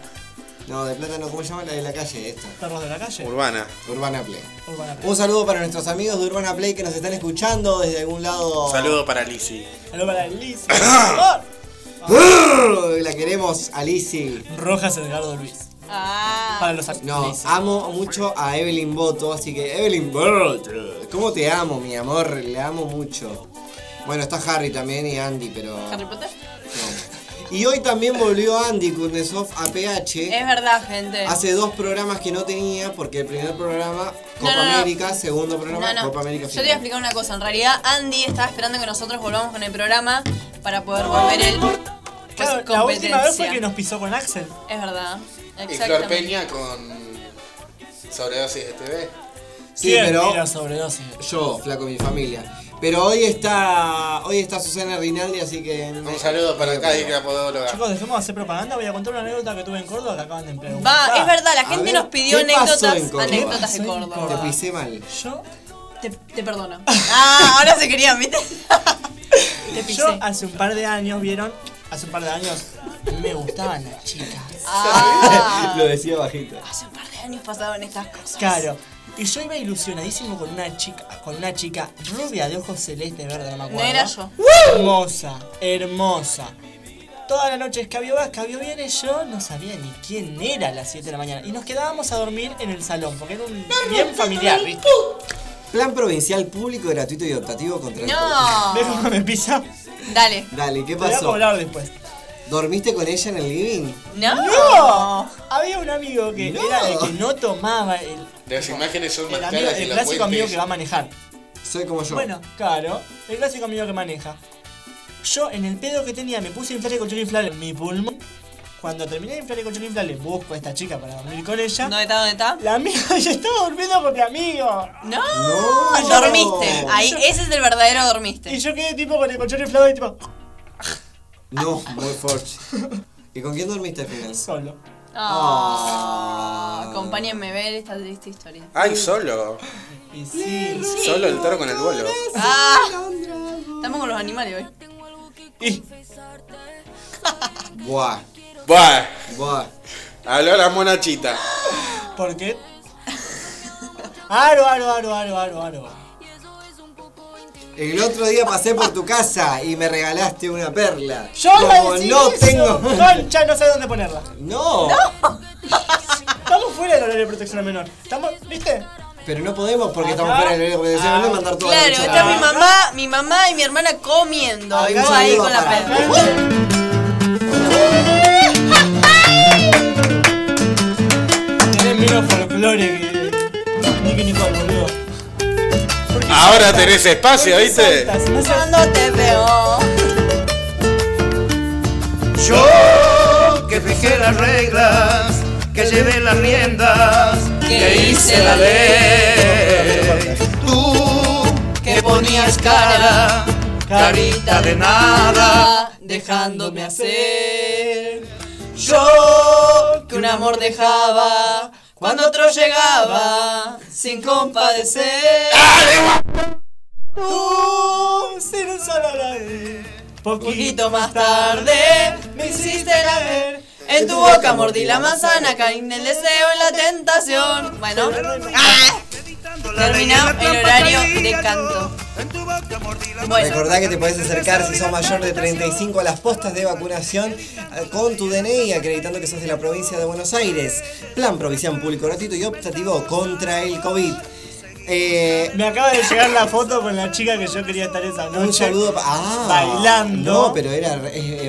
D: No, de plata no, ¿cómo se llama la de la calle esta?
E: calle. Perros de la calle.
G: Urbana.
D: Urbana Play.
E: Urbana Play.
D: Un saludo para nuestros amigos de Urbana Play que nos están escuchando desde algún lado.
G: Saludo para Lizzy.
E: Saludo para Liz. por favor.
D: Ah. ¡Brr! La queremos, a Lizzy.
E: Rojas Edgardo Luis.
B: Ah.
E: Para los actores.
D: No, amo mucho a Evelyn Boto, así que Evelyn Boto, ¿cómo te amo, mi amor? Le amo mucho. Bueno, está Harry también y Andy, pero...
B: ¿Harry Potter?
D: Y hoy también volvió Andy Kundesov a PH.
B: Es verdad, gente.
G: Ah,
D: Hace dos programas que no tenía, porque el primer programa,
B: No,
D: Copa
B: no, no.
D: América, segundo programa,
B: No, no.
D: Copa América.
B: Yo te
D: final.
B: voy a explicar una cosa. En realidad, Andy estaba esperando que nosotros volvamos con el programa para poder volver él. Pues,
E: Claro, la
B: competencia.
E: última vez fue que nos pisó con Axel.
B: Es verdad.
G: Y Flor
B: Exactamente.
G: Peña con sobredosis de TV.
D: Sí, pero
E: sobredosis.
D: yo, flaco mi familia. Pero hoy está hoy está Susana Rinaldi, así que
G: Un saludo para acá, que la podóloga.
E: Chicos, dejemos de hacer propaganda. Voy a contar una anécdota que tuve en Córdoba que acaban de emplear.
B: Va, es verdad, la gente
D: ver,
B: nos pidió
D: ¿qué pasó
B: anécdotas,
D: en Córdoba?
B: anécdotas de
D: ¿Qué pasó en Te
B: Córdoba.
D: pisé mal.
E: Yo
B: Te, te
G: <laughs>
B: perdono. Ah, ahora se querían, ¿viste? Te pisé.
E: Yo hace un par de años, ¿vieron? Hace un par de años me gustaban las chicas.
B: Ah.
D: Lo decía bajito.
B: Hace un par de años pasaban estas cosas.
E: <laughs> Claro. Y yo iba ilusionadísimo con una chica, con una chica rubia de ojos celeste verde, no me acuerdo.
B: No era yo.
E: Hermosa, hermosa. Toda la noche escabio va, escabio viene, yo no sabía ni quién era a las 7 de la mañana. Y nos quedábamos a dormir en el salón, porque era un bien familiar, ¿viste?
D: Plan provincial público gratuito y optativo contra el
E: ¿Ves
B: No.
E: cómo me pisa?
B: Dale.
D: COVID. Dale, ¿qué
E: Te voy a
D: pasó?
E: cobrar después.
D: ¿Dormiste con ella en el living?
B: No.
E: ¡No! Había un amigo que
D: No.
E: era el que no tomaba el,
G: Las imágenes son más
E: el, amigo-
G: caras que
E: el
G: la
E: clásico amigo
G: fuente.
E: que va a manejar.
D: Soy como yo.
E: Bueno, claro, el clásico amigo que maneja. Yo en el pedo que tenía me puse a inflar el colchón inflable en mi pulmón. Cuando terminé de inflar el colchón inflable, busco a esta chica para dormir con ella.
B: ¿Dónde está? ¿Dónde está?
E: La amiga, <laughs> yo estaba durmiendo con mi amigo.
B: No, dormiste. Ahí, ese es el verdadero dormiste.
E: Y yo quedé tipo con el colchón inflado y tipo.
D: No, muy fuerte. ¿Y con quién dormiste al final?
E: Solo.
B: Ah, Acompáñenme a ver esta triste historia.
G: Ay, solo.
E: Y sí.
G: Solo el toro con el vuelo.
B: Ah, estamos con los animales hoy.
D: Buah.
G: Buah.
D: Buah.
G: Habló la monachita.
B: <laughs>
E: ¿Por qué? Aro, aro, aro, aro, aro, aro.
D: El otro día pasé por tu casa y me regalaste una perla.
E: Yo iba a
D: Como
E: decir
D: no
E: eso.
D: tengo.
E: Concha, no sé dónde ponerla.
D: No.
E: Estamos fuera del horario de protección al menor. Estamos, ¿viste?
D: Pero no podemos porque estamos fuera del horario de protección al menor mandar toda la
B: Ah. Claro,
D: noche.
B: está mi mamá, mi mamá y mi hermana comiendo. y
D: Acá
B: vos ahí
D: saludo
B: con la
D: para-
B: perra.
E: Tenés menos folclore que. Nicky Nicole, boludo.
G: Ahora tenés espacio, ¿viste?
B: Cuando te veo.
K: Yo que fijé las reglas, que llevé las riendas, que E hice la ley. Tú que ponías cara, carita de nada,
C: dejándome hacer.
K: Yo
C: que un amor dejaba cuando otro llegaba sin compadecer.
D: ¡Ah!
E: Tú, sin un solo aire.
B: Poquito más tarde me hiciste la ver. En tu boca mordí la manzana, caí en el deseo, en la tentación. Bueno,
E: Ah.
B: termina el horario de canto.
D: Recordá que te podés acercar si sos mayor de 35 a las postas de vacunación eh, con tu DNI, acreditando que sos de la provincia de Buenos Aires. Plan provisión público gratuito y optativo contra el COVID. Eh,
E: Me acaba de llegar la foto con la chica que yo quería estar esa noche.
D: un saludo pa- ah,
E: Bailando.
D: No, pero era. eh,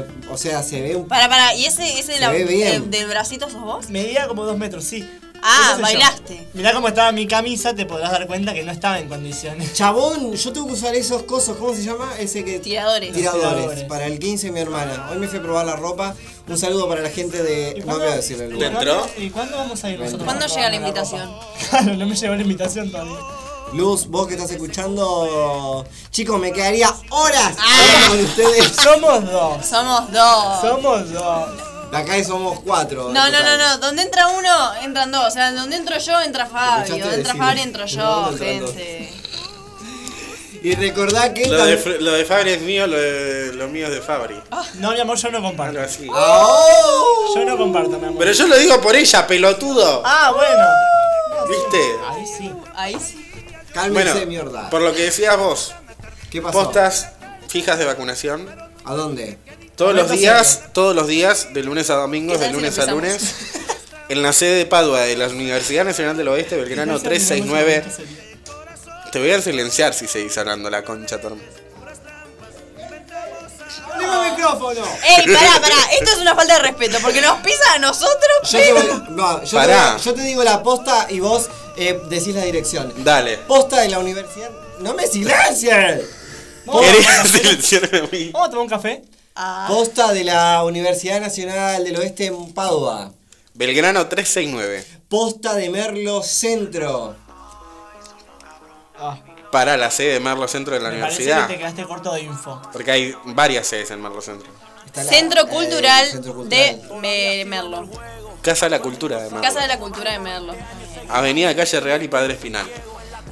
D: eh, o sea, se ve un.
B: Para, para, ¿y ese, ese de la-
D: Se ve bien.
B: eh, del bracito sos vos?
E: Medía como dos metros, sí.
B: Ah,
E: Eso soy
B: bailaste.
E: yo. Mirá cómo estaba mi camisa, te podrás dar cuenta que no estaba en condiciones.
D: Chabón, yo tengo que usar esos cosos, ¿cómo se llama? Ese que.
B: Tiradores.
D: Tiradores,
E: Tiradores.
D: para el 15 de mi hermana. Hoy me fui a probar la ropa. Un saludo para la gente de. No voy a decir el lugar.
E: ¿Y cuándo vamos a ir nosotros?
B: ¿Cuándo
E: a
B: llega la
E: probar ropa?
B: invitación?
E: Claro, no me llegó la invitación todavía.
D: Luz, vos que estás escuchando. Chicos, me quedaría horas hablando con ustedes.
E: <laughs> Somos dos.
B: Somos dos.
E: Somos dos.
D: Acá somos cuatro. en
B: No, no, no,
D: total.
B: no. Donde entra uno, entran dos. O sea, donde entro yo, entra Fabio.
D: ¿Escuchaste
B: Donde entra
D: decir?
B: Fabio, entro yo,
D: No, no entran dos.
B: gente.
D: Y recordá que.
G: Lo de, Fr-
D: también-
G: lo de Fabri es mío, lo, de- lo mío es de Fabri.
E: No, mi amor, yo no comparto.
G: Algo así.
D: Oh.
E: Yo no comparto, mi amor.
G: Pero yo lo digo por ella, pelotudo.
E: Ah, bueno.
G: ¿Viste?
E: Ahí sí.
B: Ahí sí.
D: Cálmense, mierda.
G: por lo que decías vos,
D: ¿Qué pasó?
G: postas fijas de vacunación.
D: ¿A dónde?
G: Todos los
D: ¿Cuántas
G: días, todos los días, de lunes a domingo,
D: ¿Qué
G: de
D: tal si
G: lunes
D: lo
G: a lunes,
D: empezamos?
G: en la sede de Padua de la Universidad Nacional del Oeste, Belgrano 369. Te voy a silenciar si seguís hablando la concha, tu hermana.
D: ¡Dime el micrófono!
B: Ey, pará, pará. Esto es una falta de respeto porque nos pisa a nosotros,
D: Yo te,
B: pero.
D: voy- no, yo, te,
G: Pará.
D: voy- yo te digo la posta y vos eh, decís la dirección.
G: Dale.
D: Posta de la universidad. ¡No me silencias!
G: Quería <laughs> silenciarme a mí.
E: Vamos a tomar un café.
D: Posta de la Universidad Nacional del Oeste en Padua.
G: Belgrano 369.
D: Posta de Merlo Centro.
G: Para la sede de Marlo Centro de la
E: Me parece que
G: universidad.
E: te quedaste corto de info.
G: Porque hay varias sedes en Marlo Centro.
B: Centro Cultural
G: Centro
B: de eh, Merlo.
G: Casa de la Cultura de Marlo.
B: Casa de la Cultura de Merlo.
G: Avenida Calle Real y Padre Espinal.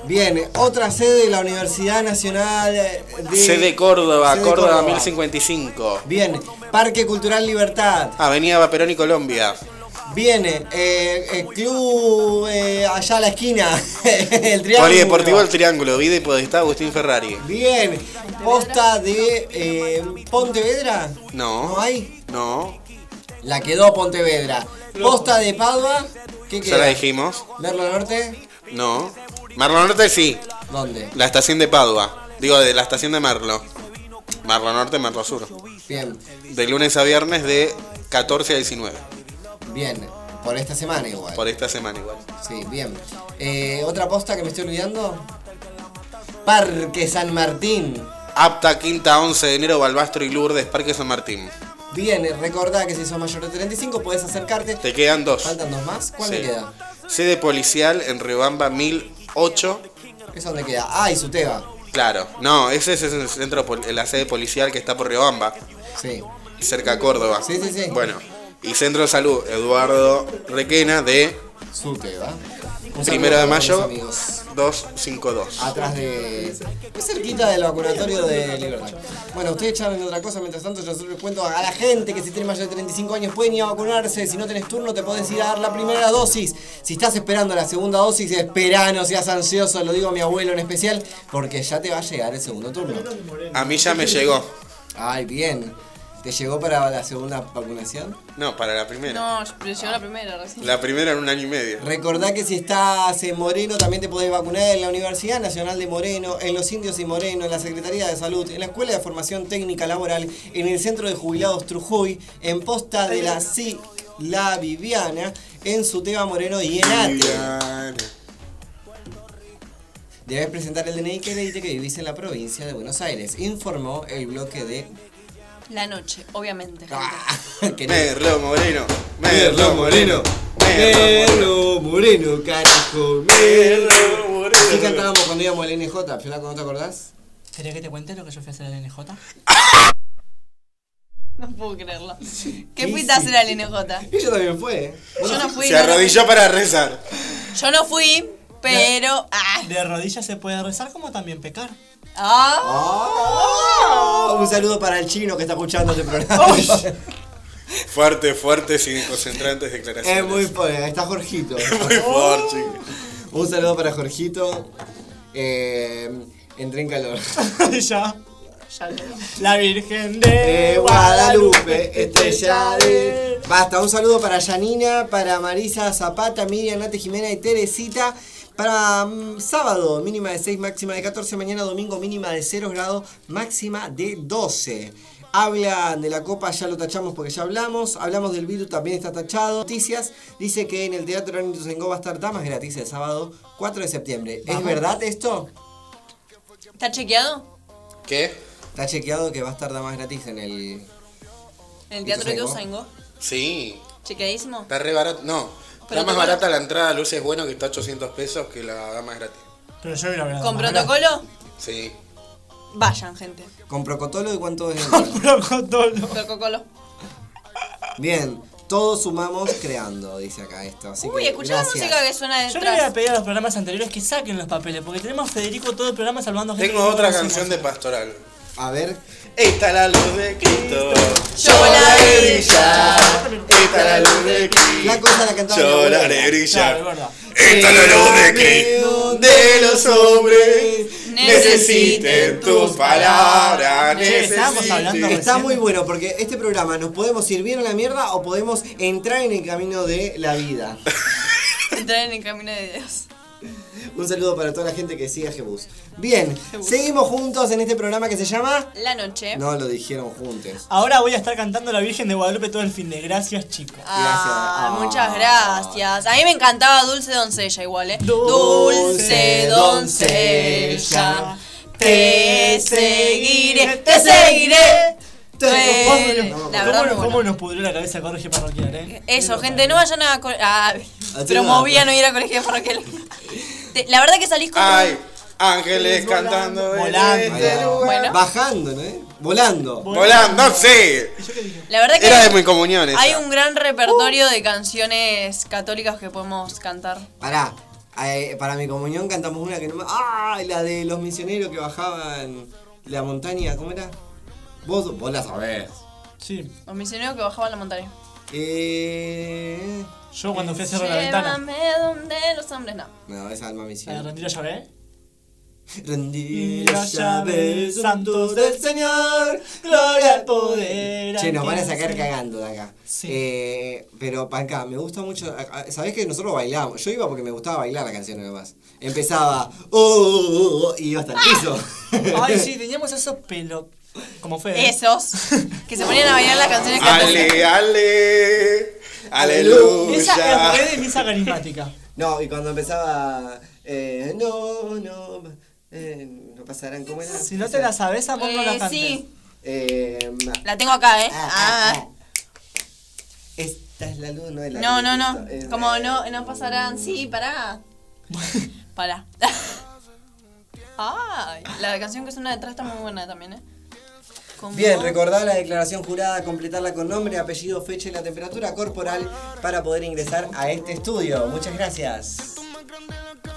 D: Bien, otra sede de la Universidad Nacional eh, de...
G: Sede Córdoba,
D: Sede
G: Córdoba,
D: Córdoba.
G: 1055.
D: Bien, Parque Cultural Libertad.
G: Avenida Vaperón y Colombia.
D: Viene eh, el club eh, allá a la esquina. <laughs> el triángulo.
G: Polideportivo El Triángulo, Vida y Podestá Agustín Ferrari.
D: Bien, posta de eh, Pontevedra.
G: No.
D: ¿No hay?
G: No.
D: La quedó Pontevedra. Posta de Padua. ¿Qué
G: Ya la
D: queda?
G: dijimos.
D: Merlo Norte.
G: No. Marlo Norte sí.
D: ¿Dónde?
G: La estación de Padua. Digo, de la estación de Marlo. Marlo Norte, Marlo Sur.
D: Bien,
G: De lunes a viernes de 14 a 19.
D: bien. Por esta semana igual.
G: Por esta semana igual.
D: Sí, bien. Eh, Otra posta que me estoy olvidando. Parque San Martín.
G: Apta, Quinta, 11 de enero, Balbastro y Lourdes, Parque San Martín.
D: Bien, recordá que si sos mayor de 35 podés acercarte.
G: Te quedan dos.
D: Faltan dos más. ¿Cuál
G: Sí.
D: te queda?
G: Sede policial en Rebamba 1008.
D: ¿Es donde queda? Ah, y su teba.
G: Claro, no, ese es el centro, pol- la sede policial que está por Riobamba.
D: Sí.
G: Cerca a Córdoba.
D: Sí, sí, sí.
G: Bueno, y Centro de Salud, Eduardo Requena de
D: Su teba. Un
G: Primero
D: saludo
G: de
D: a mis
G: mayo
D: amigos.
G: 252.
D: Atrás de. Es cerquita del vacunatorio de Libertad. Bueno, ustedes charlen de otra cosa, mientras tanto yo les cuento a la gente que si tiene mayor de 35 años pueden ir a vacunarse, si no tenés turno te podés ir a dar la primera dosis. Si estás esperando la segunda dosis, esperá, no seas ansioso, lo digo a mi abuelo en especial, porque ya te va a llegar el segundo turno.
G: A mí ya me llegó.
D: Ay, bien. ¿Te llegó para la segunda vacunación?
G: No, para la primera.
B: No, pero llegó la primera recién.
G: La primera en un año y medio.
D: Recordá que si estás en Moreno también te podés vacunar en la Universidad Nacional de Moreno, en los Indios y Moreno, en la Secretaría de Salud, en la Escuela de Formación Técnica Laboral, en el Centro de Jubilados Trujuy, en Posta de la SIC La Viviana, en Suteba Moreno y en ATE. Debes presentar el DNI que acredite que vivís en la provincia de Buenos Aires, informó el bloque de...
B: La noche, obviamente.
G: Merlo Moreno,
D: Merlo Moreno, Merlo Moreno, carajo, Merlo Moreno. Sí cantábamos cuando íbamos al NJ, Flaco, ¿no te acordás?
E: ¿Querés que te cuente lo que yo fui a hacer al NJ?
B: <laughs> No puedo creerlo. ¿Qué fuiste a hacer al NJ?
D: Ella también fue.
B: Yo no fui.
G: Se
B: no, no.
G: arrodilló para rezar.
B: Yo no fui, pero. ¡Ah!
E: De rodillas se puede rezar como también pecar.
D: Ah. Un saludo para el chino que está escuchando este programa.
G: Fuerte, fuerte, sin concentrantes declaraciones.
D: <laughs> es muy pobre, está Jorgito.
G: Muy
E: Oh.
G: fuerte, chico.
D: Un saludo para Jorgito. Eh, entré en calor.
E: <laughs> ya. La Virgen de
D: Eh, Guadalupe, estrella
E: de.
D: de. Basta, un saludo para Yanina, para Marisa Zapata, Miriam Nate Jimena y Teresita. Para mm, sábado, mínima de 6, máxima de 14. Mañana, domingo, mínima de 0 grados, máxima de 12. Hablan de la copa, ya lo tachamos porque ya hablamos. Hablamos del virus, también está tachado. Noticias dice que en el Teatro Anitus va a estar damas gratis el sábado 4 de septiembre. ¿Es
B: Vamos.
D: verdad esto?
B: ¿Está chequeado?
G: ¿Qué?
D: Está chequeado que va a estar damas gratis en el.
B: En el teatro que Osango.
G: Sí,
B: Chequeadísimo.
G: está re barato. No,
B: Pero
G: está más
B: te-
G: barata la entrada a luces bueno que está 800 pesos que la dama es gratis.
E: Pero yo voy a ver.
B: ¿Con protocolo?
G: Sí.
B: Vayan, gente.
D: ¿Con Procotolo y cuánto es? el-
B: Protocolo.
D: Bien, todos sumamos creando, dice acá esto. Así
B: Uy,
D: que,
B: escuchá la
D: gracias.
B: música que suena
E: Yo le voy a
B: detrás.
E: pedir a los programas anteriores que saquen los papeles, porque tenemos a Federico todo el programa salvando gente.
G: Tengo otra canción de Pastoral.
D: A ver.
G: Está la luz de Cristo.
E: Yo
G: Lloraré brillar. Está la luz de
D: La cosa la cantaba. mi abuela.
G: Lloraré brillar.
D: Está la luz de Cristo.
G: De los hombres necesiten tus palabras. necesiten-
D: Está muy bueno porque este programa nos podemos ir bien a la mierda o podemos entrar en el camino de la vida.
B: <laughs> Entrar en el camino de Dios.
D: Un saludo para toda la gente que sigue a Jebus. Bien, seguimos juntos en este programa que se llama.
B: La noche.
D: No lo dijeron juntos.
E: Ahora voy a estar cantando La Virgen de Guadalupe todo el fin de. Gracias, chicos.
B: Ah, muchas gracias. A mí me encantaba Dulce Doncella igual, ¿eh?
E: Dulce
B: Dulce Doncella, te seguiré, te
E: te
B: seguiré.
E: ¿Cómo,
B: Te-
E: nos-
B: La
E: cómo
B: verdad,
E: nos-
B: muy
E: cómo
B: bueno.
E: nos pudrió la cabeza Jorge Parroquial, eh?
B: Eso, gente, no vayan a... co- Ah, <laughs> a
E: Así
B: promovía
E: va.
B: no ir a colegio de parroquial. Te- La verdad que salís con...
G: Ay, ángeles cantando. en este lugar.
B: Bueno.
D: Bajando, ¿no? eh? Volando.
G: Volando, sí.
B: La verdad que
G: Era de mi comunión esa.
B: hay un gran repertorio de canciones católicas que podemos cantar.
D: Pará, eh, para mi comunión cantamos una que no me. ¡Ah! La de los misioneros que bajaban la montaña, ¿cómo era? Vos, vos la sabés.
E: Sí.
B: Los misioneros que bajaban la montaña.
D: Eh.
E: Yo cuando fui a cerrar la ventana.
B: Llévame donde los hombres no.
D: No, es alma
E: La de
D: misionera.
E: rendir a lloré.
D: Rendir
E: Las llaves santos del Señor, gloria al poder.
D: Che, nos van a
E: al que
D: sacar
E: nace.
D: cagando de acá. Eh, pero para acá, me gusta mucho. a- a- Sabés que nosotros bailamos. Yo iba porque me gustaba bailar la canción nomás. Empezaba. Oh, oh, oh, oh, y iba hasta el piso.
E: Ay, sí, teníamos esos pelos. Como fue.
B: Esos que se ponían a bailar las canciones católicas.
G: Ale, ale.
E: Esa
G: Aleluya.
E: es de misa carismática.
D: No, y cuando empezaba. eh, no, no. eh, no pasarán como era.
E: Si no te la sabes, amor, no la
B: Eh,
E: cantes.
B: sí.
D: Eh, ma-
B: La tengo acá, ¿eh? Ah.
D: Esta es la luz, no es la Eh,
B: No,
D: luz,
B: no, no.
D: listo. Es-
B: Como no, no pasarán. Sí,
D: <laughs>
B: pará. pará. <laughs> Ay, la canción que suena detrás está muy buena también, ¿eh? Como-
D: Bien, recordar la declaración jurada, completarla con nombre, apellido, fecha y la temperatura corporal para poder ingresar a este estudio. Muchas gracias.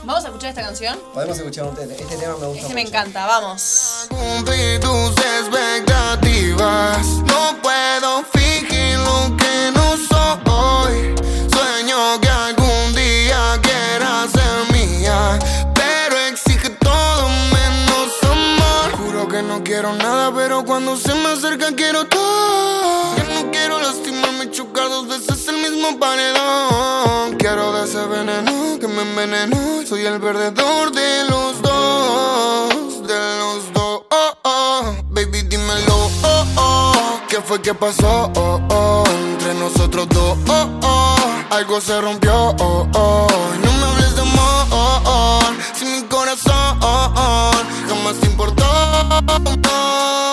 B: Vamos a escuchar esta canción.
D: Podemos escuchar un tema. Este tema me gusta
B: Este
D: mucho.
B: me encanta, vamos.
I: cumplí tus expectativas. No puedo fingir lo que no soy. Sueño que algún día quieras ser mía. Pero exige todo menos amor. Juro que no quiero nada, pero cuando se me acerca quiero todo. Ya no quiero lastimarme y chocar dos veces el mismo paredón. Quiero de ese veneno que me envenenó. Soy el perdedor de los dos, de los dos. Oh, Baby, dímelo. oh, oh. ¿Qué fue que pasó oh, oh, entre nosotros dos? oh, oh. Algo se rompió. oh, oh. No me hables de amor, si mi corazón jamás te importó.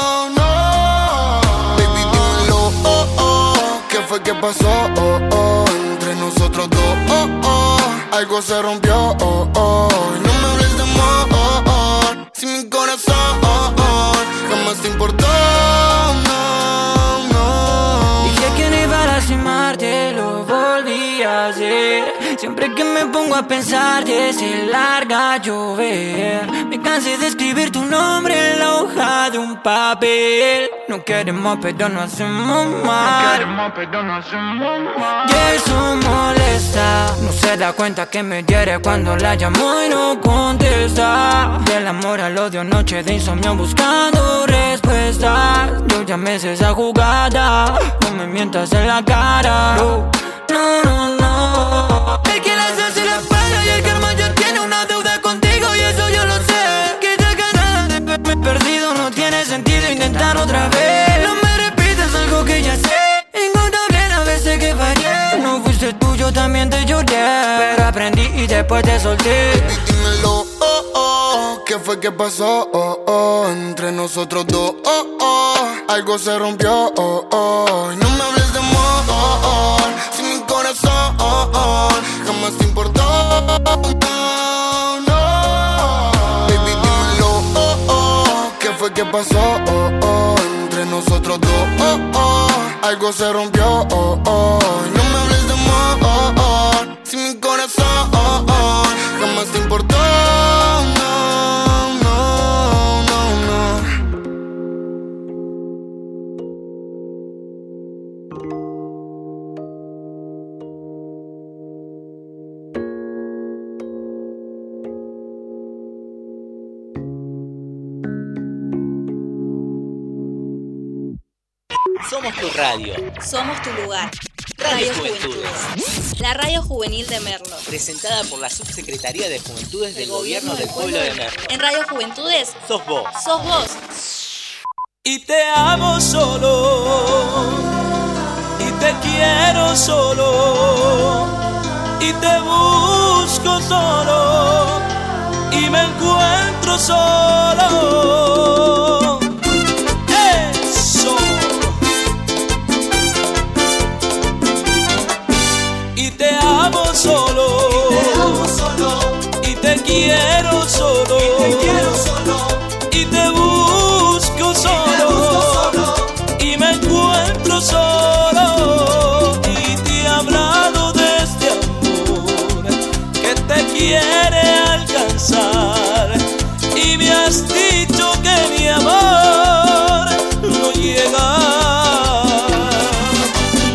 I: No. Baby, dímelo. oh, oh. ¿Qué fue que pasó oh, oh, entre nosotros dos? oh, oh. Algo se rompió. oh, oh. No me hables de amor, si mi corazón jamás te importó. No, no.
C: Dije que no iba a lastimarte, lo volví a hacer. Siempre que me pongo a pensarte, se larga a llover. Me cansé de escribir tu nombre en la hoja de un papel. No queremos, pero no hacemos mal. Y eso molesta. No se da cuenta que me hiere cuando la llamo y no contesta. Del amor al odio, noche de insomnio buscando respuestas. Yo ya me sé esa jugada. No me mientas en la cara. No, no, no. no. El que la hace se la paga y el karma ya tiene una deuda contigo y eso yo lo sé. Que ya ganaste, pe- pe- perdido no tiene sentido intentar otra vez. No me repitas algo que ya sé. Incontable las veces que fallé. No fuiste tuyo, también te lloré. Pero aprendí y después te solté.
I: dímelo, oh, oh, ¿qué fue que pasó? Oh, oh, entre nosotros dos, oh, oh, algo se rompió, oh, oh, no me hables de amor, oh, oh, si mi corazón, oh, oh, jamás te importó, no, no, baby, dímelo, oh, oh, ¿qué fue que pasó? Oh, oh, entre nosotros dos, oh, oh, algo se rompió, oh, oh, no me hables de amor, oh, oh, si mi corazón, oh, oh, jamás te importó. No, no, no, no.
A: Somos tu radio.
M: Somos tu lugar.
A: Radio
M: Radio
A: Juventudes.
M: Juventudes. La radio juvenil de Merlo.
A: Presentada por la Subsecretaría de Juventudes del Gobierno del Pueblo de Merlo.
M: En Radio Juventudes
A: Sos vos.
M: sos vos.
C: Y te amo solo. Y te quiero solo. Y te busco solo. Y me encuentro solo. Eso. Y te amo solo. Y te quiero solo. Y te quiero solo y te busco solo y me encuentro solo y te he hablado de este amor que te quiere alcanzar y me has dicho que mi amor no llega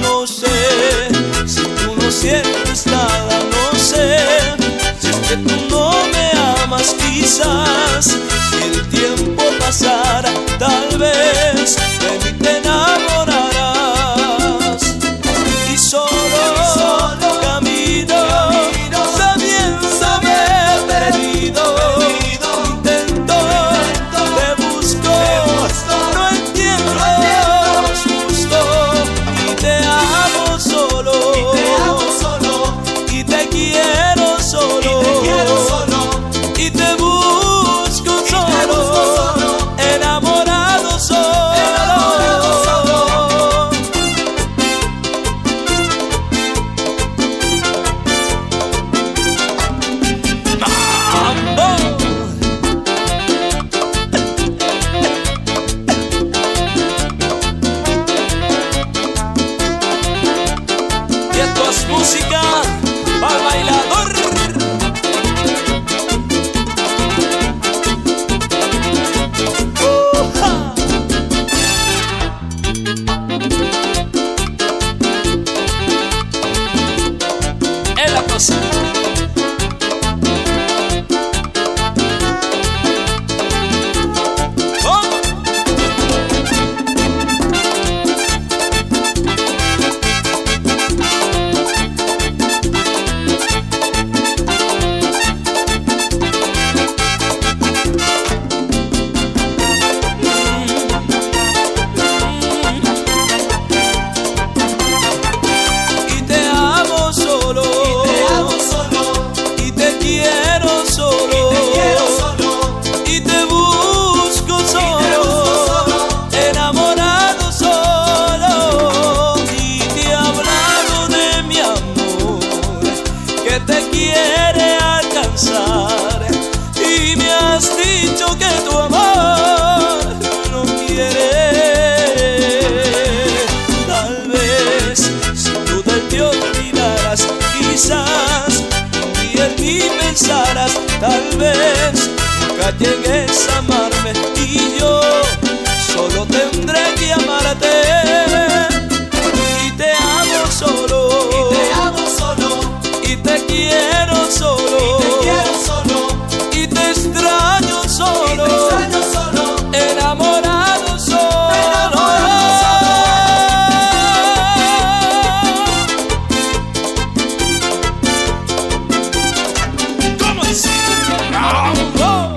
C: no sé si tú no sientes nada no sé si es que tú no me amas quizás Si el tiempo pasara tal vez de mí te enamorarás Y solo, camino, también sabe perdido Intento, te busco, no entiendo justo Y te amo solo, y te amo solo y te quiero solo y te busco solo ¡Oh! quiere alcanzar y me has dicho que tu amor no quiere. Tal vez sin duda te olvidarás, quizás y en mí pensarás, tal vez nunca llegues a amarme y yo solo tendré que amarte y te amo solo y te amo solo y te quiero solo y te quiero solo y te extraño solo y te extraño solo enamorado solo ¿Cómo dice? ¡Bravo!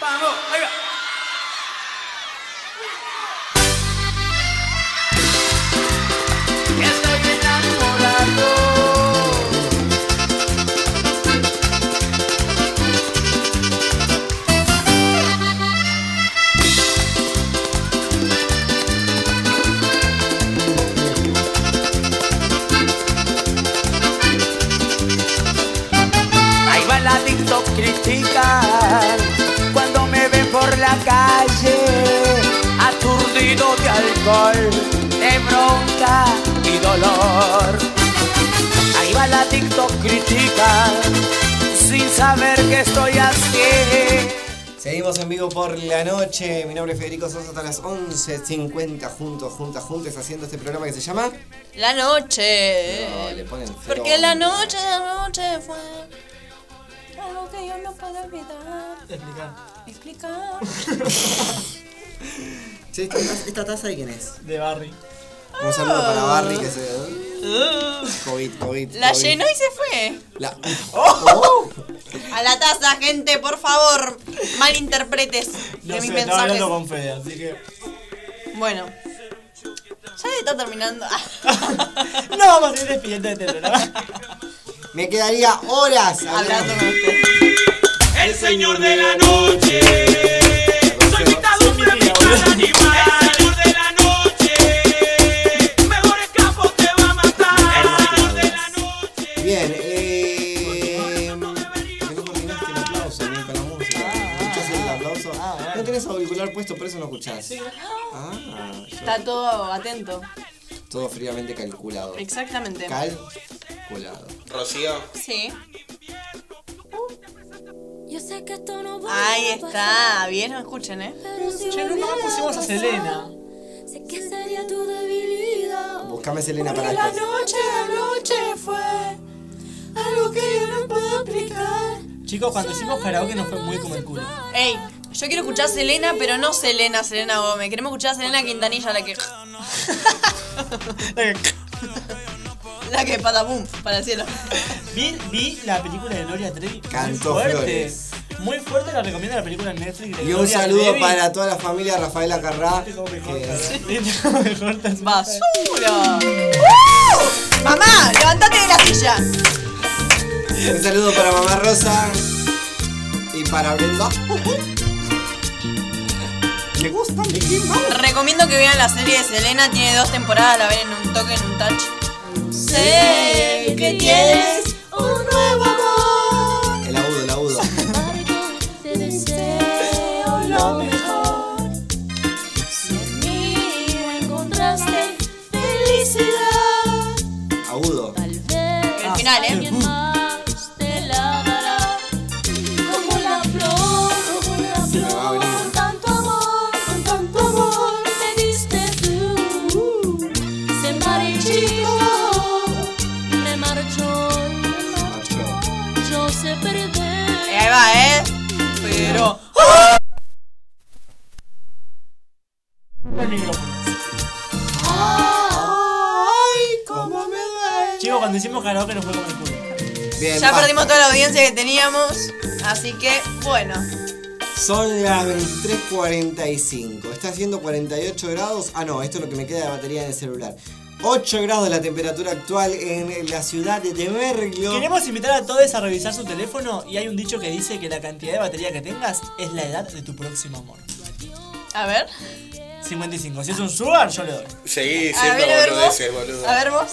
T: Vamos, ahí va.
C: Estoy enamorado
N: Ahí va el adicto critican cuando me ven por la calle, aturdido de alcohol, de bronca y dolor. Ahí va el adicto critican sin saber que estoy así.
D: Seguimos en vivo por la noche. Mi nombre es Federico Sosa hasta las 11.50 juntos, juntas, juntes haciendo este programa que se llama.
B: La noche.
D: No, le ponen feroz.
B: Porque Eh. la noche, la noche fue algo que yo no puedo olvidar.
E: Explica.
B: Explicar.
D: Che, esta, taza- esta taza de quién es?
E: De Barry.
D: <laughs> Un
B: Ah.
D: saludo para Barry que se. COVID, COVID.
B: La
D: COVID.
B: llenó y se fue.
D: La-
B: A la taza, gente, por favor. Malinterpretes
E: No
B: de mis
E: sé, estaba
B: mensajes.
E: hablando con Fede, así que.
B: Bueno. Ya está terminando. Ah,
E: No vamos a seguir despidiendo de este programa.
D: Me quedaría horas hablando
B: con usted.
C: El señor de la noche Soy mitad hombre, mitad animal El señor de la noche Mejor escapo te va a matar
D: Bien, eh. ¿por qué no coordinaste el aplauso, ni con la música? ¿Escuchás el aplauso? Ah, No tenés auricular puesto, por eso no escuchás. Ah, yo-
B: Está todo atento.
D: todo fríamente calculado.
B: Exactamente.
D: Calculado.
G: Rocío.
B: Sí.
S: Yo sé que esto no va
B: Ahí está. Bien, escuchen, eh.
S: Che, nunca pusimos a Selena. Sé que sería tu debilidad.
D: Buscame Selena para
S: Porque la
D: esto.
S: noche, la noche fue algo que yo no puedo explicar.
E: Chicos, cuando hicimos karaoke nos fue muy como el culo.
B: Ey, yo quiero escuchar a Selena, pero no Selena, Selena Gómez. Queremos escuchar a Selena Quintanilla, la que. la que pata boom para el cielo.
E: Vi, vi la película de Gloria Trevi.
D: Cantó
E: muy fuerte.
D: Flores.
E: Muy fuerte, la recomiendo la película en Netflix. de
D: Y un
E: Gloria
D: saludo
E: Trevi. <laughs>
D: para toda la familia Rafaela Carrá. que-
B: ¡Basura! ¡Uh! ¡Mamá! ¡Levantate de la silla!
D: Un saludo para Mamá Rosa y para Brenda. ¿Le gusta mi
B: Recomiendo que vean la serie de Selena, tiene dos temporadas, la ven en un toque, en un touch. Sé que tienes un nuevo amor.
D: El agudo, el agudo.
S: Te deseo lo mejor. Si en mí encontraste felicidad,
D: Agudo.
S: el
B: final, ¿eh?
S: Alguien más te la dará como la flor, como la
D: Se me va a venir.
S: flor, tanto amor.
B: ¿eh?
E: el micrófono.
D: Ay, cómo me duele.
E: Chicos, cuando hicimos karaoke nos fue como el culo.
D: Bien,
B: Ya
D: basta.
B: perdimos toda la audiencia que teníamos. Así que, bueno.
D: Son las 23.45. Está haciendo 48 grados. Ah, no, esto es lo que me queda de batería en el celular. 8 grados la temperatura actual en la ciudad de Berlio.
E: Queremos invitar a todos a revisar su teléfono y hay un dicho que dice que la cantidad de batería que tengas es la edad de tu próximo amor.
B: A ver.
E: 55. Si es un sugar, yo le doy.
G: Seguí
B: A
G: siendo
B: ver, a ver vos.
G: boludeces, boludo.
B: A ver vos.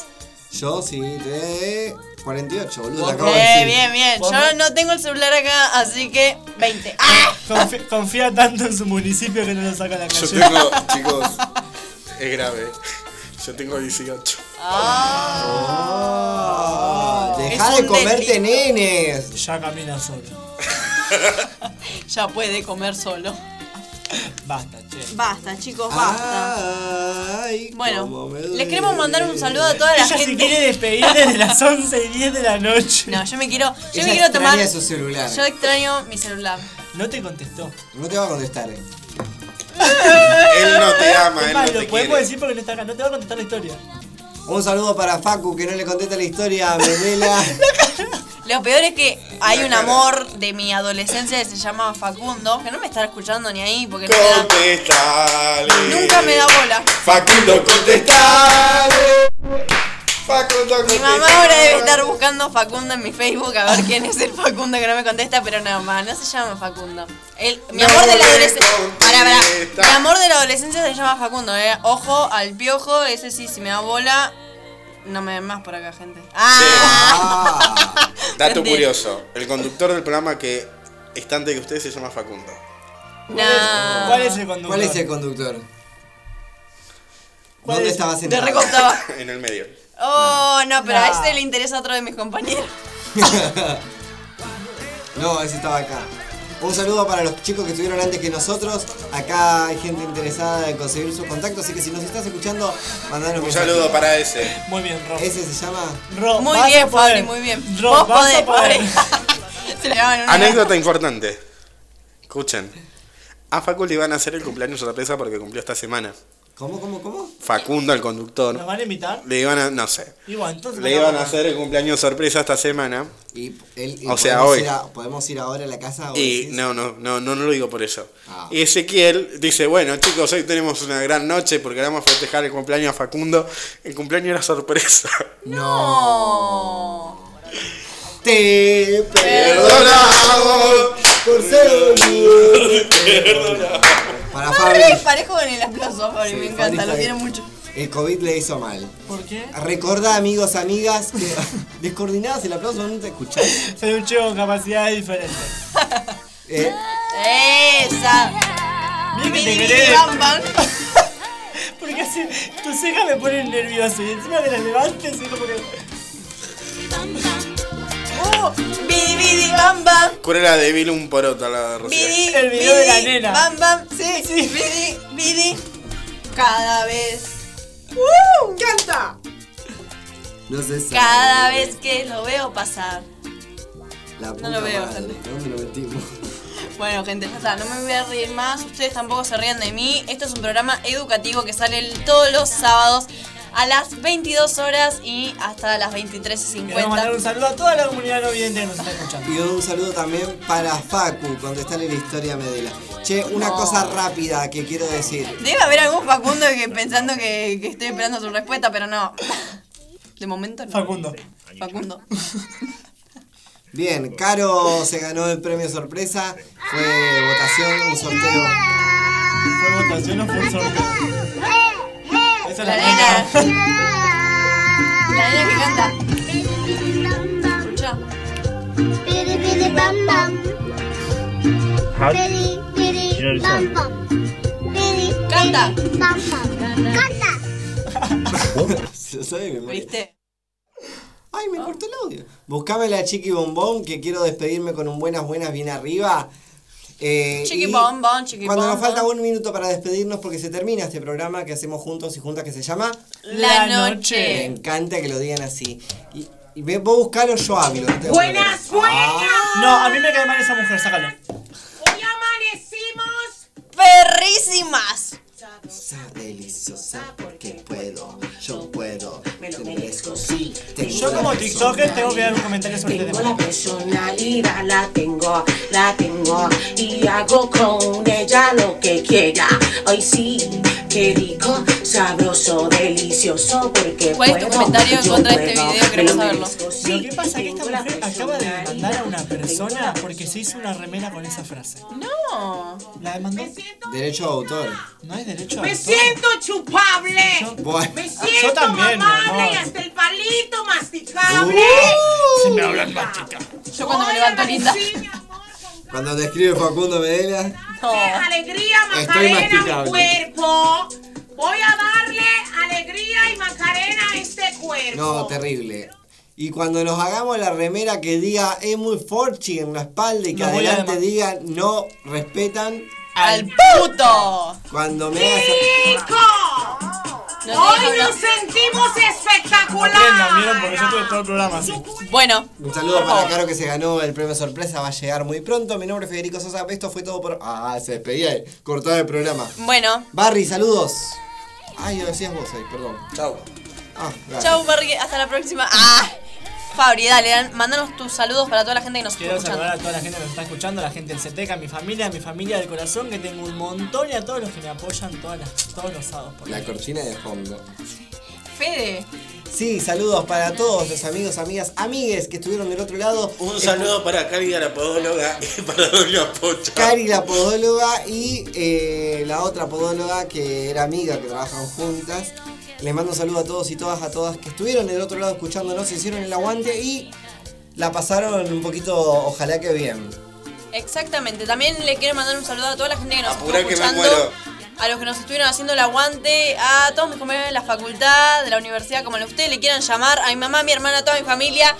D: Yo sí, de 48, boludo.
G: Vos
D: te acabo de
B: Eh,
D: decir.
B: bien, bien.
D: Vos
B: Yo no tengo el celular acá, así que
E: <laughs>
B: 20. ¡Ah!
E: Confía, confía tanto en su municipio que no lo saca a la calle.
G: Yo tengo, chicos, es grave. Yo tengo 18.
D: Ah, Dejá
B: Es
D: de
B: un
D: comerte
B: delito.
D: nenes.
E: Ya camina solo.
B: Ya puede comer solo.
E: Basta, che.
B: Basta, chicos, basta. bueno, les queremos mandar un saludo a toda la
E: Ella
B: gente.
E: se quiere despedir desde las 11 y 10 de la noche.
B: No, yo me quiero, yo
E: Ella
B: me quiero
E: extraña
B: tomar.
E: su celular.
B: <laughs> Yo extraño mi celular.
E: No te contestó.
D: No te va a contestar. eh.
G: <laughs> Él no te ama,
E: Es
G: él
E: más,
G: no
E: lo
G: te
E: podemos
G: quiere.
E: decir porque no está acá. No te va a contestar la historia.
D: Un saludo para Facu que no le contesta la historia a Menela.
B: Lo peor es que hay un amor de mi adolescencia que se llama Facundo, que no me está escuchando ni ahí porque no me da-
G: Contestale.
B: nunca me da bola.
G: Facundo, contestale. Facundo,
B: Mi
G: contestale.
B: mamá ahora debe estar buscando Facundo en mi Facebook a ver quién es el Facundo que no me contesta, pero no, mamá, no se llama Facundo. El, mi,
G: No
B: amor de la
G: le
B: adolescencia, pará, pará.
G: contesta.
B: mi amor de la adolescencia se llama Facundo, eh. Ojo al piojo, ese sí, si me da bola, no me ven más por acá, gente. Ah,
G: Dato curioso: el conductor del programa que está antes que usted se llama Facundo.
B: No.
E: <laughs> ¿Cuál es el conductor?
D: ¿Cuál es el conductor?
E: ¿Cuál
D: ¿Dónde
E: es?
D: estabas en
B: Te
D: <laughs>
B: recortaba.
G: en el medio.
B: Oh, no, pero a
E: No.
B: ese le interesa a otro de mis compañeros.
D: No, ese estaba acá. Un saludo para los chicos que estuvieron antes que nosotros. Acá hay gente interesada en conseguir sus contactos, así que si nos estás escuchando, mandanos
G: Un
D: mensaje.
G: saludo para ese.
E: Muy bien, Ro.
D: Ese se llama.
E: Ro,
B: Muy
E: vas
B: bien,
E: a poder.
B: Fabri, muy bien.
E: Ro,
B: Vos
E: vas a
B: podés,
E: poder.
B: Fabri. <laughs> Se le daban una-
G: Anécdota importante. Escuchen. A Facu le iban a hacer el cumpleaños sorpresa porque cumplió esta semana.
D: ¿Cómo, cómo, cómo?
G: Facundo, el
E: ¿Nos
G: conductor,
E: van a invitar?
G: le iban a. No sé.
E: Y bueno, entonces.
G: Le iban a hacer el cumpleaños sorpresa esta semana.
D: Y él- y
G: o sea,
D: podemos
G: hoy.
D: ir a- ¿Podemos ir ahora a la
E: Ah,
D: casa? o
G: Y
D: decís?
G: no, no, no, no, no lo digo por eso.
D: Ah.
G: Y Ezequiel dice, bueno chicos, hoy tenemos una gran noche porque vamos a festejar el cumpleaños a Facundo. El cumpleaños era
E: <laughs>
G: sorpresa.
B: Oh. No.
D: Te
G: perdonamos
D: por ser
X: <laughs>
D: Para Fabri,
B: Fabri, <laughs> parejo con el aplauso, Fabri,
D: Sí,
B: me
D: Fabri
B: encanta,
D: está
B: lo
D: ahí.
B: quiero mucho.
D: el COVID le hizo mal.
E: ¿Por qué?
D: Recordá, amigos, amigas, que <laughs> descoordinadas el aplauso no te escuchás.
E: Soy un chico con capacidades diferentes.
D: Eh,
B: Esa.
E: Mira que te
B: Bidi,
E: querés.
B: bidi, bam, bam.
E: Porque así tus cejas me ponen nervioso y encima que las levantes y como que.
B: Uh, bidi, bidi, bam, bam.
G: Cruella de Vil un poroto a la de Rocío.
B: Bidi,
E: El video de la
B: bidi,
E: nena.
B: Bam, bam. Sí, sí. Bidi, bidi. Cada vez. ¡Uh! ¡Canta!
D: no sé si-
B: Cada vez que lo veo pasar.
D: La puta
B: lo veo,
D: madre,
B: gente.
D: ¿dónde lo metimos?
B: Bueno, gente, ya está. No me voy a reír más. Ustedes tampoco se rían de mí. Esto es un programa educativo que sale el- todos los sábados a las 22 horas y hasta las
E: Queremos mandar un
B: 23.50.
E: saludo a toda la comunidad no vidente que nos está escuchando.
D: Y un saludo también para Facu, contestarle la historia a Medela. Che, una
B: No.
D: cosa rápida que quiero decir.
B: Debe haber algún Facundo que pensando que, que estoy esperando su respuesta, pero no. De momento no.
E: Facundo.
B: Facundo.
D: Bien, Caro se ganó el premio sorpresa. Fue votación, un sorteo.
E: Fue votación o fue un sorteo. Esa es
B: La
E: la
B: nena.
E: pregunta.
B: La nena que canta. Escucha.
S: Piri, piri, bam, bam.
H: Ah.
S: Piri, piri, bam, bam. Piri,
B: Canta.
S: piri, bam, bam. Canta.
D: Se lo <laughs> sabe de memoria.
B: ¿Viste?
D: Ay, me cortó el audio. Buscame la Chiqui Bombón, que quiero despedirme con un buenas, buenas, bien arriba. Eh,
B: Chiqui
D: y
B: bom, bom, chiqui
D: Cuando nos
B: bom,
D: falta
B: bom.
D: un minuto para despedirnos, porque se termina este programa que hacemos juntos y juntas, que se llama
B: La
D: Me
B: noche.
D: encanta que lo digan así. Y, y ve- vos buscalo, yo hablo. no tengo
H: Buenas, buenas.
E: Ah, No, a mí me cae mal esa mujer, sácalo.
H: Hoy amanecimos
B: Perrísimas.
D: problema.
E: Yo como TikToker tengo que dar un comentario sobre el
H: Tengo
E: tema.
H: la personalidad, la tengo, la tengo Y hago con ella lo que quiera Hoy sí, qué rico, sabroso, delicioso Porque
B: ¿Cuál es tu
H: puedo,
B: comentario en
H: yo
B: contra de este
H: puedo,
B: video?
H: me
B: Queremos
H: lo
B: saberlo.
H: merezco, sí.
E: Lo que pasa es que esta mujer acaba de demandar a una persona porque se hizo una remera con esa frase.
H: No.
E: La demandó.
D: Derecho a autor.
E: No es derecho a
H: Me
E: autor.
H: siento chupable.
D: Bueno.
H: Me
E: Ah, Yo
H: siento
E: también, mi
H: mamable y
E: amor.
H: hasta el palito masticable.
E: Si Uh, me hablan machica.
H: Yo cuando me levanto linda.
D: Cuando te escribe Facundo Medela,
H: ¡Qué alegría,
D: Estoy
H: Macarena, mi
D: masticable.
H: cuerpo! Voy a darle alegría y Macarena a este cuerpo.
D: no, terrible. Y cuando nos hagamos la remera que diga es muy forchi en la espalda y que
H: Nos voy a
D: adelante diga no respetan
B: al puto.
D: Cuando me hagas
H: ¡Chico! ¡Hoy nos sentimos espectaculares!
E: Aprendan, vieron, porque yo tuve todo el programa así.
B: Bueno.
D: Un saludo para Caro que se ganó el premio sorpresa, va a llegar muy pronto. Mi nombre es Federico Sosa, esto fue todo por... Ah, se despedía, eh. cortaba el programa.
B: Bueno.
D: Barry, saludos. Ay, lo decías vos ahí, perdón. Chau. Ah, gracias.
B: Chau, Barry. Hasta la próxima. Ah. Fabri, dale, dan- mándanos tus saludos para toda la gente que nos está
E: Quiero saludar a
B: escuchando.
E: toda la gente que nos está escuchando, a la gente del CETECA, a mi familia, a mi familia del corazón, que tengo un montón y a todos los que me apoyan todas las- todos los sábados. por
D: La cortina de fondo.
B: Fede.
D: Sí, saludos para todos los amigos, amigas, amigues que estuvieron del otro lado.
G: Un saludo para Cari la podóloga y para Doña Pocha.
D: Eh, Cari, la podóloga, y eh, la otra podóloga que era amiga, que trabajan juntas. Les mando un saludo a todos y todas, a todas que estuvieron del otro lado escuchándonos, se hicieron el aguante y la pasaron un poquito, ojalá que bien.
B: Exactamente. También le quiero mandar un saludo a toda la gente que nos
D: Apurá
B: está
D: que me
B: escuchando.
D: muero.
B: A los que nos estuvieron haciendo el aguante, a todos mis compañeros de la facultad, de la universidad, como a ustedes le quieran llamar, a mi mamá, a mi hermana, a toda mi familia.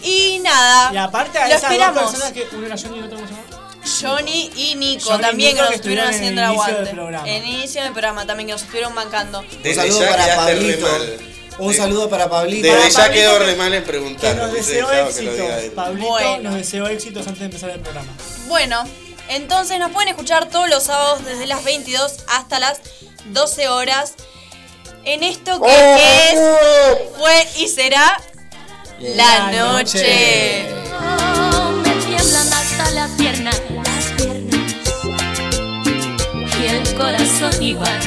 B: Y nada.
E: Y aparte
B: lo
E: a esas dos
B: esperamos.
E: personas que uno era Johnny y el otro ¿cómo se llama?
B: Johnny y Nico
E: Johnny y
B: también
E: Nico,
B: que nos
E: que
B: estuvieron
E: estuvieron en el
B: haciendo el
E: inicio
B: aguante.
E: del programa.
B: En el inicio del programa también que nos estuvieron bancando.
G: Desde
D: saludo
G: ya
D: para
G: quedaste re
D: Pablito.
G: mal.
D: Un saludo para Pablito.
G: Desde
D: Para
G: ya
D: Pablito
G: quedó
D: que-
G: re mal en preguntar.
D: que nos
G: hubiese
D: deseó
G: dejado que lo
D: éxitos,
G: diga él.
E: Pablito
B: Bueno.
E: nos deseó éxitos antes de empezar el programa.
B: Bueno, entonces nos pueden escuchar todos los sábados desde las 22 hasta las 12 horas en esto que es, fue y será la noche.
S: Me tiemblan hasta las piernas, las piernas y el corazón igual.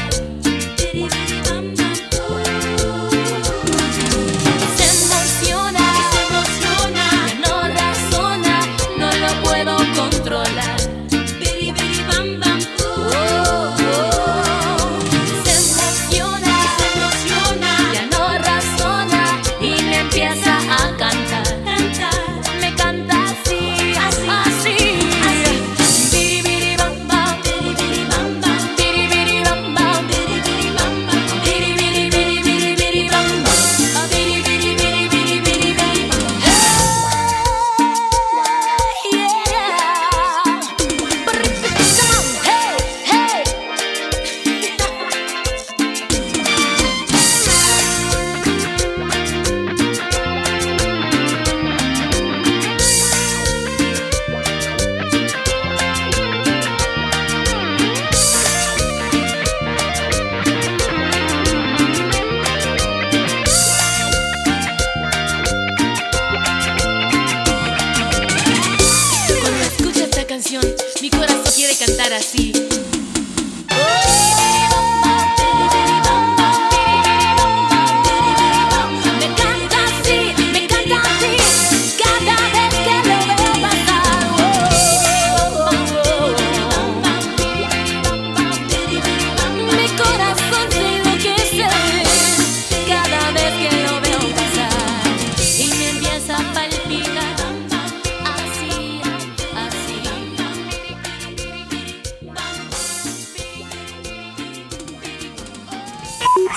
S: Se emociona, se emociona, ya no razona, no lo puedo controlar. Biri, biri, bam, bam, oh, oh. Se emociona, se emociona, ya no razona y me empieza a cantar. Me canta así, así, así. Biri, biri, bam, bam, biri, biri, bam, bam, biri, biri, bam, bam, biri, biri, bam, bam, biri, biri, biri, biri, biri, bam, bam. Oh, biri, biri, biri, biri, biri, biri, bam. Hey, yeah. Brr, come on, hey, hey. Cuando escucho esta canción, mi corazón quiere cantar así. Me canta así, me canta así, cada vez que lo veo pasar. Oh, oh, oh. Mi corazón se enloquece cada vez que lo veo pasar y me empieza a palpitar así, así.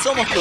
A: Somos tu